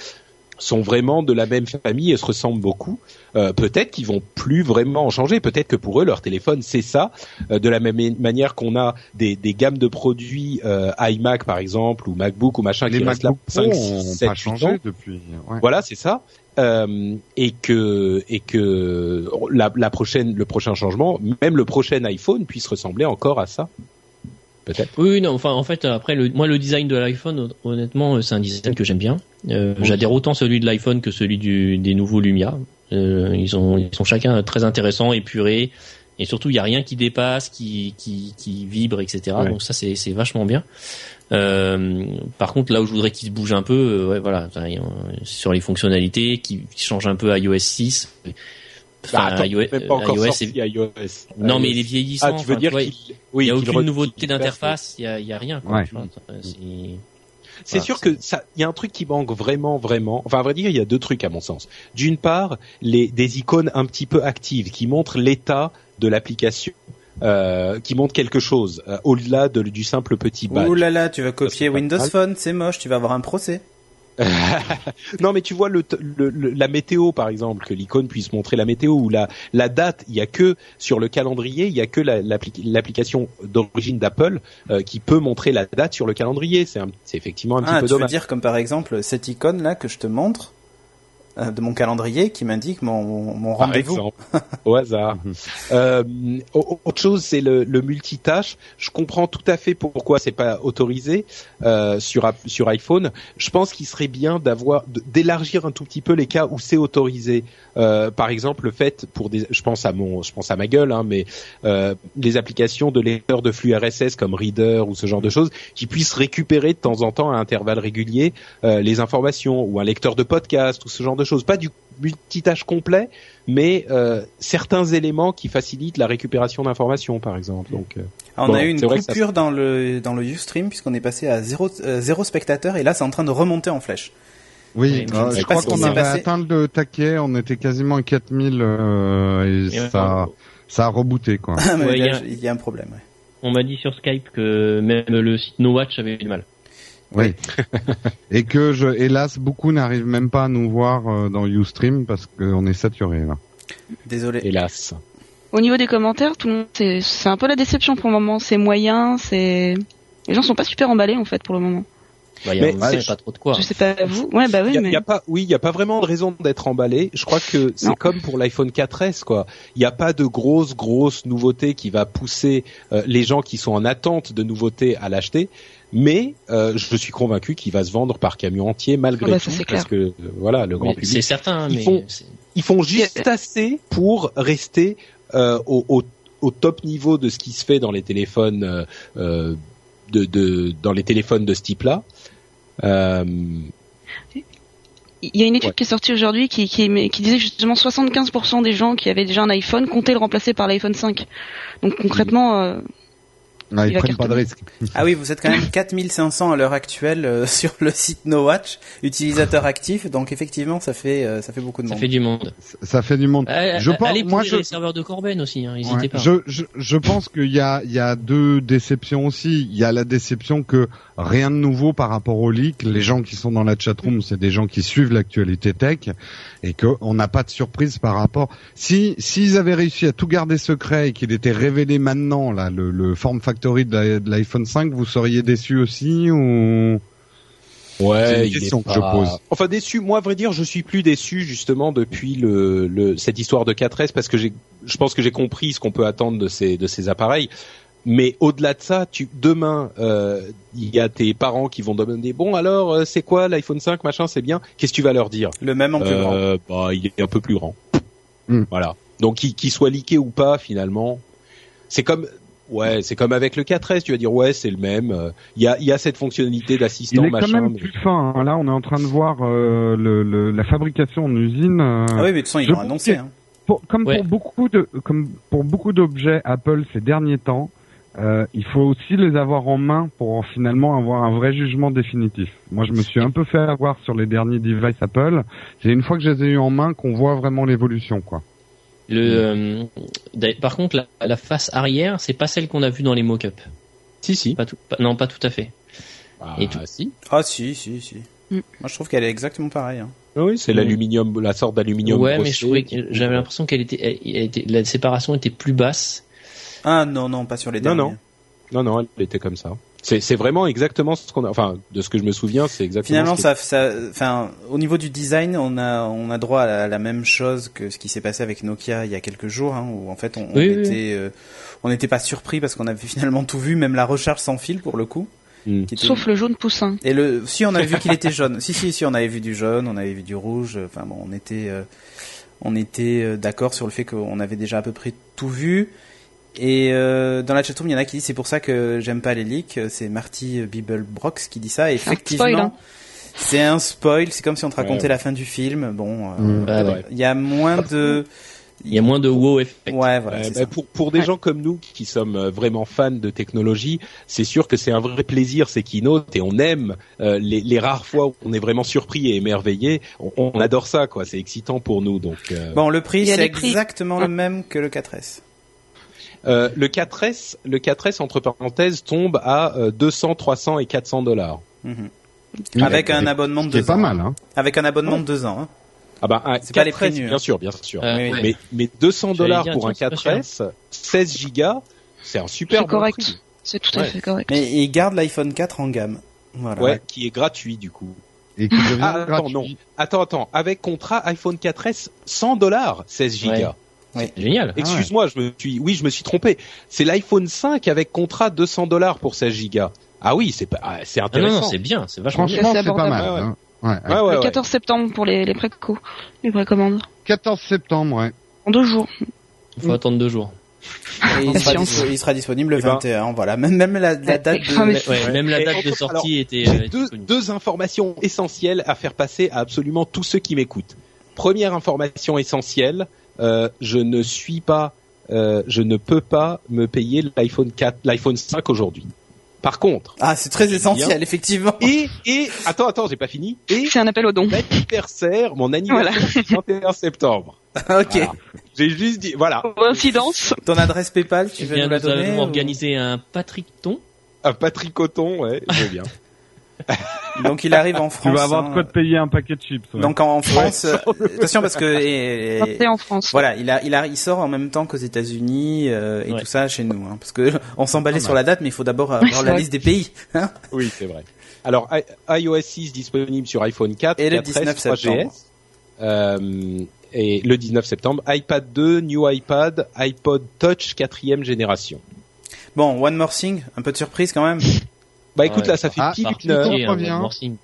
sont vraiment de la même famille et se ressemblent beaucoup. Euh, peut-être qu'ils vont plus vraiment en changer. Peut-être que pour eux, leur téléphone, c'est ça. Euh, de la même manière qu'on a des, des gammes de produits euh, iMac, par exemple, ou MacBook, ou machin, Les qui restent là MacBook 5, Pro 6, ont 7, pas 8 ans. changé depuis. ouais. Voilà, c'est ça. Euh, et que et que la, la prochaine le prochain changement, même le prochain iPhone puisse ressembler encore à ça. Oui, oui, non, enfin, en fait, après, le, moi, le design de l'iPhone, hon- honnêtement, euh, c'est un design que j'aime bien. Euh, J'adhère autant celui de l'iPhone que celui du, des nouveaux Lumia. Euh, ils, sont, ils sont chacun très intéressants, épurés, et surtout, il n'y a rien qui dépasse, qui, qui, qui vibre, etc. Ouais. Donc ça, c'est c'est vachement bien. Euh, par contre, là où je voudrais qu'ils bougent un peu, euh, ouais, voilà, enfin, euh, sur les fonctionnalités, qui, qui changent un peu à iOS 6. Enfin, Bah, attends, iOS, même pas encore iOS, sorti c'est- iOS. Non, mais il est iOS. vieillissant. ah, tu veux enfin, dire vois, qu'il oui, il n'y a qu'il aucune re- nouveauté qu'il- d'interface, il n'y a, il y a rien. quoi, Ouais. tu vois, euh, c'est- C'est Voilà, sûr c'est- que ça, il y a un truc qui manque vraiment, vraiment. Enfin, à vrai dire, il y a deux trucs à mon sens. D'une part, les des icônes un petit peu actives qui montrent l'état de l'application, euh, qui montrent quelque chose euh, au-delà de- du simple petit badge. Ouh là là, tu vas copier c'est pas Windows mal. Phone, c'est moche, tu vas avoir un procès. non, mais tu vois le, t- le- le- la météo par exemple, que l'icône puisse montrer la météo ou la la date. Il y a que sur le calendrier, il y a que la- l'appli- l'application d'origine d'Apple euh, qui peut montrer la date sur le calendrier. C'est un- c'est effectivement un petit Ah, peu tu veux dommage. dire comme par exemple cette icône là que je te montre euh, de mon calendrier qui m'indique mon, mon, mon Par rendez-vous. exemple, au hasard. Mhm. [laughs] Euh, au- autre chose, c'est le, le multitâche. Je comprends tout à fait pourquoi c'est pas autorisé euh, sur app- sur iPhone. Je pense qu'il serait bien d'avoir de- d'élargir un tout petit peu les cas où c'est autorisé. Euh, par exemple, le fait pour des, je pense à mon, je pense à ma gueule, hein, mais euh, les applications de lecteur de flux RSS comme Reader ou ce genre de choses, qui puissent récupérer de temps en temps à intervalles réguliers euh, les informations ou un lecteur de podcast ou ce genre de choses. Pas du multitâche complet, mais euh, certains éléments qui facilitent la récupération d'informations, par exemple. Donc, euh, Ah, on Bon, a eu une c'est vrai que ça- coupure dans le dans le Ustream puisqu'on est passé à zéro euh, zéro spectateur et là c'est en train de remonter en flèche. [coughs] Oui, Oui, euh, je sais je pas crois ce qui qu'on s'est avait passé. atteint le taquet, on était quasiment à 4000 euh, et, Et ça, ouais, ça a rebooté quoi. Ah, mais Ouais, là, il y a- j- il y a un problème. ouais. On m'a dit sur Skype que même le site No Watch avait du mal. Oui. [laughs] et que je, hélas, beaucoup n'arrivent même pas à nous voir euh, dans YouStream parce qu'on est saturé là. Désolé. hélas. Au niveau des commentaires, tout le monde, c'est c'est un peu la déception pour le moment. C'est moyen, c'est les gens sont pas super emballés en fait pour le moment. Bah, il Mais y a c'est- pas trop de quoi. hein. Je sais pas vous. Ouais bah Il oui y a, mais il y a pas, oui, il y a pas vraiment de raison d'être emballé. Je crois que Non. c'est comme pour l'iPhone 4S, quoi. Il n'y a pas de grosse, grosse nouveauté qui va pousser euh, les gens qui sont en attente de nouveautés à l'acheter. Mais euh, je suis convaincu qu'il va se vendre par camion entier malgré Ah bah, ça, tout, c'est parce que euh, voilà, le grand Mais C'est public. certain, hein, Ils mais font- c'est- Ils font juste assez pour rester euh, au, au- au top niveau de ce qui se fait dans les téléphones euh, euh, de, de dans les téléphones de ce type-là. Euh, il y a une étude Ouais. qui est sortie aujourd'hui qui, qui qui disait que justement 75% des gens qui avaient déjà un iPhone comptaient le remplacer par l'iPhone 5. Donc concrètement, euh, Ah, Il ils va prennent pas de cartonner. risque. Ah oui, vous êtes quand même [laughs] 4500 à l'heure actuelle euh, [laughs] sur le site No Watch, utilisateur actif, donc effectivement ça fait euh, ça fait beaucoup de ça monde. fait du monde. Ça fait du monde. Euh, Ah, Je ah, pense- allez moi, pourrir je- les serveurs de Corben aussi, hein, n'hésitez Ouais. pas. Je, je, je pense qu'il y a, il y a deux déceptions aussi. Il y a la déception que rien de nouveau par rapport au leak. Les gens qui sont dans la chatroom, c'est des gens qui suivent l'actualité tech et que on n'a pas de surprise par rapport. Si s'ils avaient réussi à tout garder secret et qu'il était révélé maintenant là le, le form factory de la- de l'iPhone 5, vous seriez déçu aussi ou C'est Ouais, une il est question que pas- je pose. Enfin déçu, moi à vrai dire, je suis plus déçu justement depuis le, le cette histoire de 4S parce que j'ai je pense que j'ai compris ce qu'on peut attendre de ces de ces appareils. Mais au-delà de ça, tu demain euh, il y a tes parents qui vont demander bon alors euh, c'est quoi l'iPhone 5 machin, c'est bien. Qu'est-ce que tu vas leur dire Le même en plus grand. Euh, bah, il est un peu plus grand. Hmm. Voilà. Donc qu'il qu'il soit liqué ou pas finalement, c'est comme ouais, c'est comme avec le 4S, tu vas dire ouais, c'est le même, euh, il y a il y a cette fonctionnalité Il d'assistant est machin quand même mais- plus fin. hein. Là, on est en train de voir euh, le, le- la fabrication en usine. euh, Ah oui, mais de toute façon ils je l'ont annoncé. hein. Pour- comme Ouais. pour beaucoup de comme pour beaucoup d'objets Apple ces derniers temps, euh, il faut aussi les avoir en main pour en finalement avoir un vrai jugement définitif. Moi, je me suis un peu fait avoir sur les derniers devices Apple. C'est une fois que je les ai eu en main qu'on voit vraiment l'évolution, quoi. Le, euh, d'ailleurs, par contre, la, la face arrière, c'est pas celle qu'on a vue dans les mock-ups. Si, si. Pas tout- pas- non, pas tout à fait. Ah, Et tout. si. Ah si, si, si. Mm. Moi je trouve qu'elle est exactement pareille. hein. Ah oui, c'est l'aluminium, la sorte d'aluminium. ouais, mais brossé je trouvais qui- que- j'avais l'impression qu'elle était, elle- elle était- la séparation était plus basse. Ah non, non, pas sur les Non, derniers. non. Non, non, elle était comme ça. C'est c'est vraiment exactement ce qu'on a. Enfin, de ce que je me souviens, c'est exactement. Finalement, ce qui- ça, ça, enfin, au niveau du design, on a, on a droit à la, la même chose que ce qui s'est passé avec Nokia il y a quelques jours, hein, où en fait on, on Oui, oui, était, euh, on n'était pas surpris parce qu'on avait [laughs] finalement tout vu, même la recharge sans fil pour le coup. Mm. qui était- Sauf le jaune poussin. Et le, si on avait vu qu'il était jaune, si si si, on avait vu du jaune, on avait vu du rouge. euh, Enfin bon, on était, euh, on était euh, d'accord sur le fait qu'on avait déjà à peu près tout vu. Et euh, dans la chatroom, il y en a qui disent c'est pour ça que j'aime pas les leaks. C'est Marty Bibelbrox qui dit ça. Et C'est un spoil, hein. effectivement, c'est un spoil. C'est comme si on te Ouais. racontait la fin du film. Bon, euh, Mm. Bah, C'est ouais. vrai. il y a moins de, Il y a moins de wow effect. ouais, voilà. Ouais, c'est bah, ça. pour, pour des Ouais. gens comme nous qui sommes euh, vraiment fans de technologie, c'est sûr que c'est un vrai plaisir ces keynotes et on aime euh, les, les rares fois où on est vraiment surpris et émerveillé. On, on adore ça, quoi. C'est excitant pour nous. Donc, euh, Bon, le prix Il y a c'est les prix. Ah. exactement le même que le 4S. euh, le 4S, le 4S entre parenthèses tombe à euh, 200, 300 et 400 dollars. Mhm. Oui, Avec ce qui un est- abonnement de ce qui est deux pas ans. mal, hein. Avec un abonnement de deux ans. hein. Ah bah, un C'est pas les 4S, prix nus, bien hein. sûr, bien sûr. Euh, Oui, oui. ouais. Mais, mais 200 J'allais dollars dire, pour un tiens, c'est pas 4S, 16 gigas, c'est un super C'est bon correct. prix. C'est tout à Ouais. fait correct. Mais il garde l'iPhone 4 en gamme. Voilà. Ouais, qui est gratuit du coup. [laughs] Et qui devient Ah, attends, gratuit. non. Attends, attends. Avec contrat iPhone 4S, 100 dollars, 16 gigas. Ah Génial. Excuse-moi, je me suis, oui, je me suis trompé. C'est l'iPhone 5 avec contrat 200 dollars pour 16 gigas. Ah oui, c'est pas, ah, c'est Ah non, non, intéressant. c'est bien, c'est vachement bien. Franchement, C'est c'est pas mal. abordable. Ouais, ouais. hein. Ouais, ouais. Ouais, ouais, le ouais. 14 septembre pour les, les préco, les précommandes. 14 septembre, ouais. En deux jours. Faut attendre deux jours. Et il, sera Patience. dispo- il sera disponible le Eh ben. 21, voilà. Même, même la, la date Ah, mais- de... Ouais, Même la Et date de encore, sortie était. euh, J'ai était deux, connue. deux informations essentielles à faire passer à absolument tous ceux qui m'écoutent. Première information essentielle, euh, je ne suis pas, euh, je ne peux pas me payer l'iPhone 4, l'iPhone 5 aujourd'hui. Par contre, Ah, c'est très essentiel, Bien. effectivement. et, et, attends, attends, j'ai pas fini. Et C'est un appel au don. l'anniversaire, mon anniversaire le 31 septembre. [laughs] ok. Voilà. J'ai juste dit, voilà, Coïncidence. Ton adresse PayPal, tu Eh veux bien, nous la nous donner avons ou- organisé un Patrick Ton. un Patrick Coton, ouais, je veux bien. [laughs] Donc il arrive en France. Tu vas avoir de quoi hein. te payer un paquet de chips. ouais. Donc en France, euh, attention parce que et- et- C'est en France. voilà, il a, il a, il sort en même temps qu'aux États-Unis euh, et Ouais. tout ça chez nous, hein, parce que [laughs] on s'emballait sur la date, mais il faut d'abord c'est avoir la vrai. liste des pays. hein. Oui, c'est vrai. Alors, I- iOS 6 disponible sur iPhone 4 Et le 4S, 19 septembre. 3GS, euh, et le 19 septembre, iPad 2, New iPad, iPod Touch quatrième génération. Bon, one more thing, un peu de surprise quand même. Bah écoute, Ouais. là, ça fait Ah, pile par une heure. contre, Et un revient. One More Thing.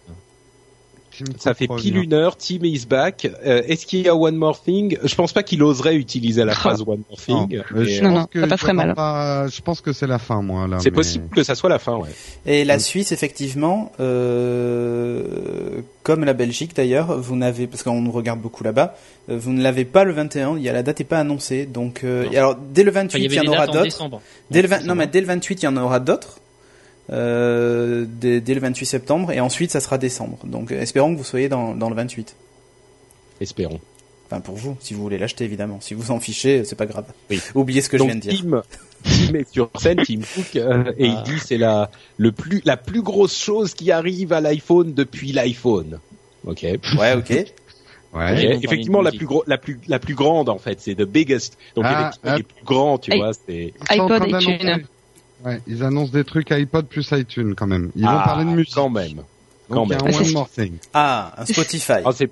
Ça fait pile une heure. Tim is back. Euh, Est-ce qu'il y a one more thing Je pense pas qu'il oserait utiliser la [laughs] phrase one more Non, thing. euh, mais, je euh, Non, pense non, que ça passerait j'attends mal. pas- Je pense que c'est la fin, moi, là. C'est mais- possible que ça soit la fin, ouais. Et la Suisse, effectivement, euh, comme la Belgique d'ailleurs, vous n'avez, parce qu'on nous regarde beaucoup là-bas, euh, vous ne l'avez pas le 21. Il y a la date n'est pas annoncée. Donc, euh, Non. et alors dès le Enfin, 28, il y il avait y en des aura dates en d'autres. décembre. Dès le Bon, 20 non, mais dès le 28, il y en aura d'autres. Euh, dès, dès le 28 septembre et ensuite ça sera décembre donc euh, espérons que vous soyez dans, dans le 28 Espérons. enfin pour vous si vous voulez l'acheter évidemment si vous en fichez c'est pas grave Oui. oubliez ce que je Donc, viens de dire Tim, Tim est sur scène, Tim Cook, euh, et Ah. il dit c'est la le plus la plus grosse chose qui arrive à l'iPhone depuis l'iPhone. Ok. ouais ok Ouais. Ok. ils vont parler Effectivement, de la musique. plus gros, la plus la plus grande en fait, c'est the biggest. Donc Ah, effectivement, ah. les plus grands, tu Hey. vois, c'est Ils sont en iPod train et d'annoncer- iTunes. Ouais, ils annoncent des trucs iPod plus iTunes quand même. Ils vont Ah, parler de musique. quand même. quand Donc, il y a même. un Ah, one c'est- more thing. ah un Spotify Alors, c'est-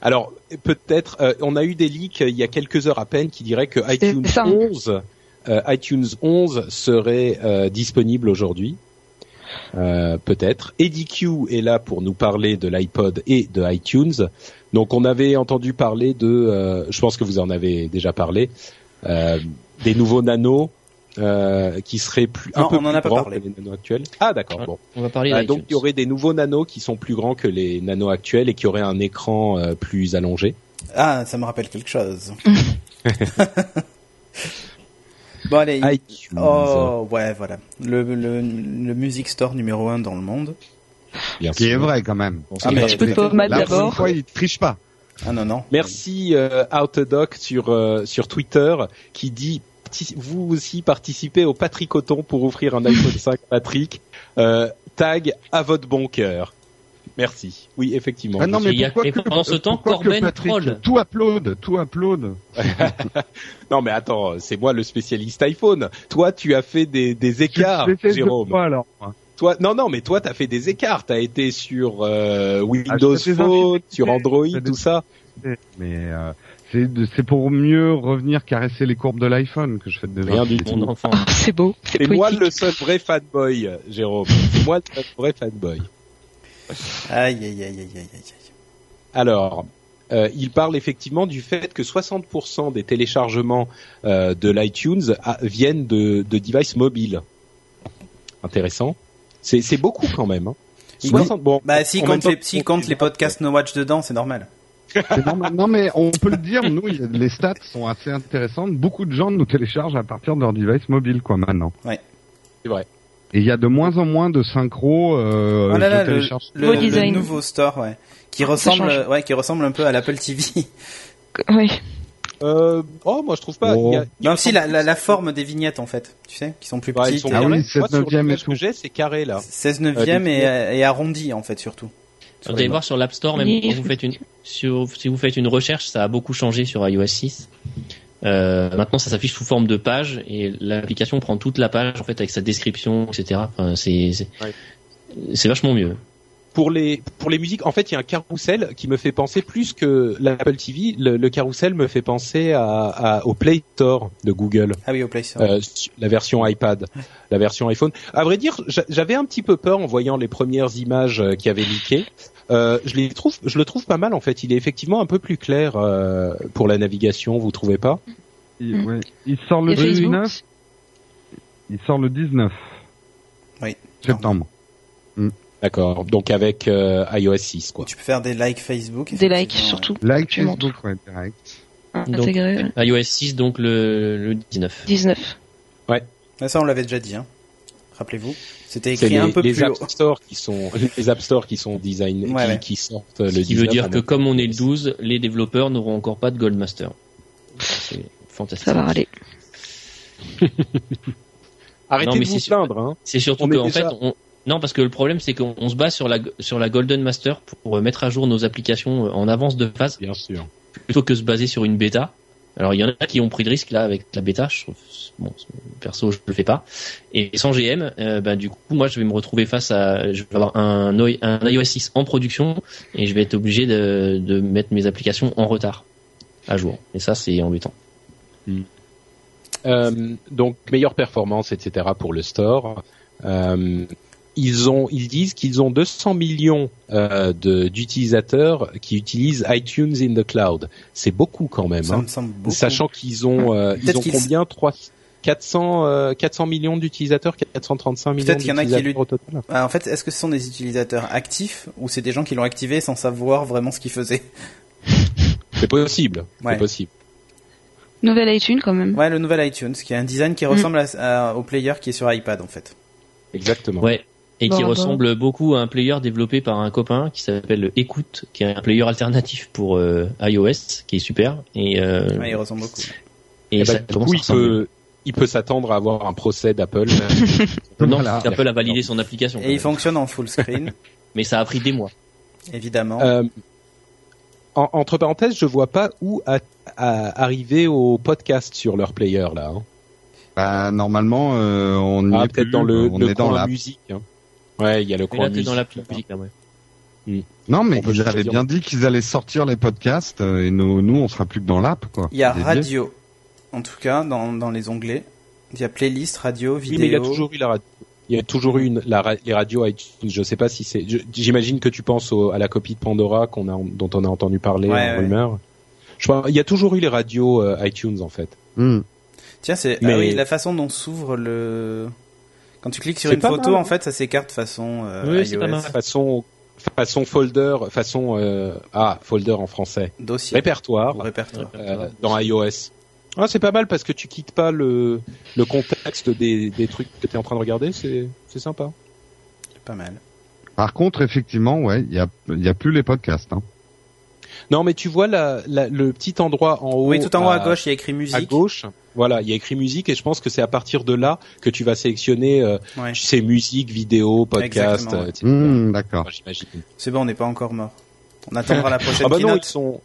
Alors peut-être, euh, on a eu des leaks euh, il y a quelques heures à peine qui diraient que iTunes ça. 11, euh, iTunes 11 serait euh, disponible aujourd'hui. Euh, peut-être. Eddie Q est là pour nous parler de l'iPod et de iTunes. Donc on avait entendu parler de, euh, je pense que vous en avez déjà parlé, euh, des nouveaux nanos euh, qui seraient plus, un Non, peu on en plus a pas grands parlé. que les nanos actuels. Ah d'accord, Ouais. bon. On va parler Ah, d'iTunes. donc il y aurait des nouveaux nanos qui sont plus grands que les nanos actuels et qui auraient un écran euh, plus allongé. Ah, ça me rappelle quelque chose. bon, allez. Ah, il- iTunes. Oh, ouais, voilà. Le, le, le Music Store numéro un dans le monde. bien Ce qui est sûr. vrai quand même. Bon, c'est Ah, pas- mais- Un petit peu de pommade Là, pour une d'abord. fois, ils trichent pas. Ah non, non. Merci euh, Outdoc sur euh, sur Twitter qui dit "Parti- vous aussi participez au Patrick Coton pour offrir un iPhone [laughs] 5 Patrick. Euh, tag à votre bon cœur. Merci. Oui, effectivement. Ah non, Et mais il y a- pourquoi et que- pendant ce temps, pourquoi que Corben Patrick- troll. Tout upload, tout upload. Non, mais attends, c'est moi le spécialiste iPhone. Toi, tu as fait des des écarts, Je l'ai fait deux Jérôme. fois, alors. Toi, non, non, mais toi, t'as fait des écarts. T'as été sur euh, Windows Ah, je fais des Phone, infidélités. sur Android, Je fais des- tout ça. Mais euh, c'est de- c'est pour mieux revenir caresser les courbes de l'iPhone que je fais des Rien du articles. Mon enfant. Ah, c'est beau, c'est C'est poétique. moi le seul vrai fanboy, euh, Jérôme. [laughs] C'est moi le seul vrai fanboy. Aïe, aïe, aïe, aïe, aïe, aïe. Alors, euh, il parle effectivement du fait que 60% des téléchargements euh, de l'iTunes ah, viennent de, de devices mobiles. Intéressant. C'est c'est beaucoup quand même. hein. Il- 60, bon, Bah, si en même compte temps- les, si compte les podcasts No Watch dedans, c'est normal. C'est normal. [laughs] Non mais on peut le dire, nous il y a- les stats sont assez intéressantes. Beaucoup de gens nous téléchargent à partir de leur device mobile quoi maintenant. C'est vrai. Et il y a de moins en moins de synchro. Euh, Ah là je là, télécharge. Le, Beau design. le nouveau store, ouais, qui ressemble, change. ouais, qui ressemble un peu à l'Apple TV. Oui. Euh, oh, moi je trouve pas. Oh. Il y a- il Même me si semble la, que la, la c'est- forme des vignettes, en fait, tu sais, qui sont plus Ouais, petites. ils sont et- Ah carrés. oui, Moi, sur 7/9e et l'image tout. que j'ai, c'est carré là. 16 neuvième Euh, et, des et arrondi, en fait, surtout. Vous allez voir sur l'App Store, même Oui. quand [laughs] vous faites une, sur- si vous faites une recherche, ça a beaucoup changé sur iOS 6. Euh, maintenant, ça s'affiche sous forme de page et l'application prend toute la page en fait avec sa description, etc. Enfin, c'est c'est Ouais. c'est vachement mieux. pour les pour les musiques, en fait, il y a un carrousel qui me fait penser plus que l'Apple TV. Le, le carrousel me fait penser à, à- au Play Store de Google, Ah oui, au Play Store. euh, sur la version iPad, la version iPhone. À vrai dire, j'a- j'avais un petit peu peur en voyant les premières images euh, qui avaient leaké. Euh, je les trouve, je le trouve pas mal en fait. Il est effectivement un peu plus clair euh, pour la navigation. Vous trouvez pas Il, ouais. il sort Il y le a Facebook. 19. Il sort le 19 Oui. septembre. D'accord. Donc avec euh, iOS 6 quoi. Tu peux faire des likes Facebook. Des likes effectivement, surtout Like Tu montres. Facebook ouais, direct. Ah, intégrés. ouais. iOS 6 donc le, le 19. 19. ouais. Ça, on l'avait déjà dit, hein. Rappelez-vous. C'était C'est écrit les, un peu les plus App haut. Store qui sont [laughs] les App Store qui sont design Ouais, qui, ouais. qui sortent euh, le Ce qui veut 19, dire à que mon- comme on est le 12, les développeurs n'auront encore pas de Gold Master. C'est fantastique. Ça va aller. Arrêtez Non, mais de vous c'est sûr. plaindre, hein. C'est surtout On est qu'en déjà- fait, on... non, parce que le problème, c'est qu'on on se base sur la, sur la Golden Master pour euh, mettre à jour nos applications euh, en avance de phase, Bien sûr. plutôt que se baser sur une bêta. Alors, il y en a qui ont pris le risque, là, avec la bêta. Je trouve, bon, perso, je le fais pas. Et sans GM, euh, ben, du coup, moi, je vais me retrouver face à, je vais avoir un, oi- un iOS 6 en production et je vais être obligé de, de mettre mes applications en retard à jour. Et ça, c'est embêtant. Euh, donc meilleure performance, etc. pour le store. Euh, ils ont, ils disent qu'ils ont 200 millions euh, de- d'utilisateurs qui utilisent iTunes in the cloud. C'est beaucoup quand même. Ça hein. me semble beaucoup. Sachant qu'ils ont, euh, ils Peut-être ont qu'ils- combien 3 400, euh, 400 millions d'utilisateurs, 435 millions Peut-être qu'il y en a qui d'utilisateurs au total. Ah, en fait, est-ce que ce sont des utilisateurs actifs ou c'est des gens qui l'ont activé sans savoir vraiment ce qu'ils faisaient [laughs] C'est possible. Ouais. C'est possible. Nouvelle iTunes quand même. Ouais, le nouvel iTunes, qui a un design Mm. qui ressemble à- à- au player qui est sur iPad, en fait. Exactement. Ouais. Et Bon, qui bon. ressemble beaucoup à un player développé par un copain qui s'appelle Écoute, qui est un player alternatif pour euh, iOS, qui est super. Et, euh, Ouais, il ressemble beaucoup. et Eh Et ben, ça bah, du commence coup, à il ressembler. peut, il peut s'attendre à avoir un [laughs] procès d'Apple. Non, Voilà. parce qu'Apple a validé son application. quand Et même. il fonctionne en full [laughs] screen, Mais ça a pris des mois. évidemment. Euh, en- entre parenthèses, je vois pas où a- a- arriver au podcast sur leur player là. hein. Bah normalement euh, on y Ah, est peut-être plus, dans le, on le est dans coin la. musique. hein. Ouais, il y a le Mais coin là, t'es musique. dans l'appli publique, là, ouais. Non mais On peut ils juste avaient dire- bien dit qu'ils allaient sortir les podcasts euh, et nous, nous on sera plus que dans l'app quoi. Il y a Dédié. radio, en tout cas, dans, dans les onglets. Il y a playlist, radio, Oui, mais il y a vidéo. toujours eu la radio. Il y a toujours eu une, la ra- les radios iTunes. Je sais pas si c'est. je- J'imagine que tu penses au- à la copie de Pandora qu'on a, dont on a entendu parler Ouais, en ouais. rumeur. Je crois- il y a toujours eu les radios euh, iTunes en fait. Hmm. Tiens, c'est ah Mais- oui, la façon dont s'ouvre le. Quand tu cliques sur C'est une pas photo, mal. en fait, ça s'écarte façon euh, Oui, c'est iOS. pas mal. Façon, façon folder, façon euh, ah folder en français. Dossier. Répertoire. Ou répertoire. Euh, dans iOS. Ah, c'est pas mal parce que tu quittes pas le, le contexte des, des trucs que tu es en train de regarder, c'est c'est sympa. Pas mal. Par contre effectivement ouais il y a il y a plus les podcasts. Hein. Non, mais tu vois la- la- le petit endroit en haut. Oui, tout en haut à gauche, il y a écrit musique. À gauche. Voilà, il y a écrit musique et je pense que c'est à partir de là que tu vas sélectionner euh, Ouais. ces musiques, vidéos, podcasts, Exactement, ouais. euh, etc. Hmm, D'accord. Enfin, J'imagine. C'est bon, on n'est pas encore mort. On attendra la prochaine [laughs] Ah bah non, ils keynote. sont,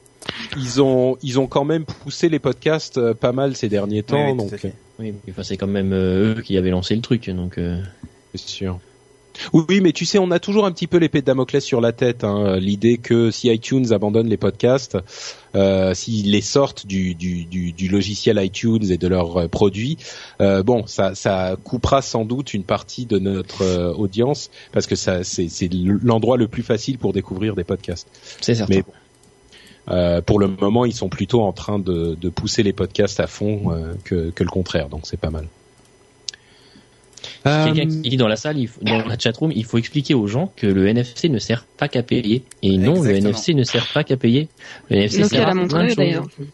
ils ont, ils ont quand même poussé les podcasts euh, pas mal ces derniers Oui, temps, oui, tout à donc euh, fait. Oui, mais enfin, c'est quand même euh, eux qui avaient lancé le truc, donc. euh, C'est sûr. Oui, oui, mais tu sais, on a toujours un petit peu l'épée de Damoclès sur la tête. hein, L'idée que si iTunes abandonne les podcasts, euh, s'ils les sortent du, du, du, du logiciel iTunes et de leurs euh, produits, euh, bon, ça, ça coupera sans doute une partie de notre euh, audience parce que ça, c'est c'est l'endroit le plus facile pour découvrir des podcasts. C'est certain. Mais bon. Euh, pour le moment, ils sont plutôt en train de, de pousser les podcasts à fond euh, que, que le contraire, donc c'est pas mal. Euh, Quelqu'un qui dit dans la salle, il faut- dans la chatroom, il faut expliquer aux gens que le NFC ne sert pas qu'à payer. Et non, le Exactement. NFC ne sert pas qu'à payer. Le NFC Nokia sert à l'a montré, plein de d'ailleurs. choses.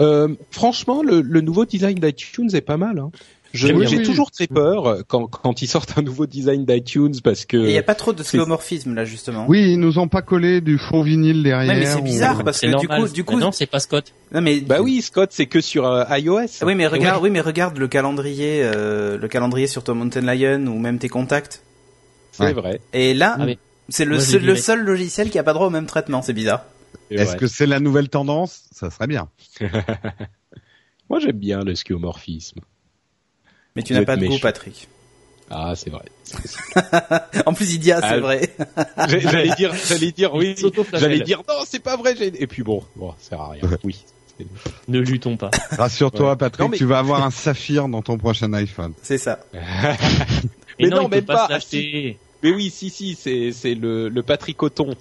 Euh, franchement, le, le nouveau design d'iTunes est pas mal. Hein. Je- J'aime bien. J'ai Oui. toujours très peur euh, quand, quand ils sortent un nouveau design d'iTunes parce que Et il n'y a pas trop de skeuomorphisme là justement. Oui, ils nous ont pas collé du faux vinyle derrière. Ouais, mais c'est ou- bizarre parce C'est que du normal. coup, du coup, non, c'est pas Scott. non mais bah oui, Scott, c'est que sur euh, iOS. Ah Oui, mais regarde, Ouais. oui, mais regarde le calendrier, euh, le calendrier sur ton Mountain Lion ou même tes contacts. c'est Ouais. vrai. Et là, Ah, mais- c'est le, Moi, je seul- l'ai le dit, seul logiciel qui a pas droit au même traitement. C'est bizarre. c'est euh, Est-ce vrai. que c'est la nouvelle tendance Ça serait bien. Moi, j'aime bien le skeuomorphisme. Mais tu Vous n'as êtes pas de goût, méchant. Patrick. Ah, c'est vrai. [laughs] En plus, il dit ah, c'est Ah, vrai. [laughs] J'ai- j'allais dire, j'allais dire oui. S'auto-flagelle. J'allais dire non, c'est pas vrai. j'ai- Et puis bon, bon, ça sert à rien. Oui. Ne luttons [laughs] pas. Rassure-toi, Patrick, Non, mais- tu vas [laughs] avoir un saphir dans ton prochain iPhone. C'est ça. Et Mais non, non, il peut même pas, pas. se l'acheter. Mais oui, si, si, c'est, c'est le, le Patrick Coton.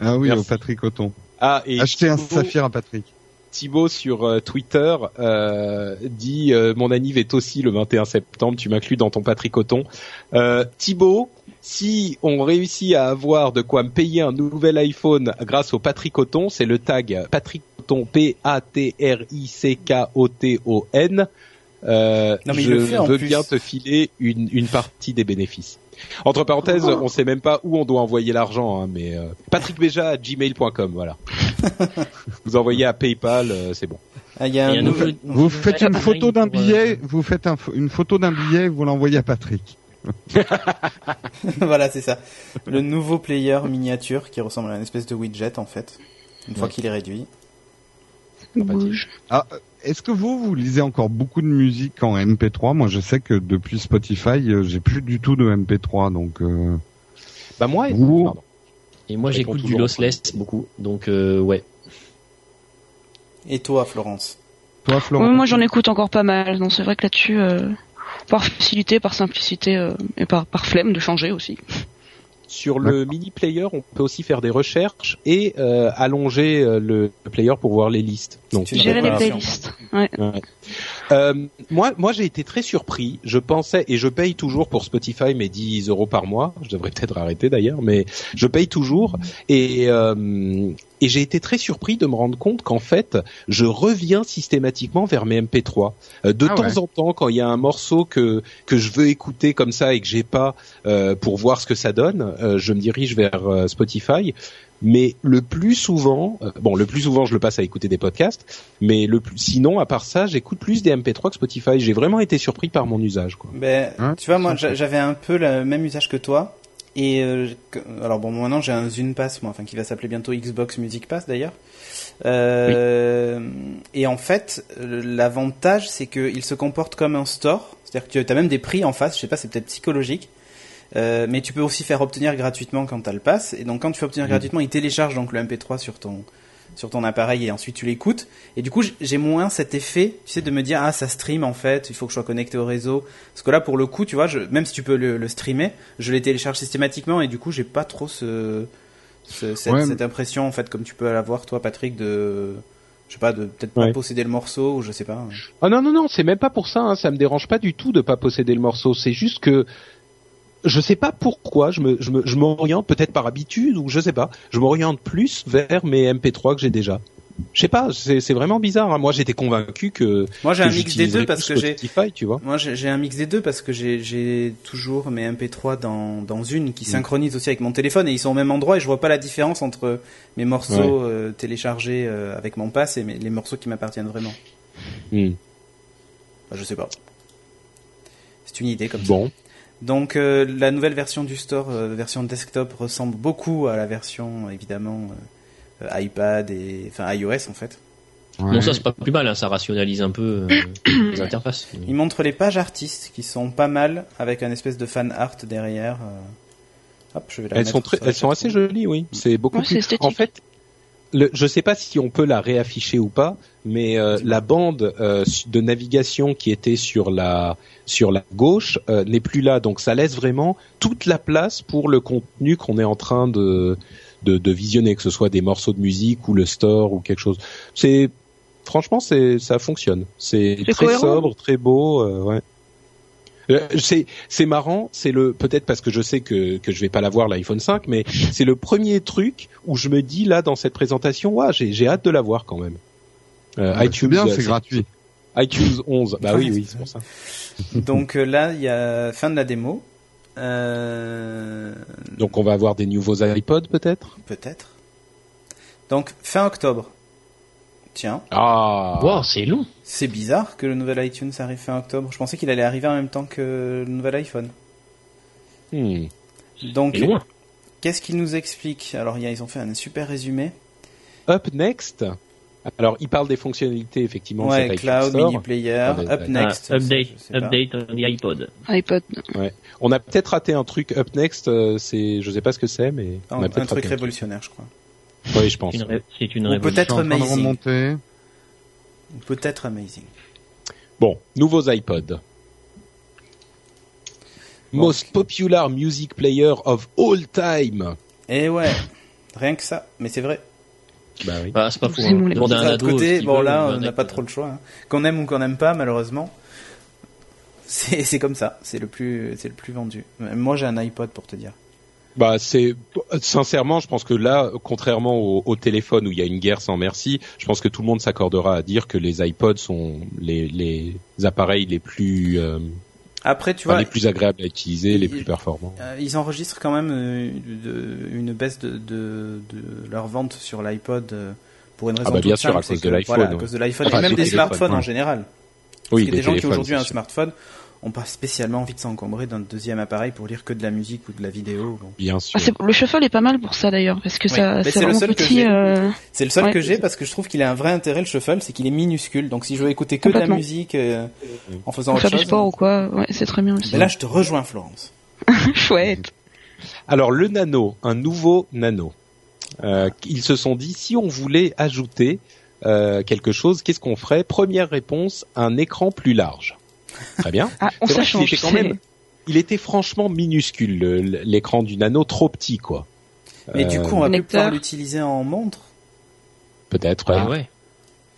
Ah oui, Merci. au Patrick Coton. Ah, et Achetez un Thibaut- saphir à Patrick. Thibaut sur euh, Twitter euh, dit euh, mon anniv est aussi le 21 septembre, tu m'inclus dans ton patricoton. Euh, Thibaut, si on réussit à avoir de quoi me payer un nouvel iPhone grâce au patricoton, c'est le tag patricoton P A T R I C K O T O N. Euh, Non, mais il je le fait en veux plus. bien te filer une, une partie des bénéfices. Entre parenthèses, Oh. on sait même pas où on doit envoyer l'argent, hein, mais euh, patrickbeja à gmail.com, [laughs] voilà. Vous envoyez à PayPal, euh, c'est bon. Ah, il y Il a y a un un nouveau. nouveau- Vous faites Ouais, une pareil photo pour, d'un euh, billet, vous faites un pho- une photo d'un billet, vous l'envoyez à Patrick. [laughs] voilà, c'est ça. Le nouveau player miniature qui ressemble à une espèce de widget en fait. Une fois Ouais. qu'il est réduit. Bouge. Est-ce que vous, vous lisez encore beaucoup de musique en MP3 Moi, je sais que depuis Spotify, euh, j'ai plus du tout de MP3, donc euh, Bah moi, Ouh. pardon. Et moi, Répond j'écoute du toujours. lossless beaucoup. Donc, euh, ouais. Et toi, Florence toi, Oui, Florent. moi j'en écoute encore pas mal. Non, c'est vrai que là-dessus, euh, par facilité, par simplicité euh, et par, par flemme de changer aussi. sur le mini player, on peut aussi faire des recherches et euh, allonger euh, le player pour voir les listes. Donc, Tu n'avais Gérer les pas- playlists. Ouais. euh, moi, moi, j'ai été très surpris. Je pensais et je paye toujours pour Spotify mes 10 euros par mois. Je devrais peut-être arrêter d'ailleurs, mais je paye toujours et euh, et j'ai été très surpris de me rendre compte qu'en fait, je reviens systématiquement vers mes MP3. Euh, De Ah temps ouais. en temps, quand il y a un morceau que que je veux écouter comme ça et que j'ai pas euh, pour voir ce que ça donne, euh, je me dirige vers euh, Spotify. Mais le plus souvent, euh, bon, le plus souvent, je le passe à écouter des podcasts. Mais le plus, sinon, à part ça, j'écoute plus des MP3 que Spotify. J'ai vraiment été surpris par mon usage, quoi. Ben, Hein tu vois, moi, j'a- j'avais un peu le même usage que toi. Et euh, que- alors bon, maintenant j'ai un Zune Pass, moi, enfin qui va s'appeler bientôt Xbox Music Pass d'ailleurs. Euh, Et en fait, euh, l'avantage c'est qu'il se comporte comme un store, c'est-à-dire que tu as même des prix en face. Je sais pas, c'est peut-être psychologique, Euh, mais tu peux aussi faire obtenir gratuitement quand t'as le pass. Et donc quand tu fais obtenir gratuitement, il télécharge donc le MP3 sur ton sur ton appareil et ensuite tu l'écoutes. Et du coup, j- j'ai moins cet effet, tu sais, de me dire ah ça stream en fait, il faut que je sois connecté au réseau. Parce que là, pour le coup, tu vois, je, même si tu peux le, le streamer, je les télécharge systématiquement et du coup, j'ai pas trop ce, ce- cette, Ouais, mais- cette impression, en fait, comme tu peux l'avoir, toi, Patrick, de. Je sais pas, de peut-être pas Ouais. posséder le morceau ou je sais pas. Ah non non non, c'est même pas pour ça. Hein. Ça me dérange pas du tout de pas posséder le morceau. C'est juste que je sais pas pourquoi je me je me je m'oriente peut-être par habitude ou je sais pas. Je m'oriente plus vers mes MP3 que j'ai déjà. Je sais pas, c'est c'est vraiment bizarre. hein. Moi, j'étais convaincu que Moi j'ai que un mix des j'utiliserais deux parce tout que j'ai Spotify, tu vois. Moi, j'ai j'ai un mix des deux parce que j'ai- j'ai toujours mes MP3 dans, dans une qui synchronise aussi avec mon téléphone et ils sont au même endroit et je vois pas la différence entre mes morceaux euh, téléchargés euh, avec mon pass et mes- les morceaux qui m'appartiennent vraiment. Hmm. Enfin, je sais pas. C'est une idée comme ça. Bon, Donc euh, la nouvelle version du store, euh, version desktop, ressemble beaucoup à la version évidemment euh, euh, iPad et enfin iOS en fait. Bon, Ouais. ça c'est pas plus mal, hein, ça rationalise un peu [coughs] euh, les interfaces. Il montre les pages artistes qui sont pas mal avec un espèce de fan art derrière. euh. Hop, je vais la elles sont remettre très, sur la elles sont chatroom. assez jolies, oui. C'est beaucoup Ouais, c'est plus. esthétique. En fait, le, je sais pas si on peut la réafficher ou pas, mais euh, la bande euh, de navigation qui était sur la sur la gauche euh, n'est plus là, donc ça laisse vraiment toute la place pour le contenu qu'on est en train de, de de visionner, que ce soit des morceaux de musique ou le store ou quelque chose. C'est franchement, c'est ça fonctionne. C'est C'est très cohérent. sobre, très beau. euh, ouais. Euh, C'est c'est marrant, c'est le peut-être parce que je sais que que je vais pas l'avoir l'iPhone 5, mais c'est le premier truc où je me dis là dans cette présentation, ouais, j'ai j'ai hâte de l'avoir quand même. Euh, Ah, bah, c'est iTunes, bien, euh, c'est gratuit. iTunes 11, bah oui, Ouais, oui, c'est c'est pour ça. Donc euh, là, il y a fin de la démo. Euh, Donc on va avoir des nouveaux iPods peut-être. Peut-être. Donc fin octobre. Tiens, Ah, Wow, c'est long. c'est bizarre que le nouvel iTunes arrive fin octobre. Je pensais qu'il allait arriver en même temps que le nouvel iPhone. Hmm. Donc C'est loin. qu'est-ce qu'ils nous expliquent Alors il y a- ils ont fait un super résumé. Up next. Alors il parle des fonctionnalités effectivement. de ouais, cet iTunes cloud, Store. mini player, Ah, up ouais. next. Ah, ça, je update, sais pas. update on the iPod. iPod. On a peut-être raté un truc up next, euh, c'est je sais pas ce que c'est mais Ah, on a un peut-être truc raté un truc. révolutionnaire, je crois. Oui, je pense. C'est une ré- C'est une Ou Je suis révolution. peut-être- en train de amazing. remonter. Ou Peut-être amazing. Bon, nouveaux iPods. Most popular music player of all time. Et ouais, rien que ça. Mais c'est vrai. Bah oui. Bah, c'est pas fou. C'est bon, Hein. les Demander à un D'un ado côté, s'il bon veut, là, euh, on n'a date- pas trop le choix. hein. Qu'on aime ou qu'on n'aime pas, malheureusement, c'est c'est comme ça. C'est le plus, c'est le plus vendu. Moi, j'ai un iPod pour te dire. Bah c'est sincèrement, je pense que là, contrairement au, au téléphone où il y a une guerre sans merci, je pense que tout le monde s'accordera à dire que les iPods sont les, les appareils les plus euh, Après, tu enfin, vois, les plus agréables à utiliser, les Il- plus performants. euh, ils enregistrent quand même euh, de- une baisse de, de, de leur vente sur l'iPod euh, pour une raison Ah bah, bien toute sûr, à simple, c'est cause de que, l'iPhone, voilà, à ouais. cause de l'iPhone Enfin, et même des des téléphones, smartphones en ouais. général. Parce Oui, que des gens qui téléphones, aujourd'hui ont un c'est sûr. smartphone ont pas spécialement envie de s'encombrer d'un deuxième appareil pour lire que de la musique ou de la vidéo. bon. Bien Ah, sûr. c'est- le shuffle est pas mal pour ça d'ailleurs, parce que Oui, ça, mais c'est c'est le vraiment seul que petit. j'ai. euh, C'est le seul Ouais. que j'ai parce que je trouve qu'il a un vrai intérêt le shuffle, c'est qu'il est minuscule. Donc si je veux écouter que de la Complètement. musique euh, Mm. en faisant pour autre faire chose. du sport ou quoi, ouais, c'est très bien aussi. Mais là je te rejoins Florence. [laughs] Chouette. Alors le nano, un nouveau nano. Euh, ils se sont dit si on voulait ajouter euh, quelque chose, qu'est-ce qu'on ferait Première réponse, un écran plus large. Très bien. Ah, on C'est se vrai la qu'il change. était quand c'est- même, il était franchement minuscule le- l'écran du nano, trop petit quoi. Mais Euh, du coup on va plus Connecteur. pouvoir l'utiliser en montre. peut-être. Ah ouais. ouais.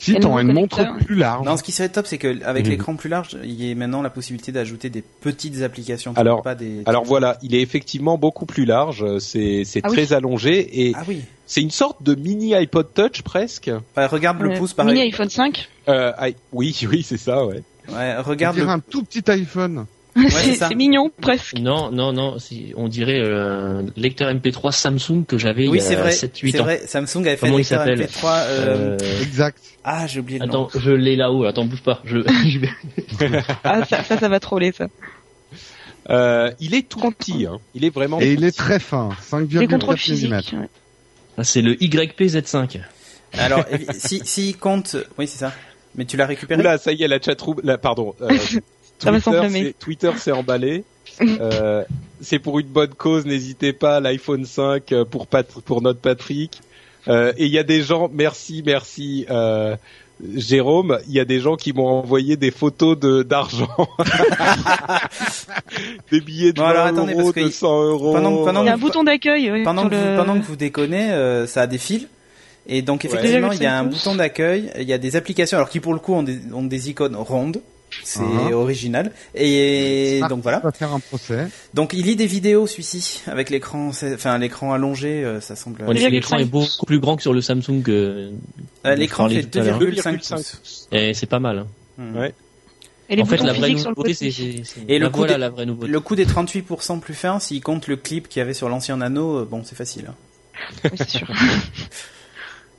Si Et t'en le as une montre connecteur. plus large. Non, ce qui serait top c'est que avec Mm. Mhm. l'écran plus large, il y a maintenant la possibilité d'ajouter des petites applications. qui Alors- n'ont pas des... Alors voilà, il est effectivement beaucoup plus large. euh, C'est c'est Ah oui. très allongé et ah oui. c'est une sorte de mini iPod Touch presque. Enfin, regarde le Euh, pouce pareil. Mini iPhone 5, Euh, i- oui, [laughs] oui, c'est ça. Ouais. Ouais, On regarde le dirait un tout petit iPhone. c'est [laughs] c'est ça. c'est mignon presque. Non, non, non. si- On dirait euh, un lecteur MP3 Samsung que j'avais Oui, il y c'est a vrai. 7-8 C'est Euh, ans. vrai, Samsung avait fait Comment un il lecteur s'appelle MP3 euh, Euh, Exact. ah, j'ai oublié le nom. Attends, je l'ai là-haut. Attends, bouge pas. Je, [laughs] je vais- Ah, ça, ça, ça va troller ça. Euh, il est tout petit. Hein. Il est vraiment. Et tout il est petit. très fin, Les 5,4 contrôles mm. physiques. ouais. Ah, c'est le YPZ5. Alors évi- si si il compte, oui, c'est ça. Mais tu l'as récupéré Oula, ça y est, la chatroom. Là, pardon. euh, [laughs] Ça va Twitter, s'enflammer. c'est- Twitter [laughs] s'est emballé. Euh, c'est pour une bonne cause. N'hésitez pas. L'iPhone 5 euh, pour Pat- pour notre Patrick. Euh, et il y a des gens. Merci, merci. euh, Jérôme, il y a des gens qui m'ont envoyé des photos [laughs] de d'argent, des billets de Bon, alors, 20 attendez, euros, parce que de 100 euros. pendant- [laughs] pendant Il y a un Pendant- bouton d'accueil. ouais, pendant Mm. sur que, le- vous, pendant que vous déconnez, euh, ça défile. Et donc effectivement, Ouais. il y a un 2,5 bouton d'accueil, il y a des applications, alors qui pour le coup ont des, ont des icônes rondes, C'est Ah. original. Et Smart donc voilà. va faire un procès. Donc il lit des vidéos celui-ci avec l'écran, c'est- enfin l'écran allongé, euh, ça semble. En effet, Déjà que l'écran le est cinq- beaucoup plus grand que sur le Samsung. euh, Euh, dont l'écran je fait parlais tout à l'heure. 2,5 2,5 pouces. pouces. Et c'est pas mal. hein. Hmm. Ouais. Et les en fait, boutons la vraie physiques sur le nouveauté, côté. c'est. c'est- c'est- Et le bah coup voilà des- la vraie nouveauté. Le coût des 38% plus fin, s'il compte le clip qu'il y avait sur l'ancien anneau, euh, bon c'est facile. hein. Oui, [laughs] c'est sûr.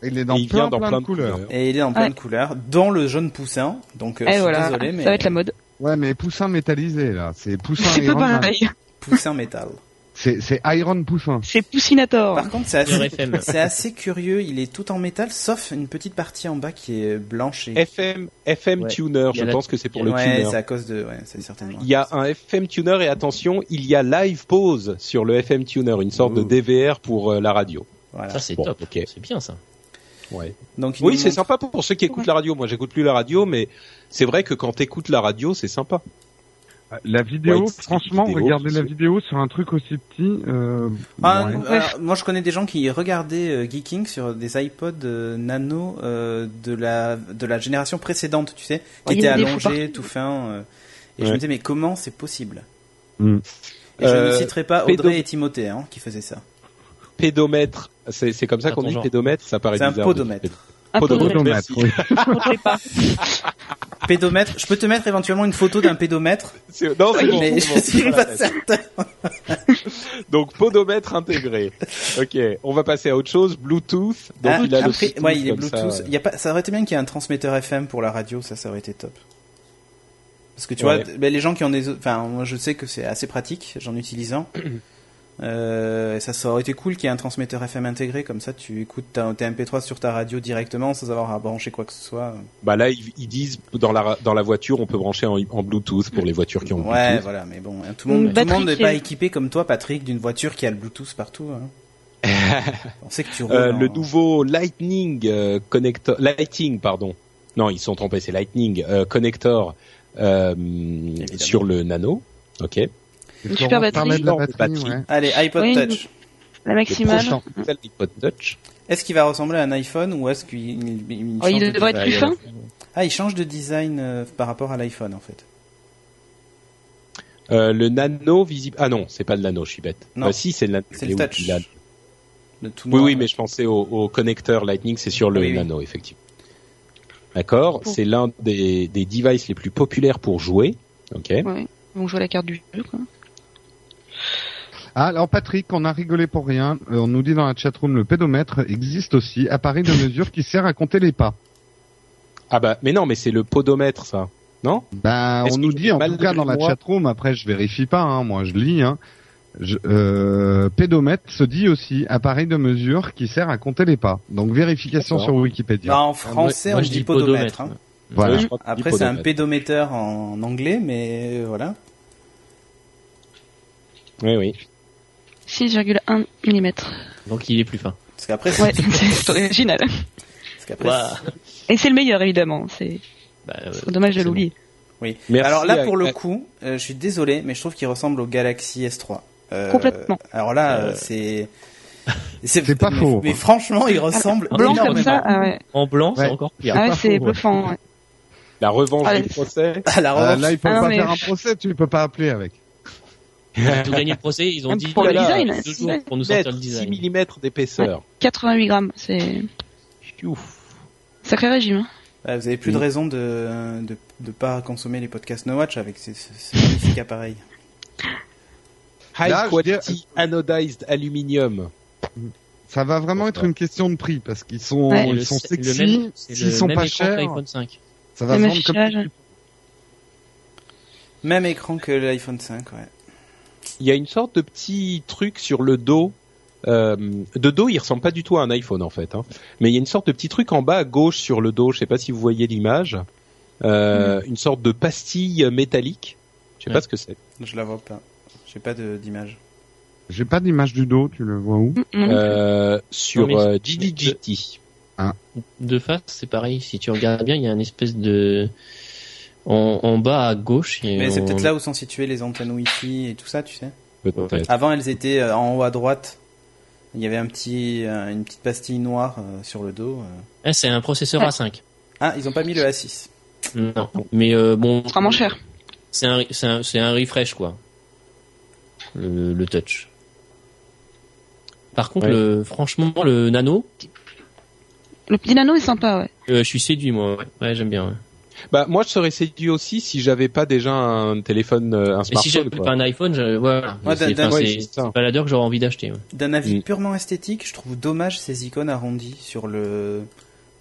Il est dans, Et il plein, vient dans plein de couleurs. Et il est en pleine Ouais. couleur, dans le jaune poussin. Donc euh, je Et suis Eh, voilà, désolé, mais ça va être la mode. Ouais, mais poussin métallisé là, c'est poussin C'est pas Iron Man. pareil. poussin métal. C'est c'est Iron poussin. C'est Poussinator. Par contre, c'est Sur assez, FM. c'est assez curieux. Il est tout en métal, sauf une petite partie en bas qui est blanche et. FM, FM Ouais. tuner, Il y je a la- pense que c'est pour Eh, le ouais, tuner. c'est à cause de, ouais, c'est certainement. Il y a un FM tuner et attention, il y a live pause sur le FM tuner, une sorte Ouh. de DVR pour euh, la radio. Voilà. Ça, c'est Bon, top. ok. C'est bien ça. Donc il Oui, nous c'est montre- sympa pour ceux qui écoutent Ouais. la radio. Moi, j'écoute plus la radio, mais c'est vrai que quand t'écoutes la radio, c'est sympa. Euh, La vidéo, Ouais, c'est- franchement, vidéo, regardez la c'est- vidéo sur un truc aussi petit. Euh, Ah, ouais. euh, moi, je connais des gens qui regardaient euh, Geeking sur des iPods euh, nano euh, de la de la génération précédente, tu sais, qui Il y étaient a des fous allongés, tout fins. euh, et je Ouais. me disais, mais comment c'est possible Hmm. Et je ne Euh, citerai pas Audrey pédo- et Timothée hein, qui faisaient ça. Pédomètre, c'est c'est comme ça Pas qu'on ton dit genre. pédomètre, ça paraît C'est un bizarre. podomètre. Un peu Podomètre. de Podomètre, [laughs] Merci. oui. pas. Pédomètre. Je peux te mettre éventuellement une photo d'un pédomètre, [laughs] C'est- Non, c'est [laughs] bon. mais c'est bon, je suis voilà. pas certain. Donc podomètre intégré. ok, on va passer à autre chose. Bluetooth. Donc Ah, il a le après, Bluetooth ouais, il est comme ça, Bluetooth. euh, Il y a pas, ça aurait été bien qu'il y ait un transmetteur FM pour la radio, ça, ça aurait été top. Parce que tu Ouais. vois, t- ben, les gens qui ont des, o- enfin, moi je sais que c'est assez pratique, j'en utilise [coughs] un. Euh, ça, ça aurait été cool qu'il y ait un transmetteur FM intégré, comme ça tu écoutes ta, tes MP3 sur ta radio directement sans avoir à brancher quoi que ce soit. Bah là, ils, ils disent dans la dans la voiture, on peut brancher en, en Bluetooth pour les voitures qui ont ouais, Bluetooth. voilà, mais bon, hein, tout Une le monde, tout le batterie monde n'est qui pas est- équipé comme toi, Patrick, d'une voiture qui a le Bluetooth partout. hein. [laughs] On sait que tu roules. Euh, le en- nouveau Lightning euh, connector, Lighting pardon. Non, ils sont trompés, c'est Lightning euh, connector euh, sur le Nano. Ok. Et Une Florent super parlait de la batterie. batterie, Batterie. ouais. Allez, iPod Oui, Touch. La maximale. Oh, Attends, Mhm. Celle d'iPod Touch. Est-ce qu'il va ressembler à un iPhone ou est-ce qu'il il- il Oh, il change de- devrait être plus fin. Ah, il change de design euh, par rapport à l'iPhone en fait. Euh, le Nano visible. Ah non, c'est pas le Nano, je suis bête. Non. Bah, si, c'est le Nano. C'est le Mais oui, touch. il a- Le tout Oui, noir. oui, mais je pensais au, au connecteur Lightning, c'est sur le Oui, oui. Nano, effectivement. D'accord, Pour- c'est l'un des, des devices les plus populaires pour jouer. Ok. Donc je vois la carte du jeu. Quoi. Ah, alors Patrick, on a rigolé pour rien. Euh, on nous dit dans la chatroom, le pédomètre existe aussi, appareil de mesure qui sert à compter les pas. Ah bah, mais non, mais c'est le podomètre, ça. Non Ben, Est-ce on que nous j'ai dit, en tout mal cas lu dans la moi chatroom, après je vérifie pas, hein, moi je lis, hein. Je- euh, pédomètre se dit aussi appareil de mesure qui sert à compter les pas. Donc vérification D'accord. sur Wikipédia. Bah, en français, Moi, on je dit dis podomètre. podomètre. hein. Voilà. Ouais, je crois que Après, c'est un podomètre. pédomètre en anglais, mais euh, voilà. Oui, oui. 6,1 mm. Donc il est plus fin. Parce qu'après, c'est- Ouais, [laughs] c'est original. parce qu'après, Waouh. c'est- Et c'est le meilleur, évidemment. C'est Bah, euh, c'est dommage forcément. de l'oublier. Merci Alors là, à- pour le à- coup, euh, je suis désolé, mais je trouve qu'il ressemble au Galaxy S3. Euh, Complètement. Alors là, euh, Euh, c'est. C'est pas mais- faux. Mais franchement, il ressemble Blanc énormément. comme ça, ah ouais, En blanc, Ouais. c'est encore pire. ah ouais pas c'est faux, ouais. bluffant. ouais. La revanche Allez. du procès. À la Euh, revanche, là, il faut Ah, pas mais- faire un procès, tu peux pas appeler avec. Ils ont tout gagné le procès, ils ont Même dit pour le voilà, design, deux c'est jours vrai. pour nous sortir le 6 design. mm d'épaisseur. 88 grammes, c'est Ouf. sacré régime. hein. Ah, vous avez plus de Oui. raison de de de pas consommer les podcasts No Watch avec ce, ce- ce magnifique appareil. High Là, je quality anodized aluminium. Ça va vraiment être une question de prix parce qu'ils sont, Ouais. Et ils le- sont c'est le sexy, même- c'est s'ils le sont même pas écran que chers, l'iPhone 5. ça va se Le vendre comme affichage. Même écran que l'iPhone 5, ouais. Il y a une sorte de petit truc sur le dos. Euh, de dos, il ressemble pas du tout à un iPhone en fait. Hein. Mais il y a une sorte de petit truc en bas à gauche sur le dos. Je sais pas si vous voyez l'image. Euh, Une sorte de pastille métallique. Je sais Ouais. pas ce que c'est. Je la vois pas. J'ai pas de- d'image. J'ai pas d'image du dos, tu le vois où Mm, mm. Euh, sur Hmm. mais- euh, GDGT. De face, c'est pareil. Si tu regardes bien, il y a une espèce de en, en bas à gauche. il y a- Mais c'est on- peut-être là où sont situées les antennes Wi-Fi et tout ça, tu sais. Peut-être. Avant, elles étaient euh, en haut à droite. Il y avait un petit, euh, une petite pastille noire euh, sur le dos. euh. Ah, c'est un processeur A5. Ah, ils ont pas mis le A6. Non. Mais euh, bon, Ce sera moins cher. c'est un, c'est un, c'est un refresh quoi. Le, le touch. Par contre, Ouais. le, franchement, le nano, Le petit nano est sympa, ouais. euh, je suis séduit moi. Ouais, Ouais, j'aime bien. ouais. Bah moi je serais séduit aussi si j'avais pas déjà un téléphone, euh, un Et si smartphone. j'avais quoi. pas un iPhone, je- voilà. Ouais, c'est d'un- enfin, ouais, c'est- c'est ça. c'est une baladeur que j'aurais envie d'acheter. ouais. D'un avis Mm. purement esthétique, je trouve dommage ces icônes arrondies sur le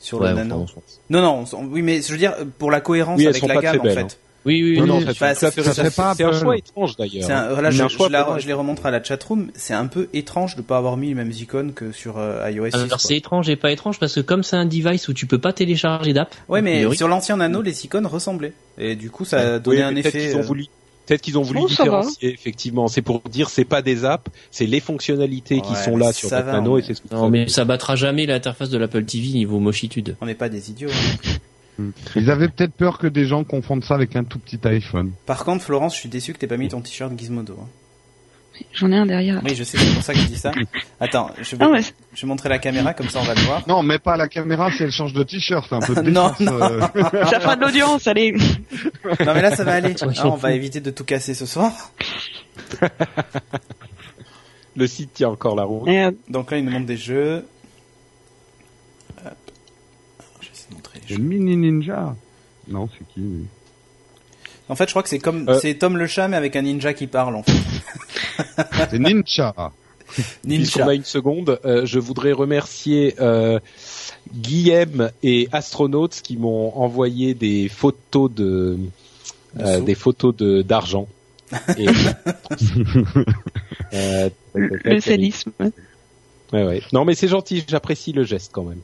sur Ouais, le enfin, nano. on s'en fout. Non, non, on s'en- oui, mais je veux dire pour la cohérence Oui, elles avec sont la pas gamme très belles, hein. en fait. Oui, oui, Non, oui. non, ça, bah, ça c'est- fait- ça ça fait fait- pas c'est un Apple. choix étrange d'ailleurs. C'est un, là, Mais je, un je choix la- dommage. je les remonterai à la chatroom. C'est un peu étrange de pas avoir mis les mêmes icônes que sur euh, iOS. Ah, 6, Alors quoi. c'est étrange et pas étrange parce que comme c'est un device où tu peux pas télécharger d'app. Ouais, a mais priori, sur l'ancien nano, les icônes ressemblaient. Et du coup, ça Oui, donnait un mais peut-être effet. qu'ils ont euh, voulu, peut-être qu'ils ont voulu Oh, ça va. différencier effectivement. C'est pour dire c'est pas des apps, c'est les fonctionnalités qui Ouais, sont là mais sur ça notre va, nano on- et c'est ce que Non mais ça battra jamais l'interface de l'Apple TV niveau mochitude. On n'est pas des idiots. hein. Ils avaient peut-être peur que des gens confondent ça avec un tout petit iPhone. Par contre, Florence, je suis déçu que t'aies pas mis ton t-shirt Gizmodo. hein. J'en ai un derrière. Oui, je sais, c'est pour ça que je dis ça. Attends, je vais, Ah ouais, je vais montrer la caméra, comme ça on va le voir. Non, mais pas à la caméra si elle change de t-shirt, c'est un peu de Non, décence, euh. ça fera de l'audience, allez. Non, mais là, ça va [laughs] aller. On s'en Hein, on fout. va éviter de tout casser ce soir. le site tient encore la roue. Merde. Donc là, il nous montre des jeux. Hop. Alors, je vais essayer de montrer les Le jeux. mini ninja. Non, c'est qui lui En fait, je crois que c'est comme Euh. c'est Tom le chat mais avec un ninja qui parle en fait. C'est Ninja. Puisqu'on Ninja. a une seconde, euh, je voudrais remercier euh, Guillaume et Astronautes qui m'ont envoyé des photos de euh, Dessous. des photos de d'argent. [laughs] Et- Euh, Le sadisme. Ouais, ouais. Non mais c'est gentil, j'apprécie le geste quand même.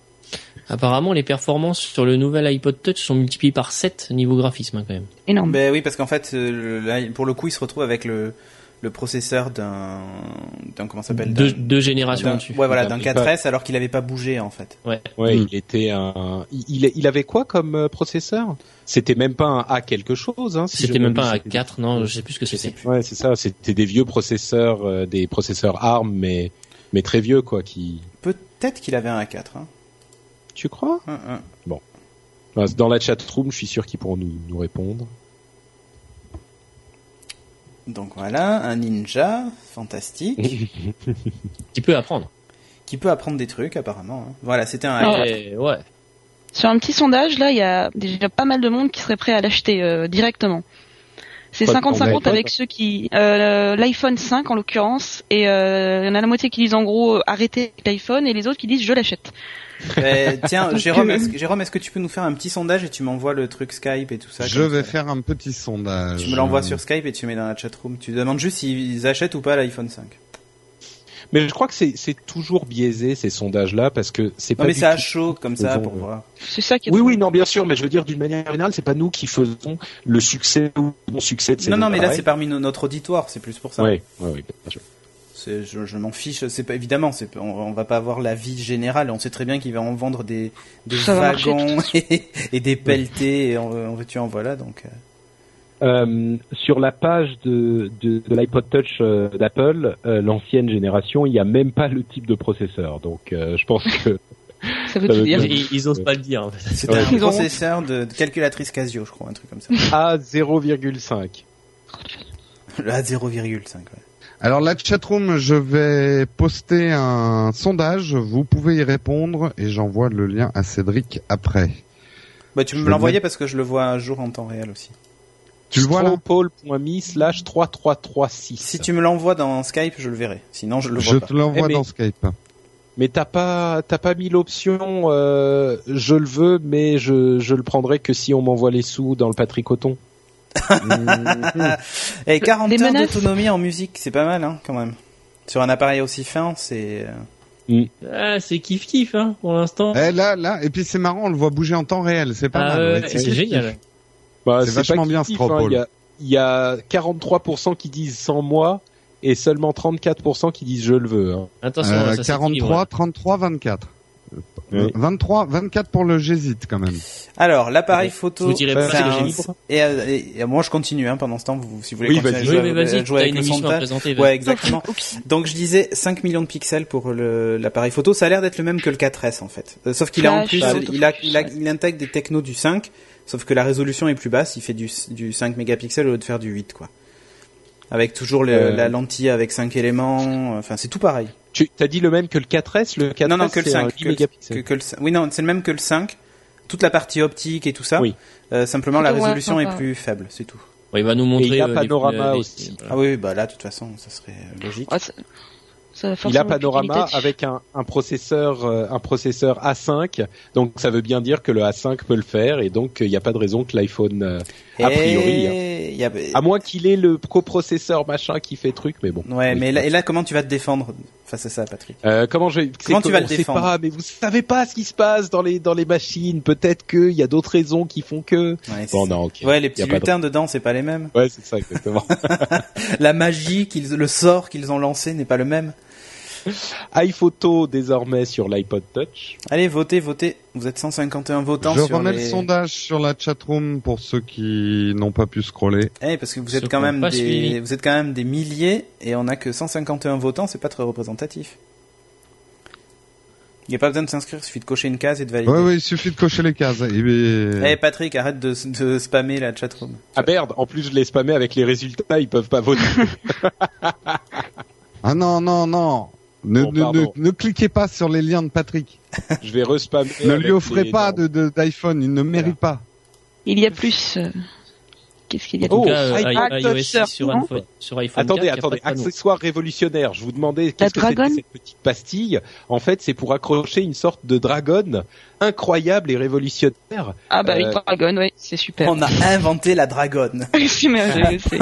Apparemment les performances sur le nouvel iPod Touch sont multipliées par 7 niveau graphisme hein, quand même. Énorme. Ben oui, parce qu'en fait, euh, le- là, pour le coup, il se retrouve avec le le processeur d'un d'un comment ça s'appelle Deux, d'un- deux générations d'un- dessus. ouais voilà D'un d'un iPad. 4S alors qu'il avait pas bougé en fait. Ouais. Ouais, Mm. il était un. Il, il- il avait quoi comme euh, processeur C'était même pas un A quelque chose. Hein, si C'était je même me pas un dis. 4, non, je sais plus ce que c'était. Ouais, c'est ça. C'était des vieux processeurs, euh, des processeurs ARM, mais mais très vieux quoi. Qui Peut-être qu'il avait un A4. Hein. tu crois Hein, hein. Enfin, Dans la chat room, je suis sûr qu'ils pourront nous, nous répondre. Donc voilà, un ninja fantastique Un petit peu à prendre. qui peut apprendre des trucs apparemment. hein. Voilà, c'était Ah. un A4. Ouais, ouais. Sur un petit sondage, là, il y a déjà pas mal de monde qui serait prêt à l'acheter euh, directement. C'est Pas de 50-50 problème. avec ceux qui... euh, l'iPhone 5 en l'occurrence, et euh, il y en a la moitié qui disent en gros euh, arrêtez avec l'iPhone, et les autres qui disent je l'achète. Eh, tiens, Jérôme, est-ce que, Jérôme, est-ce que tu peux nous faire un petit sondage et tu m'envoies le truc Skype et tout ça Je comme vais ça. faire un petit sondage. Tu me l'envoies sur Skype et tu le mets dans la chatroom. Tu demandes juste s'ils achètent ou pas l'iPhone 5. Mais je crois que c'est c'est toujours biaisé ces sondages-là parce que c'est Non pas. mais du c'est à tout- chaud comme ça Ils ont, pour euh, voir. C'est ça qui est Oui, oui, non, bien sûr, mais je veux dire d'une manière générale, c'est pas nous qui faisons le succès ou le non succès de ces Non non mais là appareils. c'est parmi no- notre auditoire, c'est plus pour ça. Ouais, ouais, ouais, bien sûr. C'est- Je, je m'en fiche. C'est pas évidemment, c'est on, on va pas avoir la vie générale. On sait très bien qu'il va en vendre des, des Ça va marcher, wagons [laughs] et, et des pelletés et on, on veut tu en voilà donc. euh. Euh, sur la page de, de, de l'iPod Touch euh, d'Apple, euh, l'ancienne génération, il n'y a même pas le type de processeur. Donc, euh, [laughs] je pense que Ça veut Ça tout veut dire. dire- Ils, ils osent pas le dire. en fait. C'est Ouais. un Ils ont honte. processeur de, de calculatrice Casio, je crois, un truc comme ça. [laughs] A0,5. Là 0,5. ouais. Alors la chatroom, je vais poster un sondage. Vous pouvez y répondre et j'envoie le lien à Cédric après. Bah tu Je me vais l'envoyais parce que je le vois un jour en temps réel aussi. Tu le vois là Stropole.me slash 3336. Si tu me l'envoies dans Skype, je le verrai. Sinon je le vois Je pas. te l'envoie Eh, mais- dans Skype. Mais t'as pas, t'as pas mis l'option, euh, je le veux, mais je, je le prendrai que si on m'envoie les sous dans le Bah, [laughs] Patrick Coton. Mhm. Et 40 Des Eh, heures menaces d'autonomie en musique, c'est pas mal hein, quand même. Sur un appareil aussi fin, c'est. euh, Ah, c'est kiff kiff hein, pour l'instant. Eh, là, là, et puis c'est marrant, on le voit bouger en temps réel, c'est pas Ah, mal. ouais, ouais. c'est génial. Bah, C'est vachement pas bien, kiff, Stropole. hein. Il y, a, il y a 43% qui disent sans moi et seulement 34% qui disent je le veux. hein. Attention, Euh, ça, c'est 43, équilibré. 33, 24. Euh, Oui. 23, 24 pour le j'hésite quand même. Alors, l'appareil Vous photo. direz pas c'est que un- j'ai libre et, euh, et- et moi, je continue hein, pendant ce temps. Vous, si vous voulez Oui, continuer à vas-y. Oui, jouer, mais vas-y, euh, jouer t'as avec une le émission à sondage. présenter. vas-y. Ouais, exactement. [laughs] Oups. Donc, je disais 5 millions de pixels pour le- l'appareil photo. Ça a l'air d'être le même que le 4S en fait. Euh, sauf qu'il a en Flash, plus, autofocus, il, a, il, a- ouais. il intègre des technos du 5. Sauf que la résolution est plus basse. Il fait du, du 5 mégapixels au lieu de faire du 8, quoi. Avec toujours le- Euh. la lentille avec 5 éléments. Enfin, c'est tout pareil. Tu as dit le même que le 4S Le 4S, Non, non, que le c'est un 5, 8 que le- mégapixels. que, que le cin- oui, non, c'est le même que le 5. Toute la partie optique et tout ça. Oui. Euh, simplement, la Plutôt, ouais, résolution est sympa. plus faible, c'est tout. Ouais, Il va nous Et il montrer. y a euh, les- Panorama euh, les- aussi. voilà. Ah oui, oui, bah là, de toute façon, ça serait euh, logique. Ouais, oh, ça- ça va Il a forcément plus panorama qualitatif. avec un, un processeur euh, un processeur A5, donc ça veut bien dire que le A5 peut le faire et donc euh, il n'y a pas de raison que l'iPhone, euh, a Et priori, hein. il Eh, y a- à moins qu'il ait le coprocesseur machin qui fait truc, mais bon. Ouais, Oui. mais là, et là, comment tu vas te défendre face à ça, Patrick Euh, comment je Comment c'est tu que vas le on sait défendre pas, mais vous savez pas ce qui se passe dans les dans les machines. Peut-être qu'il y a d'autres raisons qui font que. ouais, Bon c'est- non, ok. ouais, les Y petits a pas de- lutins dedans, c'est pas les mêmes. Ouais, c'est ça exactement. [laughs] La magie, qu'ils, le sort qu'ils ont lancé n'est pas le même. iPhoto désormais sur l'iPod Touch. Allez, votez, votez. Vous êtes 151 votants Je sur remets les- le sondage sur la chatroom pour ceux qui n'ont pas pu scroller. Eh, parce que vous Ceux êtes qui quand ont même pas des, suivi. vous êtes quand même des milliers et on a que 151 votants, c'est pas très représentatif. Il n'y a pas besoin de s'inscrire, il suffit de cocher une case et de valider. Ouais, ouais, il suffit de cocher les cases. Et Eh bien- Patrick, arrête de, de spammer la chatroom. Ah merde, en plus je l'ai spammé avec les résultats, ils peuvent pas voter. Ah non, non, non. Ne, Bon, ne- pardon. ne- ne cliquez pas sur les liens de Patrick. je vais respammer. Ne avec lui offrez les- pas de- de- d'iPhone, il ne mérite pas. Il y a plus. euh, Qu'est-ce qu'il y a Oh, Donc là, euh, iPod i- Touch, iOS six sur non iPhone, sur iPhone Attendez, 4, il attendez, y a pas de panneau. accessoire révolutionnaire. Je vous demandais qu'est-ce que c'était dragonne cette petite pastille. En fait, c'est pour accrocher une sorte de dragonne incroyable et révolutionnaire. Ah bah oui, Euh, Dragon, ouais, c'est super. [laughs] On a inventé la dragonne. C'est merveilleux, c'est-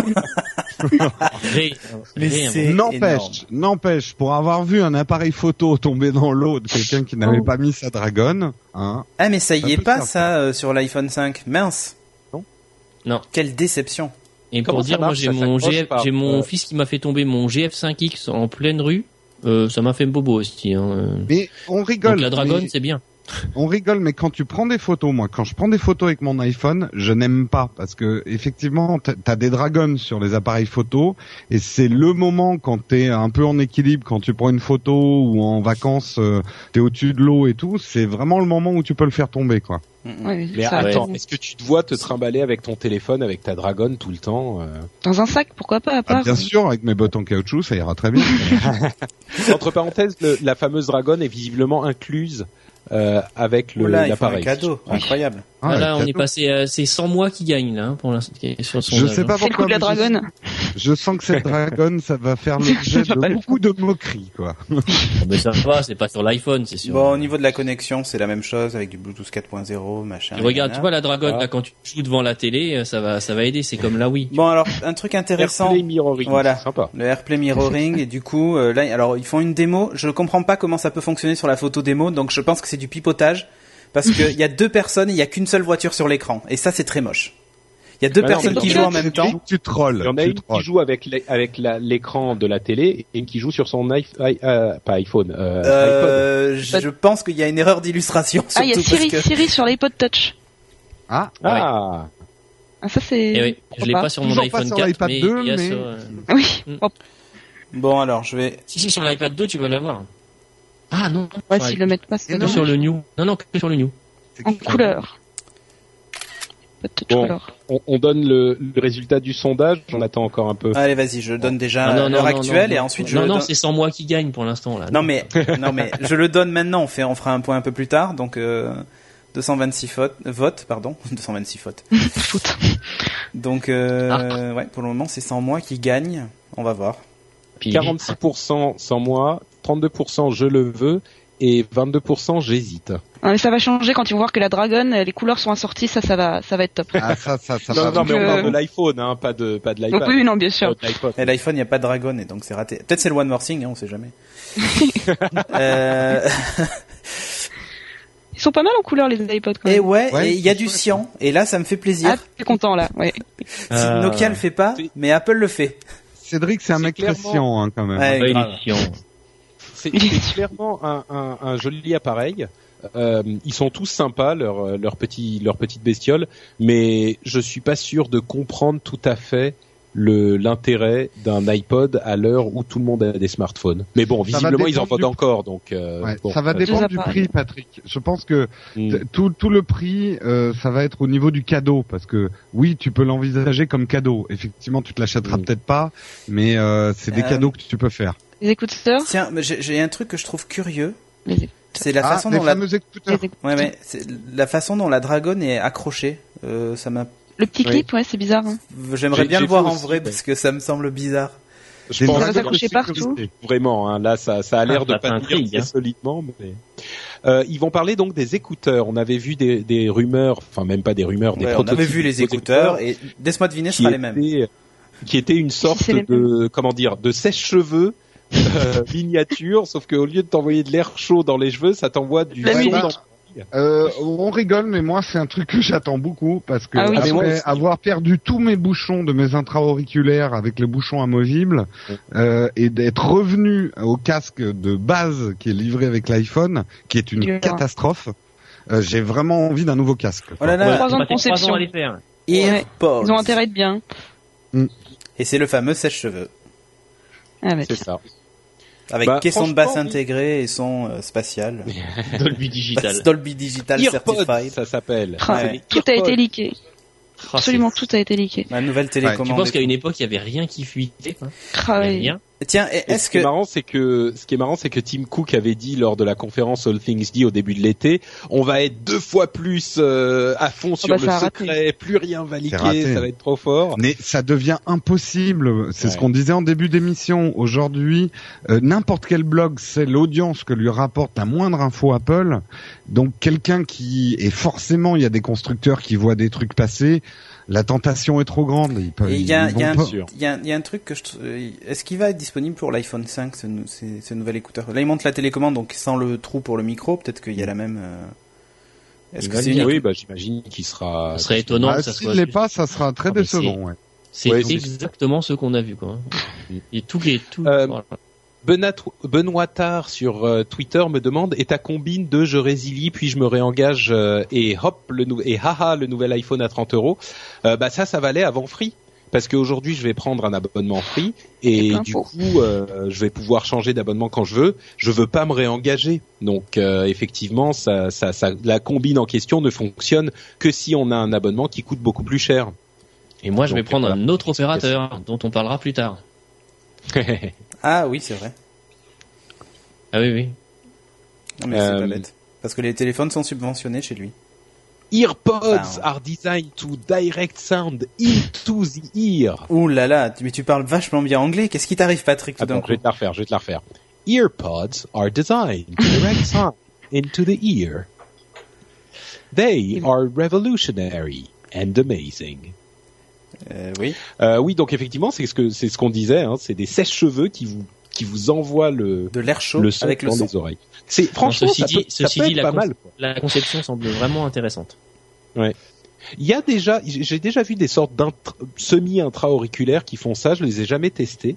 Ré- Mais ré- c'est- Et N'empêche, n'empêche, pour avoir vu un appareil photo tomber dans l'eau de quelqu'un qui n'avait Oh. pas mis sa dragonne, hein, Ah mais ça y Ça est peut pas faire. ça euh, sur l'iPhone 5. Mince. Non. Non. Quelle déception. Et Comment pour ça dire, moi marche, j'ai ça mon s'accroche GF, par- j'ai mon euh, fils qui m'a fait tomber mon GF5X en pleine rue. Euh, ça m'a fait bobo aussi. Hein. euh. mais on rigole. Donc la dragonne, mais- c'est bien. On rigole, mais quand tu prends des photos, moi, quand je prends des photos avec mon iPhone, je n'aime pas parce que effectivement, t- t'as des dragons sur les appareils photo et c'est le moment quand t'es un peu en équilibre, quand tu prends une photo ou en vacances, euh, t'es au-dessus de l'eau et tout, c'est vraiment le moment où tu peux le faire tomber, quoi. Mm-mm. ouais, Mais ça, attends, ouais. est-ce que tu te vois te trimballer avec ton téléphone, avec ta dragonne tout le temps euh Dans un sac, pourquoi pas à Ah, part bien sûr, avec mes bottes en caoutchouc, ça ira très [laughs] bien. Entre parenthèses, le- la fameuse dragonne est visiblement incluse euh, avec le- Oula, il faut un l'appareil. cadeau. Incroyable. Ah, Ah, là, on cadeau. est passé. à- C'est 100 mois qui gagne là hein, pour l'instant qui est sur son. Je sais pas C'est le coup pourquoi. Ah, de la mais je- dragonne. [laughs] Je sens que cette dragonne, ça va faire l'objet [laughs] Je de m'appelle. beaucoup de moqueries, quoi. hein. Mais ça va, c'est pas sur l'iPhone, c'est sûr. Bon, au niveau de la connexion, c'est la même chose avec du Bluetooth 4.0, machin. Et regarde, nanana. tu vois la dragonne Ah. là quand tu joues devant la télé, euh, ça va, ça va aider. C'est comme là, oui. Bon, alors, un truc intéressant. Airplay mirroring, Voilà. c'est sympa. Le AirPlay Mirroring, et du coup, euh, là, alors ils font une démo. Je comprends pas comment ça peut fonctionner sur la photo démo, donc je pense que c'est du pipotage. Parce [laughs] qu'il y a deux personnes, il y a qu'une seule voiture sur l'écran. Et ça, c'est très moche. Il y a deux Bah non, personnes mais qui dans jouent en le- même temps. Tu trolles. Il y en a tu une qui trolles. joue avec les- avec la- l'écran de la télé et une qui joue sur son iPhone, pas iPhone, euh, iPod. Euh, je pense qu'il y a une erreur d'illustration. Ah, il y a surtout parce Siri, que- Siri sur l'iPod Touch. Ah, Ah, Ah, ça c'est. Et Eh oui, je l'ai pas. pas sur mon Toujours pas iPhone sur 4, l'iPad mais 2, il y a mais- sur. euh, Oui. Mm. Oh, Bon, alors, je vais... Si si sur l'iPad 2, tu vas l'avoir. Ah non. ouais, sur s'ils le mettent pas, c'est Et Que non. sur le new. Non, non, que sur le new. en couleur. Pod Touch Bon. couleur. on, on donne le, le résultat du sondage. On attend encore un Ah, peu. Allez, vas-y, je donne Ah, déjà non, non, l'heure non, actuelle non, et non. ensuite je... Non, le non, donne- c'est 100 mois qui gagne pour l'instant là. Non mais non mais je le donne maintenant. On fait on fera un point un peu plus tard. Donc euh, 226 votes, votes pardon [laughs] 226 votes. Foot. Donc euh, ouais pour le moment c'est 100 moi qui gagne. On va voir. Puis- 46% sans moi, 32% je le veux et 22% j'hésite. Non, mais ça va changer quand ils vont voir que la dragonne, euh, les couleurs sont assorties, ça, ça va, ça va être top. Ah, ça, ça, ça Non, va non, mais on que- parle de l'iPhone, hein, pas de pas de euh, Donc l'iPad. oui, non, bien sûr. Euh, de l'iPod. Et l'iPhone il y a pas de dragon et donc c'est raté. Peut-être c'est le one more thing, hein, on sait jamais. euh, Ils sont pas mal en couleur les iPods quand et même. ouais Ouais, et il y a c'est du chouette. cyan. Et là ça me fait Ah, plaisir. t'es content là, ouais. Ah. Euh, Si Nokia le fait pas, C'est- mais Apple le fait. Cédric, c'est un C'est mec clairement- patient Euh, hein, quand même. Ouais, Ouais, il grave. est chiant. C'est c'est clairement un, un, un joli appareil. Euh, ils sont tous sympas leur leur petit leur petite bestiole, mais je suis pas sûr de comprendre tout à fait le l'intérêt d'un iPod à l'heure où tout le monde a des smartphones. Mais bon, visiblement ils en dépendre vendent du- encore, donc euh, Ouais, bon, ça va euh, dépendre du appareils. prix, Patrick. Je pense que mm. t- tout, tout le prix, euh, ça va être au niveau du cadeau, parce que oui, tu peux l'envisager comme cadeau. Effectivement, tu te l'achèteras Mm. peut-être pas, mais euh, c'est des Euh, cadeaux que tu peux faire. Les écouteurs, Tiens, mais j'ai j'ai un truc que je trouve curieux. les écouteurs. C'est la ah, façon les dont la fameux les écouteurs. écouteurs. ouais, mais c'est la façon dont la dragonne est accrochée. Euh, ça m'a. Le petit Oui. clip, ouais, c'est bizarre. hein. J'aimerais J'ai- bien j'ai le voir vu en aussi, vrai ouais. parce que ça me semble bizarre. je Ça pense va que- s'accrocher partout. vraiment. hein. Là, ça, ça a l'air Ah, de t'as pas pas un tenir prix, très hein. solidement. Mais... Euh, ils vont parler donc des écouteurs. On avait vu des, des rumeurs, enfin même pas des rumeurs, des Ouais, on prototypes avait vu de les écouteurs et laisse-moi deviner, ce qui sera les mêmes. étaient- qui étaient une sorte c'est les de comment dire de sèche-cheveux [laughs] euh, miniature, sauf qu'au lieu de t'envoyer de l'air chaud dans les cheveux, ça t'envoie du La son musique. dans- Euh, on rigole, mais moi c'est un truc que j'attends beaucoup parce que Ah oui. après Ah, mais moi aussi. avoir perdu tous mes bouchons de mes intra-auriculaires avec les bouchons amovibles Ouais. euh, et d'être revenu au casque de base qui est livré avec l'iPhone, qui est une Il y aura. catastrophe, euh, j'ai vraiment envie d'un nouveau casque. quoi. Oh là là, Trois ans de passé trois conception. ans à les faire. Ouais. Earpods. Ils ont intérêt à être bien. Et c'est le fameux sèche-cheveux Ah, bah, C'est tiens. ça. avec Bah, caisson de basse franchement, oui. intégrée et son euh, spatial. Dolby Digital. Dolby Digital Earpods, Certified. ça s'appelle. Ah, Ouais. Tout a été leaké. Ah, [laughs] Absolument c'est- tout a été leaké. Ma nouvelle Tu télécommande. penses qu'à une époque, il y avait rien qui fuitait, quoi. Ah, Il y avait ouais. rien. Tiens, et Et est-ce ce qui est que marrant, c'est que ce qui est marrant, c'est que Tim Cook avait dit lors de la conférence All Things D au début de l'été, on va être deux fois plus euh, à fond sur bah, le ça a secret, plus rien va liquer, raté. ça va être trop fort. Mais ça devient impossible. C'est Ouais. ce qu'on disait en début d'émission. Aujourd'hui, euh, n'importe quel blog, c'est l'audience que lui rapporte la moindre info Apple. Donc quelqu'un qui est forcément, il y a des constructeurs qui voient des trucs passer. La tentation est trop grande. Ils peuvent. Et il y a, ils il y a vont un, pas. sûr. il y a un- il y a un truc que je tr- euh, Est-ce qu'il va être disponible pour l'iPhone 5, ce, nou- ces- ce nouvel écouteur Là, il monte la télécommande, donc sans le trou pour le micro, peut-être qu'il y a la même... euh, Est-ce que c'est unique oui, bah j'imagine qu'il sera. Ça serait étonnant Ah, que ça si soit. je l'ai pas, ça sera très bah, Ah, mais décevant. ouais. C'est Ouais, c'est- exactement ce qu'on a vu, quoi. Et tous les, tous, Euh, voilà. Benoît, Benoît Tard sur euh, Twitter me demande et ta combine de je résilie puis je me réengage euh, et hop le nou- et haha le nouvel iPhone à 30 euros. Euh, Bah ça, ça valait avant Free parce qu'aujourd'hui je vais prendre un abonnement Free et Et plein du pot. coup euh, je vais pouvoir changer d'abonnement quand je veux. Je veux pas me réengager donc euh, effectivement ça, ça, ça, la combine en question ne fonctionne que si on a un abonnement qui coûte beaucoup plus cher. Et moi, je vais Donc, prendre voilà. un autre opérateur dont on parlera plus tard. [laughs] Ah oui, c'est vrai. Ah oui, oui. Non, mais c'est Euh, pas bête. Parce que les téléphones sont subventionnés chez lui. Earpods Ah. are designed to direct sound into the ear. Ouh là là, tu- mais tu parles vachement bien anglais. Qu'est-ce qui t'arrive, Patrick, tout d'un Attends, Ah, je coup vais te la refaire, je vais te la refaire. Earpods are designed to direct sound into the ear. They are revolutionary and amazing. Euh, Oui. Euh, oui, donc effectivement, c'est ce que c'est ce qu'on disait. Hein, c'est des sèches-cheveux qui vous qui vous envoient le De l'air chaud le son avec le dans son. les oreilles. C'est franchement, ceci ça dit- peut, ça ceci peut dit, être la pas cons- mal. quoi. La conception semble vraiment intéressante. Il y a déjà, j'ai déjà vu des sortes d'intra- semi-intra-auriculaires qui font ça. Je les ai jamais testés,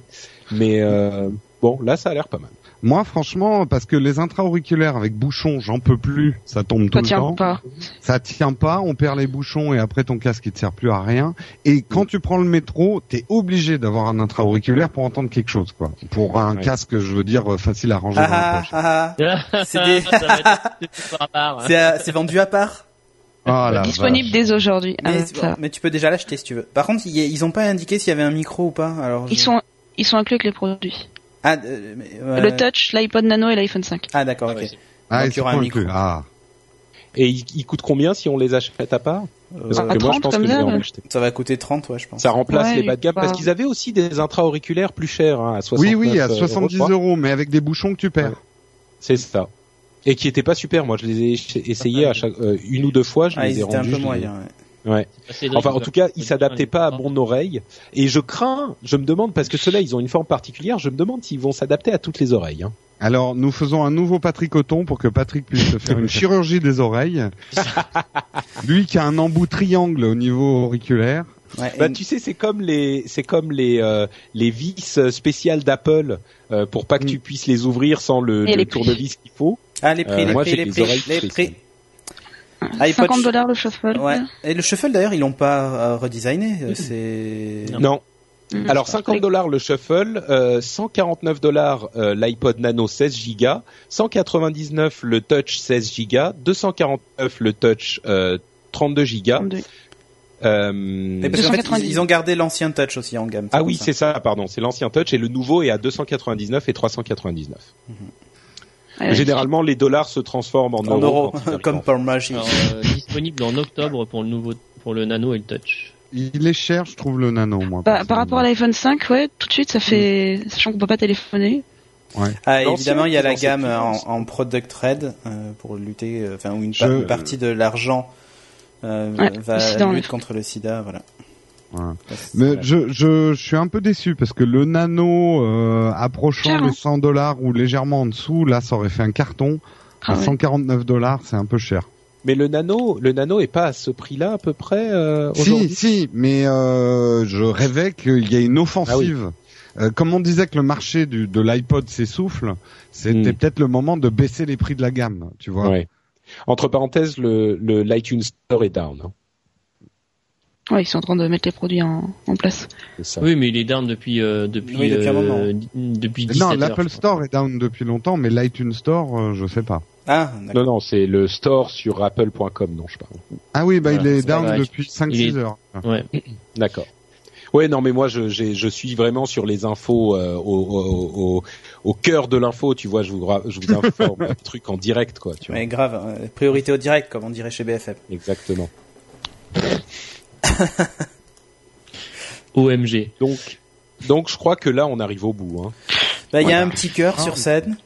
mais euh, bon, là, ça a l'air pas mal. Moi, franchement, parce que les intra-auriculaires avec bouchons, j'en peux plus. Ça tombe tout Ça le temps. tient pas. ça tient pas, on perd les bouchons et après ton casque il te sert plus à rien. Et quand tu prends le métro, t'es obligé d'avoir un intra-auriculaire pour entendre quelque chose, quoi. Pour un Ouais. casque, je veux dire, euh, facile à ranger dans la Ah ah poche. ah C'est des- Ça va être un peu barbare, hein. C'est à- c'est vendu à part Ah, la Disponible vache. dès aujourd'hui. Ah, mais, ça va. mais tu peux déjà l'acheter si tu veux. Par contre, ils, ils ont pas indiqué s'il y avait un micro ou pas. Alors Ils je- sont, ils sont inclus avec les produits. Ah, euh, mais- ouais. Le Touch, l'iPod Nano et l'iPhone 5. Ah d'accord, ok. Ouais, Ah, Donc, et il y c'est aura un pas micro. inclus. Ah. Et ils, ils coûtent combien si on les achète à part Parce Euh, que moi, je 30 pense comme que je vais ça, en ouais. acheter. Ça va coûter 30, ouais, je pense. Ça remplace Ouais, les bas de gamme pas- parce qu'ils avaient aussi des intra-auriculaires plus chers hein, à 69 Oui, oui, à euros, 70 je crois. euros, mais avec des bouchons que tu perds. C'est ça. Et qui étaient pas super. Moi, je les ai ch- essayés à chaque, euh, une ou deux fois. Je Ah, les ils ai étaient un rendus. peu je les- moyens. ouais. Ouais. C'est pas Cédric, Enfin, en quoi. tout cas, ils s'adaptaient pas à mon oreille. Et je crains, je me demande parce que ceux-là, ils ont une forme particulière. Je me demande s'ils vont s'adapter à toutes les oreilles. hein. Alors, nous faisons un nouveau Patrick Coton pour que Patrick puisse se faire une chirurgie des oreilles. Lui qui a un embout triangle au niveau auriculaire. Ouais, Bah, et- tu sais, c'est comme les, c'est comme les euh, les vis spéciales d'Apple euh, pour pas que Mm. tu puisses les ouvrir sans le, Et le les prix. tournevis qu'il faut. Ah, les prix, Euh, les moi, prix, j'ai les des prix, oreilles les spéciales. prix. iPod 50 dollars le shuffle. Ouais. Et le shuffle d'ailleurs, ils l'ont pas euh, redesigné. euh, C'est. Non. Non. Mm. Alors 50 dollars le shuffle, euh, 149 dollars euh, l'iPod Nano 16 Go, 199 le Touch 16 Go, 249 le Touch euh, 32 Go. Deux. Euh, Mais parce qu'en fait, 290. ils, ils ont gardé l'ancien Touch aussi en gamme. ah oui, pour ça. c'est ça, pardon, c'est l'ancien Touch et le nouveau est à 299 et 399. Ouais. Généralement, les dollars se transforment en, en euros, quand ils arrivent Ah, [laughs] en comme Paul Magic. Alors, euh, disponible en octobre pour le nouveau, pour le Nano et le Touch. Il est cher, je trouve, le nano, moi. Bah, par rapport à l'iPhone 5, ouais, tout de suite, ça fait, Mm. sachant qu'on peut pas téléphoner. Ah, l'ancien, évidemment, il y a dans la cette gamme en, finance. en product red euh, pour lutter, euh, enfin, où une Je- par- partie de l'argent euh, Ouais, le va sida, on lutter le fait. contre le sida, voilà. Voilà. Parce- Mais je, je, je suis un peu déçu parce que le nano euh, approchant Cher, hein. les 100 dollars ou légèrement en dessous, là ça aurait fait un carton. Ah à ouais. 149 dollars, c'est un peu cher. Mais le nano, le nano est pas à ce prix-là à peu près euh, Si, aujourd'hui. si, mais euh, je rêvais qu'il y ait une offensive. Euh, comme on disait que le marché du, de l'iPod s'essouffle, c'était Hmm. peut-être le moment de baisser les prix de la gamme, tu vois. Ouais. Entre parenthèses, le, le l'iTunes Store est down. hein. Ouais, ils sont en train de mettre les produits en, en place. C'est ça. Oui, mais il est down depuis euh, depuis Oui, depuis un moment. d- depuis 17 Non, heures, je l'Apple pense. Store est down depuis longtemps, mais l'iTunes Store, euh, je sais pas. Ah, Non, d'accord. non, c'est le store sur apple.com, non, je parle. Ah oui, bah Voilà, il est c'est pas down grave. depuis Il est- 5-6 heures. Ouais. D'accord. Ouais, non, mais moi, je, j'ai- je suis vraiment sur les infos euh, au, au, au, au cœur de l'info. Tu vois, je vous, ra- je vous [laughs] informe un truc en direct, quoi. Tu vois. Mais grave, hein, priorité au direct, comme on dirait chez BFM. Exactement. OMG. Donc, donc, je crois que là, on arrive au bout. Hein. Bah, il y a Voilà. un petit cœur Ah, sur oui. scène.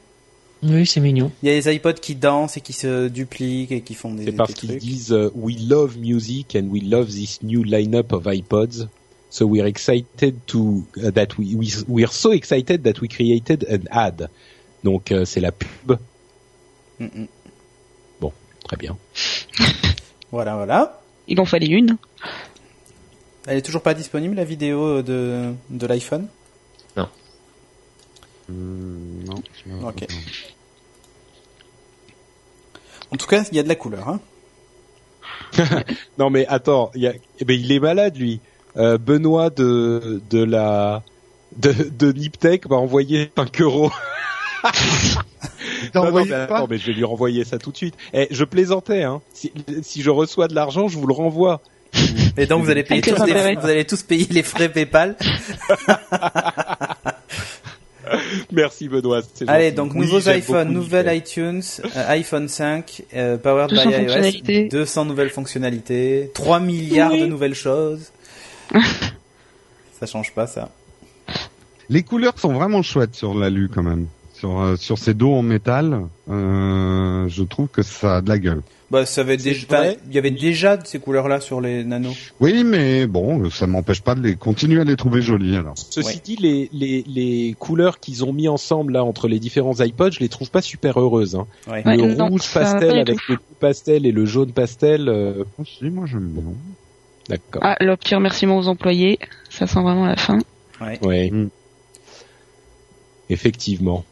Oui, c'est mignon. Il y a les iPods qui dansent et qui se dupliquent et qui font des, C'est parce des qu'ils trucs. disent euh, We love music and we love this new lineup of iPods. So we're excited to uh, that we, we we're so excited that we created an ad. Donc euh, c'est la pub. Mm, mm. Très bien. Voilà, voilà. Il en fallait une. Elle est toujours pas disponible la vidéo euh, de, de l'iPhone. Hmm, non, je me- Ok. En tout cas, il y a de la couleur. Hein. Non mais attends, il y a- eh ben, il est malade lui. Euh, Benoît de de la de, de Niptech m'a envoyé 5 euros. Il t'a Non, non, envoyé mais pas attends, mais je vais lui renvoyer ça tout de suite. Eh, je plaisantais hein. Si, si je reçois de l'argent, je vous le renvoie. Et donc vous allez payer Avec le tous les- intérêt. vous allez tous payer les frais PayPal. Merci Benoît. c'est Allez, gentil. donc Oui, nouveaux j'aime iPhone, beaucoup nouvelle Niptech. iTunes, euh, iPhone 5, euh, powered 200 by iOS, fonctionnalités. 200 nouvelles fonctionnalités, 3 milliards de nouvelles [laughs] choses. ça change pas ça. Les couleurs sont vraiment chouettes sur l'alu quand même. Sur, euh, sur ces dos en métal, euh, je trouve que ça a de la gueule. Bah, ça avait C'est déjà, vrai. il y avait déjà de ces couleurs-là sur les nanos. Oui, mais bon, ça m'empêche pas de les continuer à les trouver jolies alors. Ceci Ouais. dit, les, les, les couleurs qu'ils ont mis ensemble là entre les différents iPods, je les trouve pas super heureuses. Hein. Ouais. Ouais, le non, rouge ça va pas pastel du avec le bleu pastel et le jaune pastel, euh, Oh, si, moi j'aime bien. d'accord. Ah, le petit remerciement aux employés. Ça sent vraiment la fin. Ah. ouais. Ouais. Mm. Effectivement.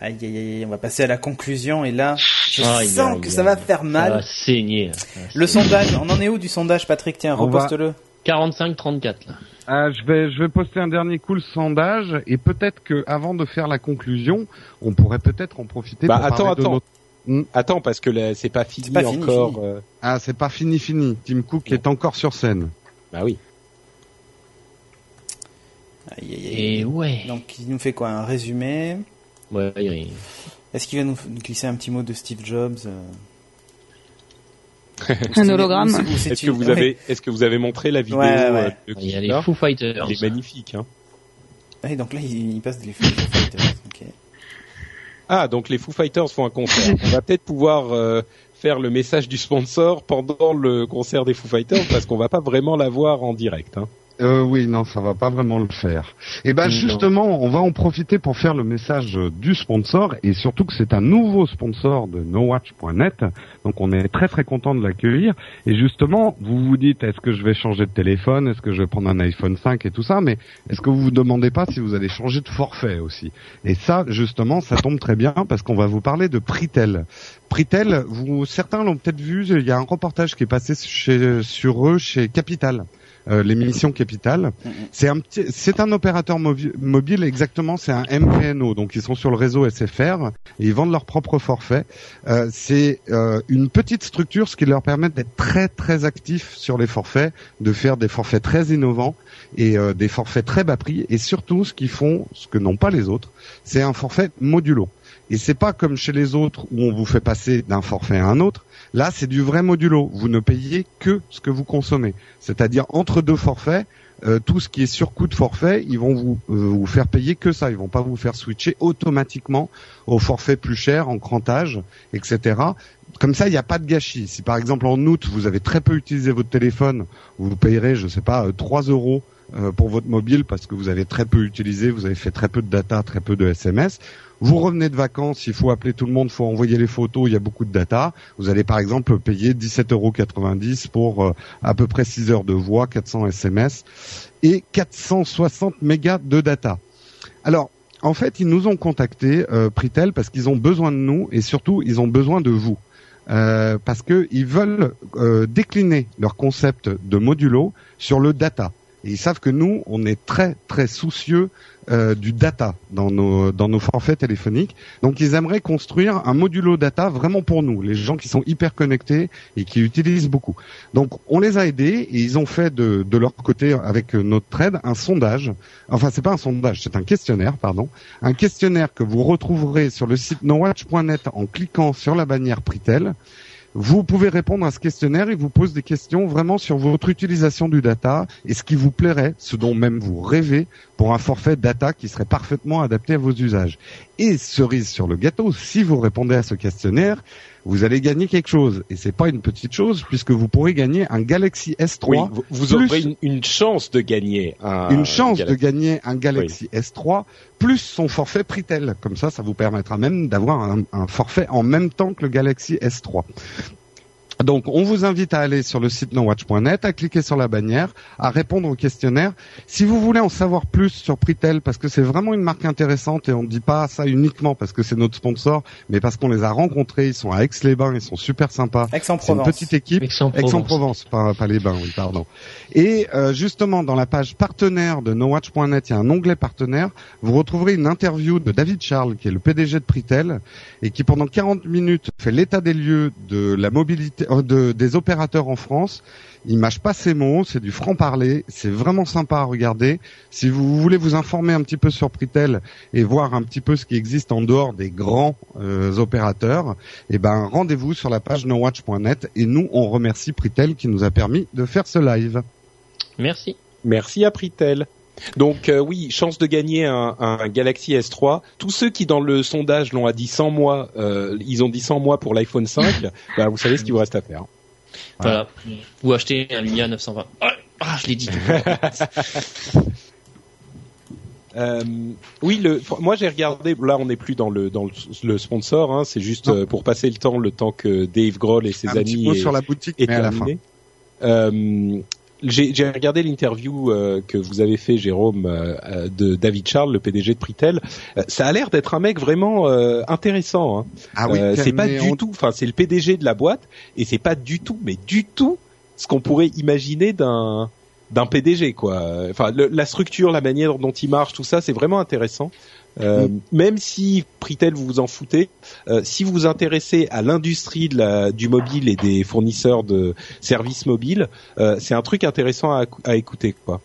Aïe, aïe, aïe, on va passer à la conclusion et là, je Aïe, sens aïe, que aïe. ça va faire Ça mal. va saigner. Ça va Le saigner. sondage, on en est où du sondage, Patrick Tiens, On va- reposte-le. 45-34 là. Ah, je vais je vais poster un dernier cool sondage et peut-être que avant de faire la conclusion, on pourrait peut-être en profiter Bah, pour attends, parler de attends. notre- Attends, parce que là, c'est pas fini Hmm. C'est pas fini, encore. fini. euh, Ah, c'est pas fini fini. Tim Cook est encore sur scène. Bah oui. Aïe, aïe, aïe. Et ouais. Donc, il nous fait quoi Un résumé Ouais, il- Est-ce qu'il va nous nous glisser un petit mot de Steve Jobs euh Un hologramme. Ou c'est- ou c'est Est-ce que une- vous ouais. avez, est-ce que vous avez montré la vidéo Ouais, ouais. euh, de il y a Kinder les Foo Fighters. Elle est magnifique. Hein. Ouais, donc là, il, il passe des Foo Fighters, ok. Ah, donc les Foo Fighters font un concert. On va peut-être pouvoir euh, faire le message du sponsor pendant le concert des Foo Fighters parce qu'on va pas vraiment la voir en direct. Hein. Euh, oui, non, ça va pas vraiment le faire. Et ben Non. justement, on va en profiter pour faire le message euh, du sponsor et surtout que c'est un nouveau sponsor de nowatch.net. Donc on est très très content de l'accueillir. Et justement, vous vous dites est-ce que je vais changer de téléphone, est-ce que je vais prendre un iPhone 5 et tout ça, mais est-ce que vous vous demandez pas si vous allez changer de forfait aussi Et ça, justement, ça tombe très bien parce qu'on va vous parler de Pritel. Pritel, vous certains l'ont peut-être vu. Il y a un reportage qui est passé chez- sur eux chez Capital euh, l'émission Capital. Mhm. C'est un petit, c'est un opérateur mobi- mobile exactement, c'est un MVNO, donc ils sont sur le réseau SFR et ils vendent leur propre forfait. Euh, c'est euh, une petite structure, ce qui leur permet d'être très très actifs sur les forfaits, de faire des forfaits très innovants et euh, des forfaits très bas prix. Et surtout, ce qu'ils font, ce que n'ont pas les autres, c'est un forfait modulo. Et c'est pas comme chez les autres où on vous fait passer d'un forfait à un autre. Là, c'est du vrai modulo. Vous ne payez que ce que vous consommez. C'est-à-dire entre deux forfaits, euh, tout ce qui est surcoût de forfait, ils vont vous, euh, vous faire payer que ça. Ils vont pas vous faire switcher automatiquement au forfait plus cher, en crantage, etc. Comme ça, il n'y a pas de gâchis. Si par exemple en août, vous avez très peu utilisé votre téléphone, vous payerez, je sais pas, euh, 3 euros euh, pour votre mobile parce que vous avez très peu utilisé, vous avez fait très peu de data, très peu de SMS. Vous revenez de vacances, il faut appeler tout le monde, il faut envoyer les photos, il y a beaucoup de data. Vous allez par exemple payer 17,90 euros pour euh, à peu près 6 heures de voix, 400 SMS et 460 mégas de data. Alors, en fait, ils nous ont contactés, euh, Pritel, parce qu'ils ont besoin de nous et surtout, ils ont besoin de vous. Euh, parce qu'ils veulent euh, décliner leur concept de modulo sur le data. Et ils savent que nous, on est très très soucieux euh, du data dans nos dans nos forfaits téléphoniques. Donc, ils aimeraient construire un modulo data vraiment pour nous, les gens qui sont hyper connectés et qui utilisent beaucoup. Donc on les a aidés et ils ont fait de, de leur côté avec euh, notre aide un sondage. Enfin c'est pas un sondage, c'est un questionnaire, pardon. Un questionnaire que vous retrouverez sur le site nowatch.net en cliquant sur la bannière Pritel. Vous pouvez répondre à ce questionnaire, il vous pose des questions vraiment sur votre utilisation du data et ce qui vous plairait, ce dont même vous rêvez pour un forfait data qui serait parfaitement adapté à vos usages. Et cerise sur le gâteau, si vous répondez à ce questionnaire, vous allez gagner quelque chose. Et c'est pas une petite chose, puisque vous pourrez gagner un Galaxy Oui, S3. vous, vous plus- aurez une, une chance de gagner. Un, une chance de Galaxy. gagner un Galaxy S3 plus son forfait Pritel. Comme ça, ça vous permettra même d'avoir un, un forfait en même temps que le Galaxy S3. Donc, on vous invite à aller sur le site nowatch.net, à cliquer sur la bannière, à répondre au questionnaire. Si vous voulez en savoir plus sur Pritel, parce que c'est vraiment une marque intéressante et on ne dit pas ça uniquement parce que c'est notre sponsor, mais parce qu'on les a rencontrés, ils sont à Aix-les-Bains, ils sont super sympas. C'est une Aix-en-Provence. petite équipe. Aix-en-Provence, pas, pas les bains, oui, pardon. Et euh, justement, dans la page partenaire de nowatch.net, il y a un onglet partenaire. Vous retrouverez une interview de David Charles, qui est le PDG de Pritel, et qui pendant 40 minutes fait l'état des lieux de la mobilité euh, de, des opérateurs en France. Il mâche pas ses mots, c'est du franc-parler, c'est vraiment sympa à regarder. Si vous voulez vous informer un petit peu sur Pritel et voir un petit peu ce qui existe en dehors des grands euh, opérateurs, eh ben rendez-vous sur la page nowatch.net et nous on remercie Pritel qui nous a permis de faire ce live. Merci. Merci à Pritel. Donc euh, oui, chance de gagner un, un Galaxy S3. Tous ceux qui dans le sondage l'ont à dit 100 mois, euh, ils ont dit 100 mois pour l'iPhone 5. bah, vous savez ce qu'il vous reste à faire. Voilà. Ou acheter un Lumia 920. Ah, ah, je l'ai [laughs] dit. Euh, oui, le, moi j'ai regardé. Là, on n'est plus dans le dans le, le sponsor. Hein, c'est juste Non. euh, pour passer le temps, le temps que Dave Grohl et ses un amis petit mot et- sur la boutique est mais à la fin. terminé. Euh, j'ai j'ai regardé l'interview euh, que vous avez fait, Jérôme, euh, euh, de David Charles, le PDG de Pritel. Euh, ça a l'air d'être un mec vraiment euh, intéressant. hein. Ah oui, Euh, c'est pas mais du on- tout. Enfin, c'est le PDG de la boîte et c'est pas du tout, mais du tout, ce qu'on pourrait imaginer d'un d'un PDG quoi. Enfin, le- la structure, la manière dont il marche, tout ça, c'est vraiment intéressant. Euh, Mm. Même si Pritel vous vous en foutez, euh, si vous vous intéressez à l'industrie de la- du mobile et des fournisseurs de services mobiles, euh, c'est un truc intéressant à, à écouter quoi.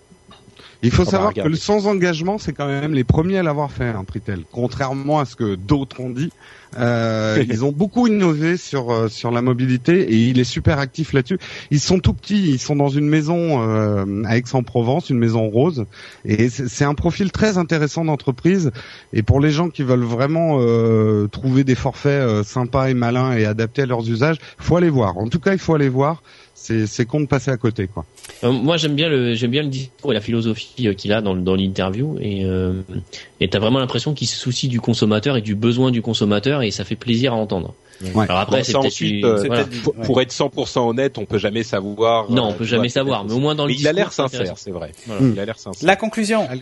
Il faut Ah bah, savoir que regarde. le sans engagement, c'est quand même les premiers à l'avoir fait, hein, Pritel. Contrairement à ce que d'autres ont dit, euh, ils ont beaucoup innové sur euh, sur la mobilité et il est super actif là-dessus. Ils sont tout petits, ils sont dans une maison euh, à Aix-en-Provence, une maison rose, et c'est c'est un profil très intéressant d'entreprise. Et pour les gens qui veulent vraiment euh, trouver des forfaits euh, sympas et malins et adaptés à leurs usages, faut aller voir. En tout cas, il faut aller voir. C'est- c'est c'est con de passer à côté quoi. Euh, moi, j'aime bien le j'aime bien le discours et la philosophie euh, qu'il a dans le- dans l'interview et euh, et t'as vraiment l'impression qu'il se soucie du consommateur et du besoin du consommateur et ça fait plaisir à entendre. Ouais. Alors après, Bon, c'est ça, peut-être ensuite, du- euh, voilà. peut-être Pour, pour être 100% honnête, on peut jamais savoir. Non, euh, on peut tu jamais vois, savoir, peut-être mais au moins dans le aussi. Mais il discours, a l'air c'est sincère, intéressant. c'est vrai. Voilà. Il a l'air sincère. La conclusion. Allez.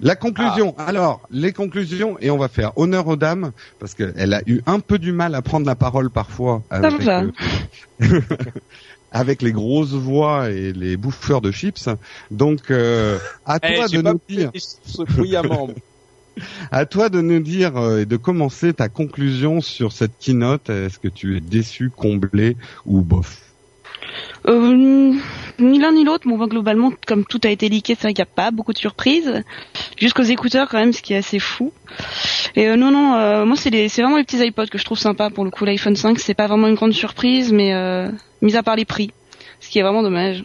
La conclusion. Alors, les conclusions et on va faire honneur aux dames parce qu'elle a eu un peu du mal à prendre la parole parfois avec, va. euh, [laughs] avec les grosses voix et les bouffeurs de chips. Donc, euh, à [laughs] Eh, toi j'ai de pas nous pu dire, les chiffres bruyamment. à toi de nous dire euh, et de commencer ta conclusion sur cette keynote. Est-ce que tu es déçu, comblé ou bof Euh, ni l'un ni l'autre, mais on voit globalement, comme tout a été leaké, c'est vrai qu'il n'y a pas beaucoup de surprises. Jusqu'aux écouteurs quand même, ce qui est assez fou. Et euh, non, non, euh, moi c'est les- c'est vraiment les petits iPods que je trouve sympa pour le coup. L'iPhone 5, c'est pas vraiment une grande surprise, mais euh, mis à part les prix, ce qui est vraiment dommage.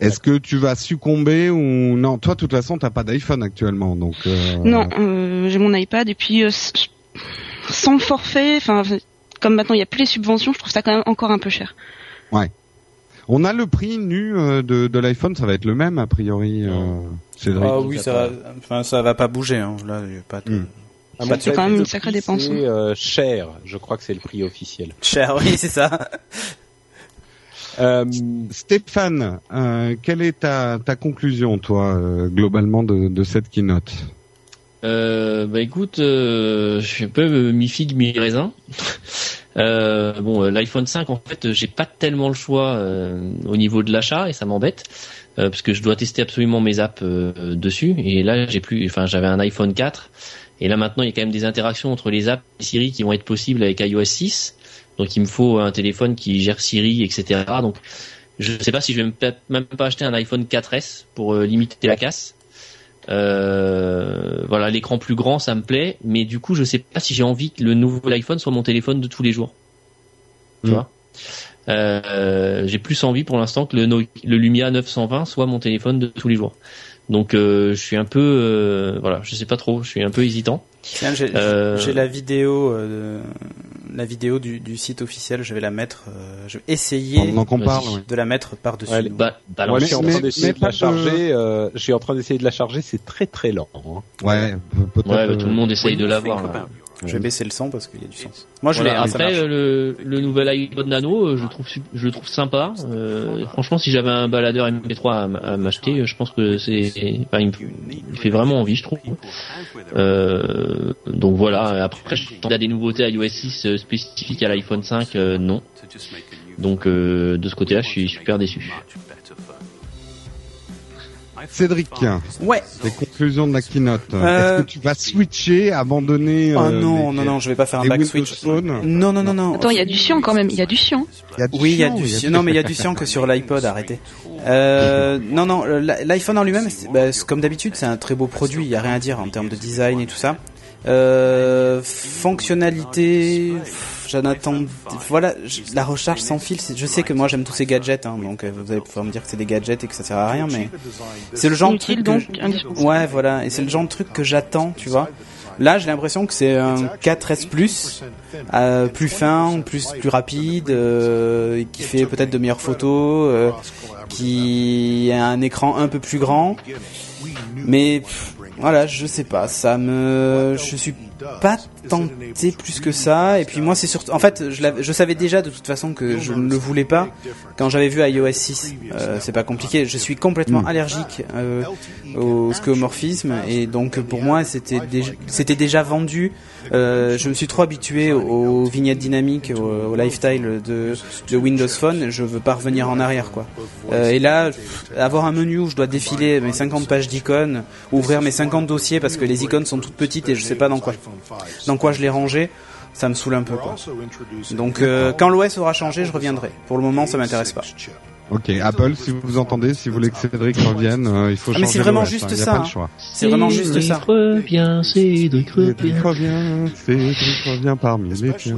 Est-ce que tu vas succomber ou non Toi, de toute façon, t'as pas d'iPhone actuellement, donc euh, Non, euh, j'ai mon iPad et puis euh, s- sans le forfait, enfin comme maintenant il n'y a plus les subventions, je trouve ça quand même encore un peu cher. On a le prix nu euh, de, de l'iPhone, ça va être le même a priori. Euh, Cédric. Ah Rick, oui, nous ça va, enfin, ça va pas bouger. Hein. Là, y a pas de... Hmm. À C'est mon avis, quand même une le sacrée prix, dépense, c'est, hein. euh, cher, je crois que c'est le prix officiel. Cher, oui, c'est ça. Euh, Stéphane, euh, quelle est ta, ta conclusion, toi, euh, globalement de, de cette keynote Euh, bah écoute, euh, je suis un peu euh, mi figue mi raisin. [laughs] Euh, bon, euh, l'iPhone 5, en fait, euh, j'ai pas tellement le choix euh, au niveau de l'achat et ça m'embête euh, parce que je dois tester absolument mes apps euh, euh, dessus. Et là, j'ai plus, enfin, j'avais un iPhone 4 et là maintenant, il y a quand même des interactions entre les apps et Siri qui vont être possibles avec iOS 6. Donc, il me faut un téléphone qui gère Siri, etc. Donc, je sais pas si je vais me- peut-être même pas acheter un iPhone 4S pour euh, limiter la casse. Euh, voilà, l'écran plus grand, ça me plaît, mais du coup, je sais pas si j'ai envie que le nouveau iPhone soit mon téléphone de tous les jours. Tu Mm. vois Euh, J'ai plus envie pour l'instant que le, No- le Lumia 920 soit mon téléphone de tous les jours. Donc, euh, je suis un peu, euh, voilà, je sais pas trop, je suis un peu hésitant. Tiens, j'ai Euh. j'ai la vidéo, euh, la vidéo du, du site officiel. Je vais la mettre. euh, je vais essayer Pendant qu'on vas-y. parle, ouais. de la mettre par dessus. Ouais, Bah, moi, balance. je suis en mais- train d'essayer mais de la pas de- charger. euh, je suis en train d'essayer de la charger. C'est très très lent. hein. Ouais, peut- peut-être. Ouais, bah, euh, tout le monde essaye de Oui, l'avoir. je fais là. copain. Je vais baisser le son parce qu'il y a du son. Moi, je Voilà, l'ai. hein, ça après marche. euh, le, le nouvel iPod Nano, euh, je le trouve sup- je le trouve sympa. Euh, franchement, si j'avais un baladeur MP3 à m- à, m'acheter, euh, je pense que c'est, enfin, il, me- il fait vraiment envie, je trouve. Euh, donc voilà. Après, je tente à des nouveautés à iOS 6 euh, spécifiques à l'iPhone 5, euh, non. Donc euh, de ce côté-là, je suis super déçu. Cédric, Ouais. les conclusions de la keynote. Euh, Est-ce que tu vas switcher, abandonner Oh euh, non, les- non, non, je vais pas faire un les back Windows switch. Phone Non, non, non, non. Attends, il y a du chiant quand même, il y a du chiant. Il y a du Oui, il y a chiant, du il y a non mais il y a du sien que sur l'iPod, arrêtez. Euh, non non, le- la- l'iPhone en lui-même, c'est- bah, c'est- comme d'habitude, c'est un très beau produit. Il y a rien à dire en termes de design et tout ça. Euh, fonctionnalité, pff, j'en attends. Voilà, j- la recharge sans fil. c'est- Je sais que moi j'aime tous ces gadgets, hein, donc euh, vous allez pouvoir me dire que c'est des gadgets et que ça sert à Ah, rien, mais c'est le genre de Inutile truc. donc, que je- indispensable. Ouais, voilà, et c'est le genre de truc que j'attends, tu vois. Là, j'ai l'impression que c'est un 4S Plus, euh, plus fin, plus plus rapide, euh, qui fait peut-être de meilleures photos, euh, qui a un écran un peu plus grand. Mais pff, voilà, je sais pas, ça me, je suis pas tenté plus que ça. Et puis moi, c'est surtout, en fait, je, l'avais- je savais déjà de toute façon que je ne le voulais pas quand j'avais vu iOS 6. Euh, c'est pas compliqué. Je suis complètement allergique euh, au scéomorphisme et donc pour moi, c'était déjà, c'était déjà vendu. Euh, je me suis trop habitué aux vignettes dynamiques, au, au lifestyle de, de Windows Phone. Je veux pas revenir en arrière, quoi. Euh, et là, pff, avoir un menu où je dois défiler mes 50 pages d'icônes, ouvrir mes 50 dossiers parce que les icônes sont toutes petites et je sais pas dans quoi, dans quoi je les ranger, ça me saoule un peu. Quoi. Donc euh, quand l'OS aura changé, je reviendrai. Pour le moment, ça m'intéresse pas. Ok, Apple, si vous vous entendez, si vous voulez que Cédric revienne, euh, il faut Ah, changer. mais c'est vraiment l'OS, juste hein, y a ça, pas hein. le choix. C'est vraiment juste ça. Reviens, Cédric, Cédric reviens. revient, Cédric revient parmi les tiens.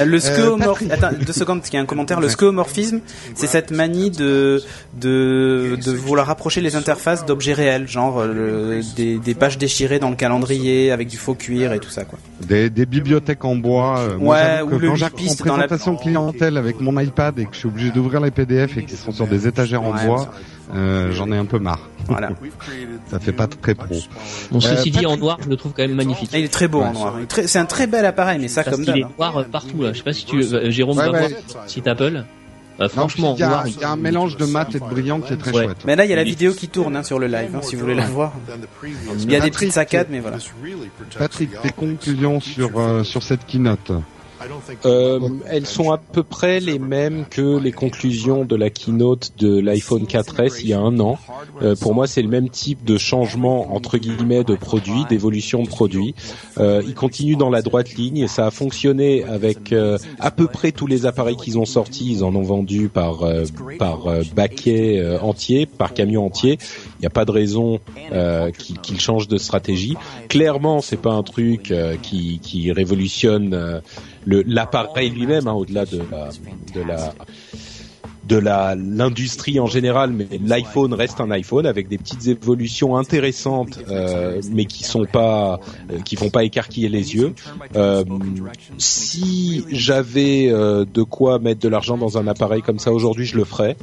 Euh, Le Euh, Patrick. scoomorphisme. Attends, deux secondes, parce qu'il y a un commentaire. Le Ouais. scoomorphisme, c'est cette manie de, de, de vouloir rapprocher les interfaces d'objets réels, genre euh, le- des, des pages déchirées dans le calendrier avec du faux cuir et tout ça, quoi. Des, des bibliothèques en bois. euh, moi, Ouais, j'avoue que ou le quand j'arrive en lipiste dans la- Oh, présentation clientèle avec mon iPad et que je suis obligé d'ouvrir les PDF et qu'ils sont sur des étagères en Ouais, bois, euh, j'en ai un peu marre. Voilà. [laughs] Ça fait pas très pro. Bon, ceci Euh, dit, en noir, je le trouve quand même magnifique. Et il est très beau en noir. Il est très- C'est un très bel appareil, mais ça, Parce comme qu'il d'hab. hein. est noir euh, partout, là. Je sais pas si tu, euh, Jérôme Ouais, va ouais. voir le site Apple. Euh, Non, franchement, il y, a- noir. il y a un mélange de mat et de brillant qui est très Ouais. chouette. Mais là, il y a la vidéo qui tourne hein, sur le live, hein, si vous voulez la voir. Il y a des Patrick, petites saccades, mais voilà. Patrick, tes conclusions sur euh, sur cette keynote. Euh, elles sont à peu près les mêmes que les conclusions de la keynote de l'iPhone 4S il y a un an. Euh, pour moi, c'est le même type de changement entre guillemets de produit, d'évolution de produit. Euh, ils continuent dans la droite ligne. Ça a fonctionné avec euh, à peu près tous les appareils qu'ils ont sortis. Ils en ont vendu par euh, par euh, baquet euh, entier, par camion entier. Il n'y a pas de raison euh, qu'ils qu'ils changent de stratégie. Clairement, c'est pas un truc euh, qui qui révolutionne euh, le- l'appareil lui-même, hein, au-delà de la de la de la l'industrie en général, mais l'iPhone reste un iPhone avec des petites évolutions intéressantes, euh, mais qui sont pas euh, qui font pas écarquiller les yeux. Euh, si j'avais euh, de quoi mettre de l'argent dans un appareil comme ça aujourd'hui, je le ferais.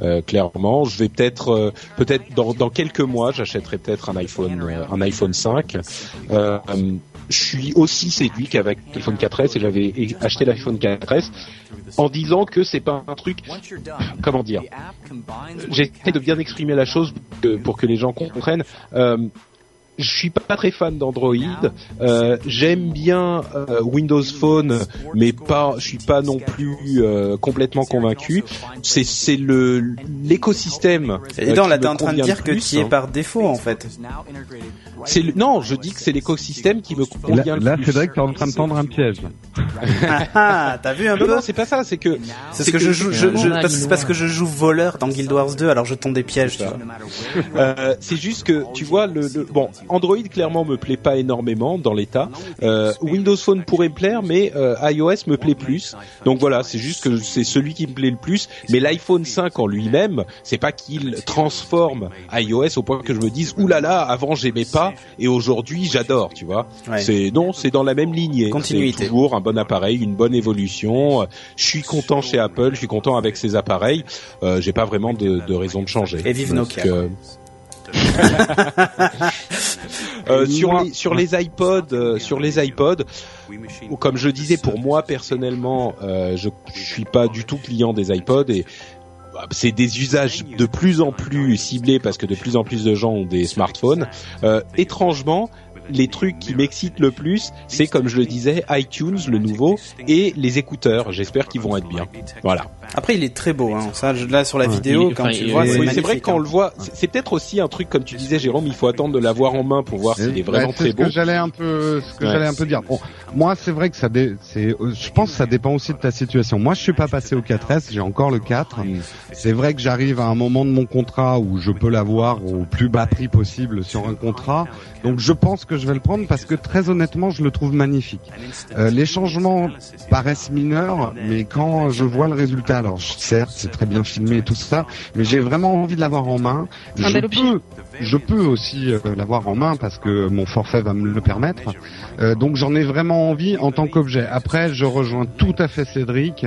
euh, clairement, je vais peut-être, euh, peut-être dans, dans quelques mois, j'achèterai peut-être un iPhone, euh, un iPhone 5. Euh, euh, je suis aussi séduit qu'avec l'iPhone 4S et j'avais acheté l'iPhone 4S en disant que c'est pas un truc comment dire J'essaie de bien exprimer la chose que- pour que les gens comprennent. Euh, je suis pas très fan d'Android. Euh, J'aime bien euh, Windows Phone, mais pas. Je suis pas non plus euh, complètement convaincu. C'est c'est le l'écosystème. Et euh, dans qui là, me t'es en train de convient dire le que plus, tu y es hein. par défaut, en fait. C'est le- non, je dis que c'est l'écosystème qui me Là, convient là le plus. Cédric, t'es en train de tendre un piège. Ah, [laughs] ah, t'as vu un Non, peu non, c'est pas ça. C'est que C'est ce que je joue. Je, je- normal, parce- il est c'est parce noir. que je joue voleur dans Guild Wars 2, alors je tombe des pièges. tu vois. Euh, c'est juste que tu vois le, le- bon Android clairement me plaît pas énormément dans l'état. Euh, Windows Phone pourrait me plaire, mais euh, iOS me plaît plus. Donc voilà, c'est juste que c'est celui qui me plaît le plus. Mais l'iPhone 5 en lui-même, c'est pas qu'il transforme iOS au point que je me dise oulala, avant j'aimais pas et aujourd'hui j'adore, tu vois. Ouais. C'est non, c'est dans la même lignée. Continuité. C'est toujours un bon appareil, une bonne évolution. Euh, Je suis content chez Apple, je suis content avec ces appareils. Euh, J'ai pas vraiment de, de raison de changer. Et vive Donc, Nokia. euh, [laughs] euh, sur les sur les iPods, euh, sur les iPods, ou comme je disais, pour moi personnellement, euh, je, je suis pas du tout client des iPods et bah, c'est des usages de plus en plus ciblés parce que de plus en plus de gens ont des smartphones. Euh, étrangement, les trucs qui m'excitent le plus, c'est comme je le disais, iTunes, le nouveau, et les écouteurs. J'espère qu'ils vont être bien. Voilà. Après, il est très beau. Hein. Ça, je- là, sur la Ouais. vidéo, Il- quand enfin, tu il- le vois, oui, c'est Oui, c'est magnifique, vrai que quand on hein. le voit, c'est c'est peut-être aussi un truc comme tu disais, Jérôme. Il faut attendre de l'avoir en main pour voir s'il est vraiment Ouais, c'est très ce beau. que j'allais un peu, ce que Ouais. j'allais un peu dire. Bon, moi, c'est vrai que ça, dé- c'est, euh, je pense que ça dépend aussi de ta situation. Moi, je suis pas passé au 4S, j'ai encore le 4. Mm. C'est vrai que j'arrive à un moment de mon contrat où je peux l'avoir au plus bas prix possible sur un contrat. Donc, je pense que je vais le prendre parce que très honnêtement, je le trouve magnifique. Euh, les changements paraissent mineurs, mais quand je vois le résultat, alors certes, c'est très bien filmé et tout ça, mais j'ai vraiment envie de l'avoir en main. Un Je bel objet. peux, je peux aussi euh, l'avoir en main parce que mon forfait va me le permettre. Euh, donc j'en ai vraiment envie en tant qu'objet. Après, je rejoins tout à fait Cédric.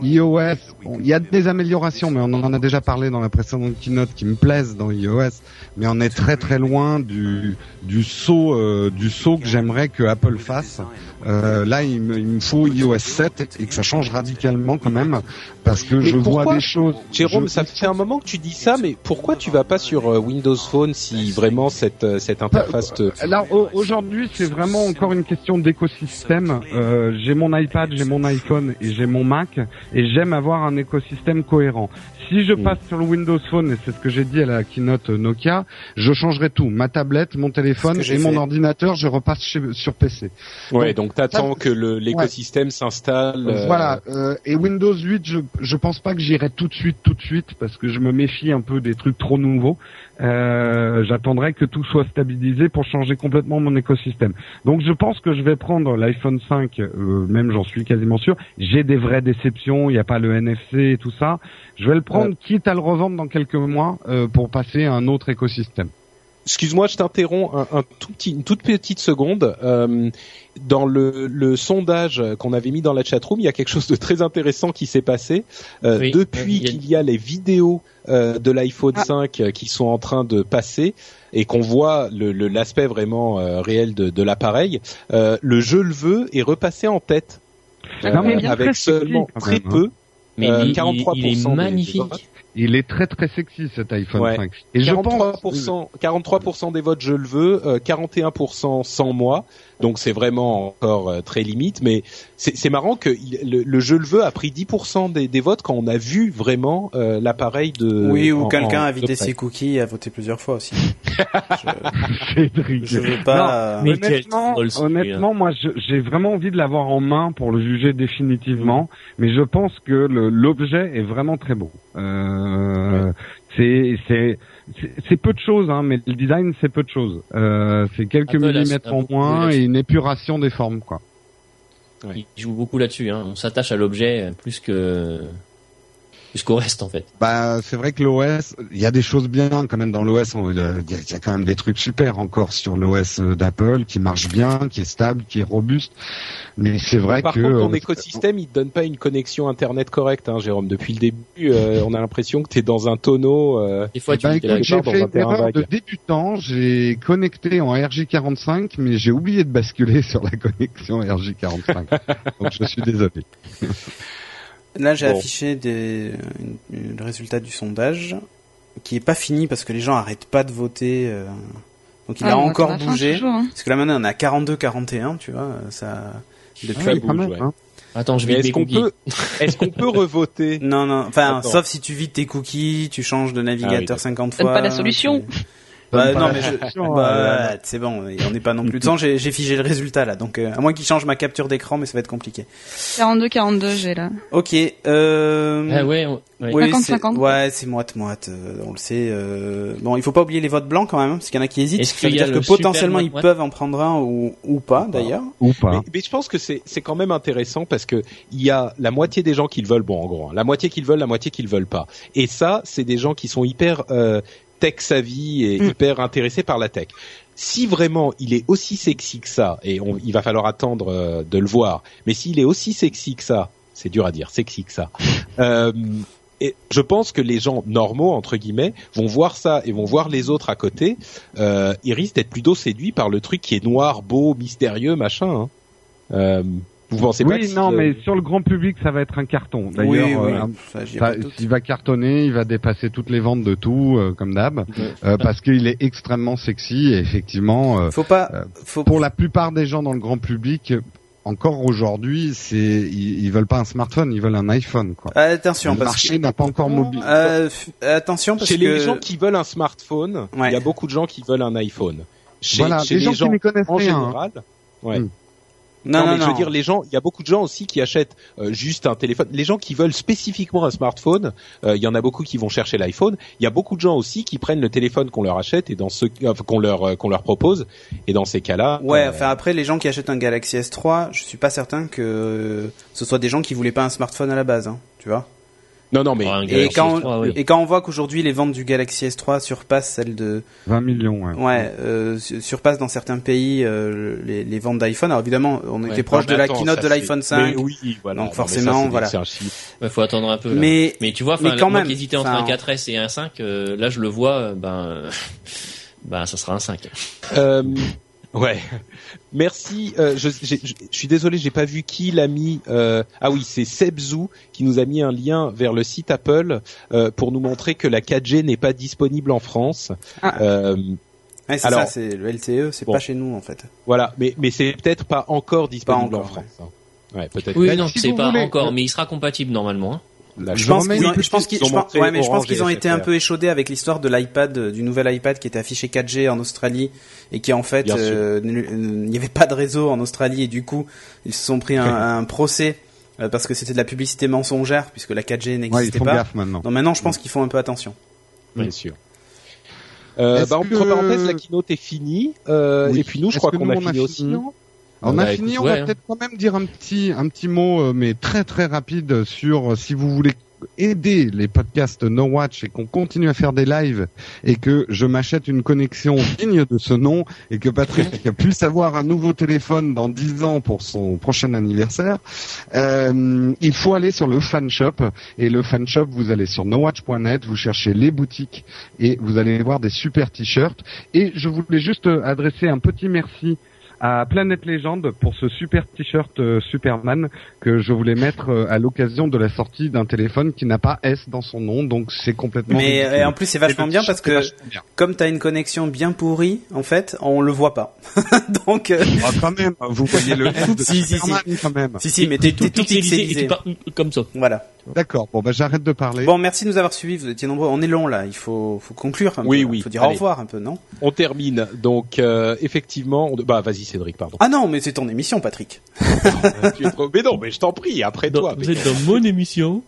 iOS, bon, il y a des améliorations, mais on en a déjà parlé dans la précédente keynote qui me plaisent dans iOS, mais on est très très loin du du saut euh, du saut que j'aimerais que Apple fasse. Euh, là, il me, il me faut iOS 7 et que ça change radicalement quand même, parce que Mais je vois pourquoi, des choses. Jérôme, je- ça fait un moment que tu dis ça, mais pourquoi tu vas pas sur euh, Windows Phone si vraiment cette euh, Bah, cette interface te Alors au- aujourd'hui, c'est vraiment encore une question d'écosystème. Euh, j'ai mon iPad, j'ai mon iPhone et j'ai mon Mac, et j'aime avoir un écosystème cohérent. Si je Mm. passe sur le Windows Phone, et c'est ce que j'ai dit à la keynote Nokia, je changerai tout, ma tablette, mon téléphone C'est ce que et j'ai mon fait. ordinateur, je repasse chez, sur PC. Ouais, donc t'attends ça- que le- l'écosystème s'installe. euh, Voilà. euh, et Windows 8, je, je pense pas que j'irai tout de suite, tout de suite, parce que je me méfie un peu des trucs trop nouveaux. Euh, J'attendrai que tout soit stabilisé pour changer complètement mon écosystème. Donc je pense que je vais prendre l'iPhone 5, euh, même j'en suis quasiment sûr. J'ai des vraies déceptions, il n'y a pas le NFC et tout ça. Je vais le prendre, Euh. quitte à le revendre dans quelques mois euh, pour passer à un autre écosystème. Excuse-moi, je t'interromps un, un tout petit- une toute petite seconde. Euh, dans le, le sondage qu'on avait mis dans la chatroom, il y a quelque chose de très intéressant qui s'est passé. Euh, Oui, depuis il y a- qu'il y a les vidéos euh, de l'iPhone Ah. 5 euh, qui sont en train de passer et qu'on voit le- le- l'aspect vraiment euh, réel de, de l'appareil, euh, le je le veux est repassé en tête. Ah Euh, Non, Ah, mais il est bah, avec très sexy, seulement quand très même, hein. peu. Mais Euh, il, il- 43% il est des- des magnifique. votes. Il est très très sexy cet iPhone Ouais. 5. Et je pense. 43%, 43% des votes je le veux, euh, 41% sans moi, donc c'est vraiment encore euh, très limite, mais c'est c'est marrant que il- le, le je le veux a pris 10% des, des votes quand on a vu vraiment euh, l'appareil de... Oui, ou en- quelqu'un en- a de vidé près. ses cookies et a voté plusieurs fois aussi. [laughs] Cédric. [laughs] je, je veux Ah. pas. mais- quel honnêtement, troll, ce honnêtement, moi, je- j'ai vraiment envie de l'avoir en main pour le juger définitivement, mais je pense que le- l'objet est vraiment très beau. Euh, C'est c'est c'est- c'est peu de choses, hein, mais le design c'est peu de choses. Euh, c'est quelques Ah, Apple a- millimètres a en beaucoup moins de- et une épuration des formes, quoi. Il joue beaucoup là-dessus. Hein. On s'attache à l'objet euh, plus que plus qu'au reste en fait. Bah, c'est vrai que l'OS, il y a des choses bien quand même dans l'OS. on- Il y a- il y a quand même des trucs super encore sur l'OS d'Apple qui marche bien, qui est stable, qui est robuste. Mais c'est vrai Par que contre, ton on- écosystème, il te donne pas une connexion Internet correcte, hein, Jérôme. Depuis le début, euh, on a l'impression que tu es dans un tonneau. euh, Des fois, tu Bah, dis que la- écoute, j'ai plupart fait dans un une terrain erreur vague. de débutant, j'ai connecté en RJ45, mais j'ai oublié de basculer sur la connexion RJ45. [laughs] Donc je suis désolé. Là, j'ai Bon. affiché des, une- le résultat du sondage qui est pas fini parce que les gens arrêtent pas de voter. euh, donc il Ah, a on attend encore la fin, bougé. toujours, hein. Parce que là maintenant on a 42-41, tu vois, euh, ça. Depuis... Ouais. Ah Oui, quand même, bouge, hein. Attends, je mais vais Est-ce qu'on dégoogler. peut, est-ce qu'on peut revoter Non, non, enfin, Attends. sauf si tu vides tes cookies, tu changes de Ah oui, navigateur d'accord. 50 fois. Donne pas la solution. tu- Bah, Donne non, pas mais la je- solution, euh, Bah, c'est bon, on n'est pas non plus. De toute façon, j'ai j'ai figé le résultat là, donc euh, à moins qu'il change ma capture d'écran, mais ça va être compliqué. 42, 42, j'ai là. Ok. Euh... Ah ouais, on- ouais. Oui, 50, c'est- 50. Ouais, c'est moite moite, euh, on le sait. euh, Bon, il faut pas oublier les votes blancs quand même, hein, parce qu'il y en a qui hésitent. Est-ce Ça veut qu'il y a dire que le super potentiellement ils moite-moite peuvent en prendre un ou, ou pas d'ailleurs. Ou pas. Mais, mais je pense que c'est c'est quand même intéressant parce que il y a la moitié des gens qui le veulent, bon en gros, hein, la moitié qui le veulent, la moitié qui le veulent pas. Et ça, c'est des gens qui sont hyper euh, tech savvy et Mm. hyper intéressés par la tech. Si vraiment il est aussi sexy que ça, et on- il va falloir attendre euh, de le voir, mais s'il est aussi sexy que ça, c'est dur à dire, sexy que ça. [laughs] euh, et je pense que les gens normaux entre guillemets vont voir ça et vont voir les autres à côté. Euh, ils risquent d'être plutôt séduits par le truc qui est noir, beau, mystérieux, machin. hein. Euh, vous pensez pas que Oui, si, non, euh, mais sur le grand public, ça va être un carton. D'ailleurs, oui, oui. euh, ça, j'y ai ça- pas de doute. il va cartonner, il va dépasser toutes les ventes de tout, euh, comme d'hab, Ouais. euh, parce qu'il est extrêmement sexy et effectivement, euh, Faut pas. euh, Faut... pour la plupart des gens dans le grand public, encore aujourd'hui, c'est ils, ils veulent pas un smartphone, ils veulent un iPhone, quoi. Attention, le parce que. marché n'a pas encore mobile. Ah, Euh, f- attention parce chez que. les gens qui veulent un smartphone, il Ouais. y a beaucoup de gens qui veulent un iPhone. Chez, voilà, chez les gens, qui n'y connaissent en rien. hein. général. Ouais. Mm. Non, non, mais non. je veux dire, les gens, il y a beaucoup de gens aussi qui achètent euh, juste un téléphone. Les gens qui veulent spécifiquement un smartphone, euh, il y en a beaucoup qui vont chercher l'iPhone. Il y a beaucoup de gens aussi qui prennent le téléphone qu'on leur achète et dans ce enfin, qu'on leur euh, qu'on leur propose. Et dans ces cas-là, Ouais, euh, enfin après les gens qui achètent un Galaxy S3, je suis pas certain que euh, ce soit des gens qui voulaient pas un smartphone à la base, hein, tu vois. non, non, mais Ouais, un Et Galaxy quand, S3, ouais. et quand on voit qu'aujourd'hui les ventes du Galaxy S3 surpassent celles de 20 hein. millions, ouais. ouais euh, su- surpassent dans certains pays euh, les, les ventes d'iPhone. Alors évidemment, on était Ouais, proche non, de mais la attends, keynote ça, de c'est- l'iPhone 5. Mais oui, euh, Donc voilà. Non, mais ça, forcément, c'est des- voilà. c'est un chiffre. Ouais, faut attendre un peu. là. Mais Mais tu vois, Mais enfin, quand moi même, qui hésitais entre enfin- un 4S et un 5, euh, là je le vois, euh, ben, euh, [laughs] ben ça sera un 5. Euh, ouais. Merci. euh, je, j'ai- je- je suis désolé, j'ai pas vu qui l'a mis. euh, ah oui, c'est Sebzou qui nous a mis un lien vers le site Apple euh, pour nous montrer que la 4G n'est pas disponible en France. Ah. Euh, ouais, c'est Alors- ça, c'est le LTE, c'est Bon. pas chez nous en fait. voilà, mais mais c'est peut-être pas encore disponible encore, en France. hein. Ouais, peut-être. Oui, Bah, non, si c'est vous pas voulez- encore, mais il sera compatible normalement. hein. Là, Je Je pense remets qu'ils une ont, je pense petite qu'ils- qu'ils je ont pense- montré ouais, mais je pense Orange qu'ils ont et été un SFR. peu échaudés avec l'histoire de l'iPad, euh, du nouvel iPad qui était affiché 4G en Australie et qui en fait, Bien sûr. euh, n- n- il n'y avait pas de réseau en Australie et du coup, ils se sont pris un, un procès euh, parce que c'était de la publicité mensongère puisque la Ouais, 4G ils n'existait font pas. gaffe maintenant. Non, maintenant je pense qu'ils font un peu attention. bien sûr. Euh, Est-ce bah, entre que- parenthèses, la keynote est finie. Euh, Oui. Et puis nous, je Est-ce crois que qu'on nous, a on a fini aussi. fini non On Bah, a fini, écoute, on va ouais, hein. peut-être quand même dire un petit, un petit mot, euh, mais très très rapide sur euh, si vous voulez aider les podcasts No Watch et qu'on continue à faire des lives et que je m'achète une connexion digne de ce nom et que Patrick puisse avoir un nouveau téléphone dans 10 ans pour son prochain anniversaire, euh, il faut aller sur le fan shop et le fan shop vous allez sur nowatch.net, vous cherchez les boutiques et vous allez voir des super t-shirts et je voulais juste euh, adresser un petit merci à Planète Légende pour ce super t-shirt euh, Superman que je voulais mettre euh, à l'occasion de la sortie d'un téléphone qui n'a pas S dans son nom, donc c'est complètement. Mais ridicule. euh, en plus c'est Et vachement le bien t-shirt parce que est vachement bien. comme t'as une connexion bien pourrie, en fait, on le voit pas. [laughs] Donc, euh, Ah, quand même, vous voyez [laughs] le S de Si, si, si. Superman quand même. si, si, mais t'es [laughs] t'es tout pixelisé et pixelisé. tout par- comme ça. Voilà. D'accord. Bon, bah j'arrête de parler. Bon, merci de nous avoir suivis. Vous étiez nombreux. On est long là. Il faut, faut conclure. Un Oui, peu. oui. Faut dire au Allez. revoir un peu, non On termine. Donc, euh, effectivement, on... bah, vas-y, Cédric, pardon. Ah non, mais c'est ton émission, Patrick. Tu es trop- Mais non, mais je t'en prie, après Dans- toi. vous êtes dans mon émission.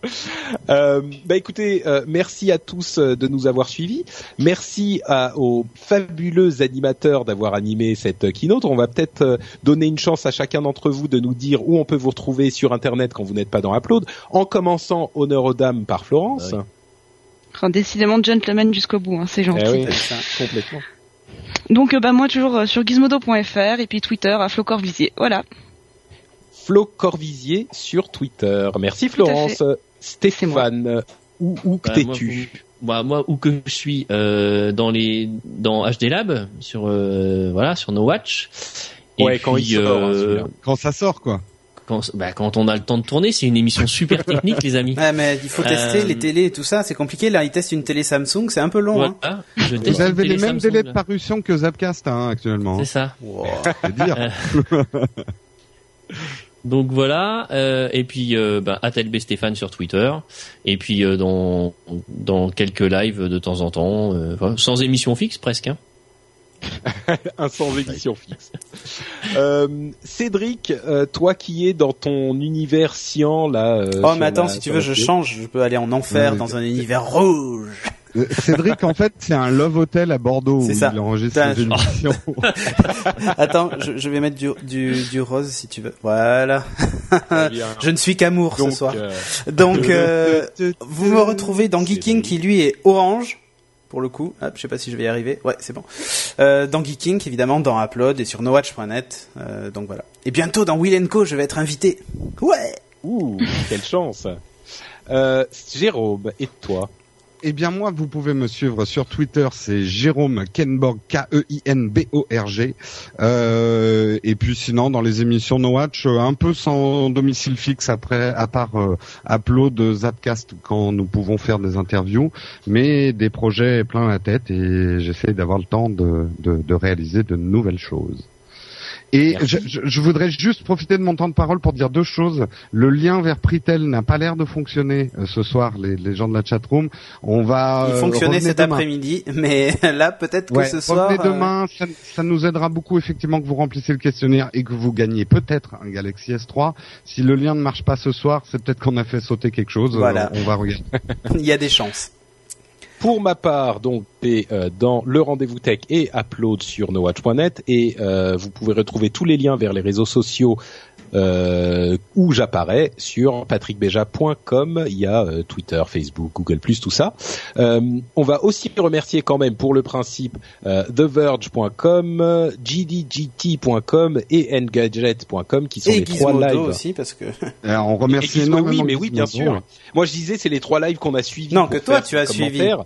Euh, bah écoutez, euh, merci à tous euh, de nous avoir suivis. Merci à, aux fabuleux animateurs d'avoir animé cette euh, keynote. On va peut-être euh, donner une chance à chacun d'entre vous de nous dire où on peut vous retrouver sur Internet quand vous n'êtes pas dans Upload, en commençant honneur aux dames par Florence. Enfin, décidément, gentleman jusqu'au bout, hein, c'est gentil. Eh oui, C'est ça. complètement. Donc, euh, bah, moi, toujours euh, sur gizmodo.fr et puis Twitter à Flocorvisier. Voilà. Flo Corvisier sur Twitter. Merci Tout à Florence. Stéphane, où, où que Bah, moi, t'es-tu Moi, moi, où que je suis euh, dans les dans HD Lab sur euh, voilà sur No Watch. Ouais, quand il sort, euh, hein, celui-là. Quand ça sort, quoi. quand, bah, quand on a le temps de tourner, c'est une émission super technique, les amis. Ouais, mais il faut tester Euh, les télés et tout ça. C'est compliqué. Là, ils testent une télé Samsung. C'est un peu long. Hein. Voilà, je teste Vous une avez les télé mêmes Samsung, délais de là. parution que Zapcast hein, actuellement. C'est ça. C'est dire. Donc voilà, euh, et puis euh, bah, Atelb Stéphane sur Twitter, et puis euh, dans dans quelques lives de temps en temps, euh, voilà, sans émission fixe presque. Hein. un sans édition fixe. Euh, Cédric, euh, toi qui es dans ton univers sciant là. euh, Oh, sur mais attends, la- si tu sur veux, la je vidéo. change. Je peux aller en enfer Ouais, dans un univers [laughs] rouge. Euh, Cédric, en fait, c'est un Love Hotel à Bordeaux où C'est ça. il enregistre Putain, les [laughs] émissions. Attends, je, je vais mettre du, du, du rose si tu veux. Voilà. Très bien. euh, Je ne suis qu'amour ce Donc, soir. euh, [laughs] Donc, euh, vous me retrouvez dans Geeking qui lui est orange. Pour le coup, hop, je sais pas si je vais y arriver. Ouais, c'est bon. Euh, dans Geeking, évidemment, dans Upload et sur nowatch.net. Euh, donc voilà. Et bientôt dans Will Co, je vais être invité. Ouais. ouh, quelle chance. Euh, Jérôme, et toi Eh bien moi, vous pouvez me suivre sur Twitter, c'est Jérôme Kenborg, E K-E-I-N-B-O-R-G. Euh, et puis sinon, dans les émissions No Watch, euh, un peu sans domicile fixe après, à part euh, Upload, euh, Zapcast, quand nous pouvons faire des interviews, mais des projets plein la tête et j'essaie d'avoir le temps de, de, de réaliser de nouvelles choses. Et je, je- je voudrais juste profiter de mon temps de parole pour dire deux choses. Le lien vers Pritel n'a pas l'air de fonctionner euh, ce soir, les, les gens de la chatroom. On va Il euh, fonctionnait revenez cet demain. après-midi, mais [laughs] là, peut-être que Ouais, ce soir. revenez euh, demain, ça, ça nous aidera beaucoup effectivement que vous remplissez le questionnaire et que vous gagnez peut-être un Galaxy S3. Si le lien ne marche pas ce soir, c'est peut-être qu'on a fait sauter quelque chose. Voilà. Euh, On va regarder. Il y a des chances. Pour ma part, donc, t'es euh, dans le rendez-vous tech et upload sur nowatch.net et euh, vous pouvez retrouver tous les liens vers les réseaux sociaux euh, où j'apparais sur patrickbeja.com. Il y a euh, Twitter, Facebook, Google+, tout ça. Euh, on va aussi remercier quand même pour le principe euh, TheVerge.com, euh, GDGT.com et Engadget.com qui sont Et les trois Gizmodo lives. aussi, parce que. [laughs] Alors, Euh, on remercie Et Gizmo- énormément. oui, mais oui, bien Gizmodo. sûr. Moi, je disais, c'est les trois lives qu'on a suivis. Non, pour que toi, faire tu as ce suivi. commentaire.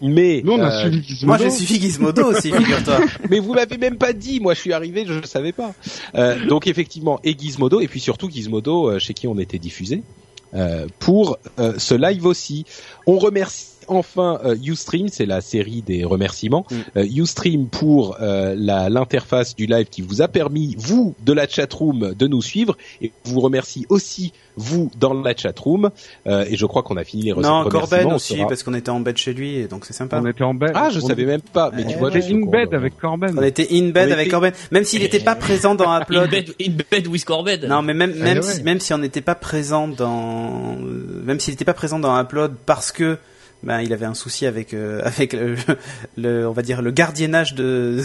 Mais Nous, on a euh, suivi Gizmodo. Moi, j'ai suivi Gizmodo aussi, figure-toi. mais vous m'avez même pas dit. Moi, je suis arrivé, je ne savais pas. Euh, donc effectivement, et Gizmodo, et puis surtout Gizmodo, euh, chez qui on était diffusé. euh, pour euh, ce live aussi. On remercie enfin euh, Ustream, c'est la série des remerciements. Mm. Euh, Ustream pour euh, la- l'interface du live qui vous a permis, vous, de la chatroom, de nous suivre. Et on vous remercie aussi, vous, dans la chatroom. Euh, et je crois qu'on a fini les rece- Non, remerciements. Corben on aussi, sera- parce qu'on était en bed chez lui, et donc c'est sympa. On était en bed. Ah, je on- savais même pas. Mais tu Ouais, vois, On était je- in bed avec Corben. On était in bed On avec était- Corben, même s'il n'était pas présent dans In Upload. bed, in bed with Corbett. Non, mais même même Ah, ouais. si, même si on n'était pas présent dans euh, même s'il n'était pas présent dans Upload parce que ben il avait un souci avec euh, [laughs] avec le, le- on va dire le gardiennage de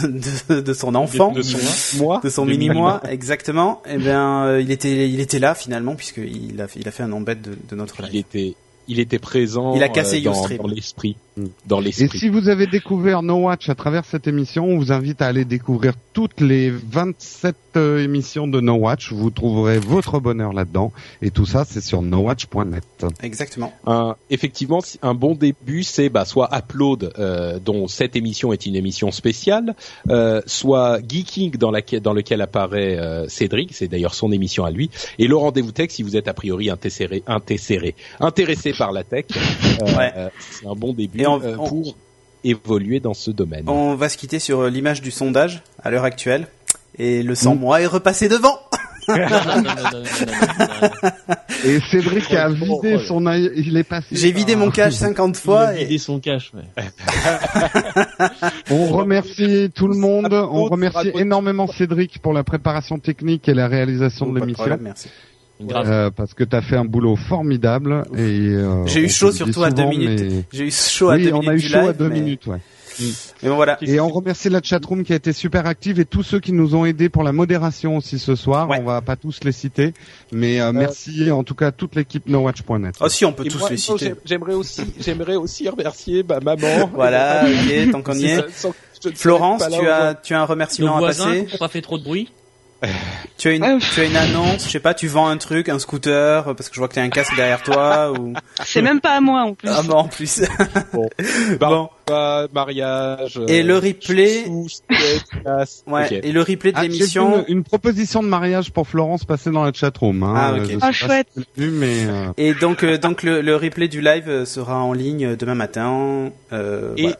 de, de son enfant. de son moi. de son de [laughs] mini mini-moi. moi exactement et bien euh, il était il était là finalement puisque il a il a fait un embête de, de notre Il live était, il était présent. Il a cassé euh, dans, Ustream. dans l'esprit, Mm. dans Et l'esprit. si vous avez découvert No Watch à travers cette émission, on vous invite à aller découvrir toutes les 27 euh, émissions de No Watch. Vous trouverez votre bonheur là-dedans. Et tout ça, c'est sur nowatch.net. exactement Un- effectivement, si- un bon début, c'est bah, soit Upload, euh, dont cette émission est une émission spéciale, euh, soit Geeking, dans, laquelle, dans lequel apparaît euh, Cédric, c'est d'ailleurs son émission à lui, et le rendez-vous tech, si vous êtes a priori intéressé, intéressé, intéressé par la tech, euh, Ouais. euh, c'est un bon début Et on- euh, on- pour évoluer dans ce domaine. on va se quitter sur euh, l'image du sondage à l'heure actuelle et le Mm. 100 mois est repassé devant Non, non, non, non, non, non, non, non, non. Et Cédric a Oh, oh, vidé oh. son, aïe- il est passé. j'ai vidé Ah. mon cache 50 Il a fois et vidé son cache. ouais. On remercie tout le monde. On Raconte, remercie raconte. énormément Cédric pour la préparation technique et la réalisation Oh, de pas de l'émission. problème, merci. Grave. Euh, parce que t'as fait un boulot formidable et euh, J'ai eu on te chaud le dit surtout à deux souvent, minutes. mais- j'ai eu chaud à oui, deux on minutes a eu du chaud à live, deux mais- minutes, ouais. mais bon, voilà Et on remercie la chatroom qui a été super active et tous ceux qui nous ont aidés pour la modération aussi ce soir. Ouais. On va pas tous les citer, mais euh, merci en tout cas à toute l'équipe nowatch.net. oh si on peut Et tous moi, les non, citer j'aim- J'aimerais aussi, j'aimerais aussi remercier ma maman. voilà ok tant qu'on y est Sans- sans- je ne serais Florence, pas là tu as, tu as un remerciement Nos à voisins passer. qui ont pas fait trop de bruit. Tu as, Ah, une, Ouais. tu as une annonce, je sais pas, tu vends un truc, un scooter, euh, parce que je vois que t'as un casque derrière [laughs] toi, ou... C'est même pas à moi en plus. Ah bah en plus. bon. Bah, mariage. euh, Et le replay- sous- sous- [laughs] classe. Ouais. Ok. Et le replay de Ah, j'ai l'émission... vu Une, une proposition de mariage pour Florence passée dans la chatroom. Hein. Ah, ok. Euh, je sais Ah, pas chouette. si tu l'as vu, mais euh, Et donc, euh, donc le, le replay du live euh, sera en ligne euh, demain matin. Euh, Et voilà.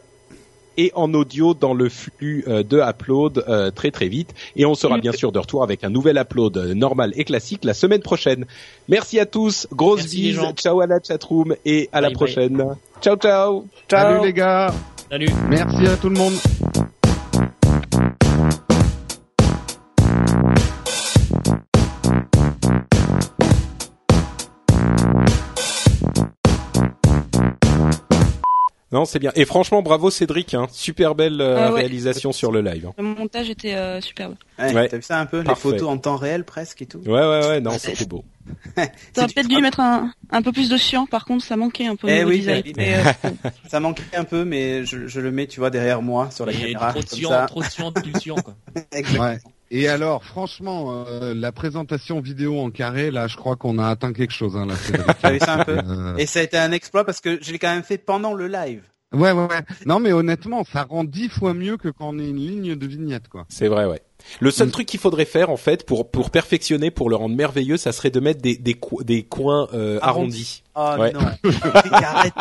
Et en audio dans le flux euh, de upload euh, très très vite. Et on sera bien sûr de retour avec un nouvel upload euh, normal et classique la semaine prochaine. Merci à tous, grosse Merci les bise, gens. ciao à la chatroom et à la Bye bye. prochaine. Ciao ciao. salut les gars. Salut. Merci à tout le monde. Non c'est bien. Et franchement bravo Cédric, hein. super belle euh, Ah ouais. réalisation sur le live. hein. Le montage était euh, superbe. Ouais, ouais. T'as vu ça un peu Parfait. Les photos en temps réel presque et tout. Ouais ouais ouais Ah, non C'est- c'était beau. T'aurais C'est peut-être dû mettre un, un peu plus de chiant, par contre, ça manquait un peu au Eh niveau oui, design. bah, Mais, euh, Ça manquait un peu, mais je, je le mets, tu vois, derrière moi, sur la Et caméra. trop de comme siant, ça. trop de siant, plus de siant, quoi. Exact. Ouais. Et alors, franchement, euh, la présentation vidéo en carré, là, je crois qu'on a atteint quelque chose. Hein, là, Cédric. [laughs] T'as vu ça un peu Euh, Et ça a été un exploit parce que je l'ai quand même fait pendant le live. Ouais, ouais, ouais. Non, mais honnêtement, ça rend dix fois mieux que quand on est une ligne de vignette, quoi. C'est vrai, ouais. Le seul Mm. truc qu'il faudrait faire, en fait, pour, pour perfectionner, pour le rendre merveilleux, ça serait de mettre des, des, co- des coins euh, arrondis. Oh Ouais. non. Arrête.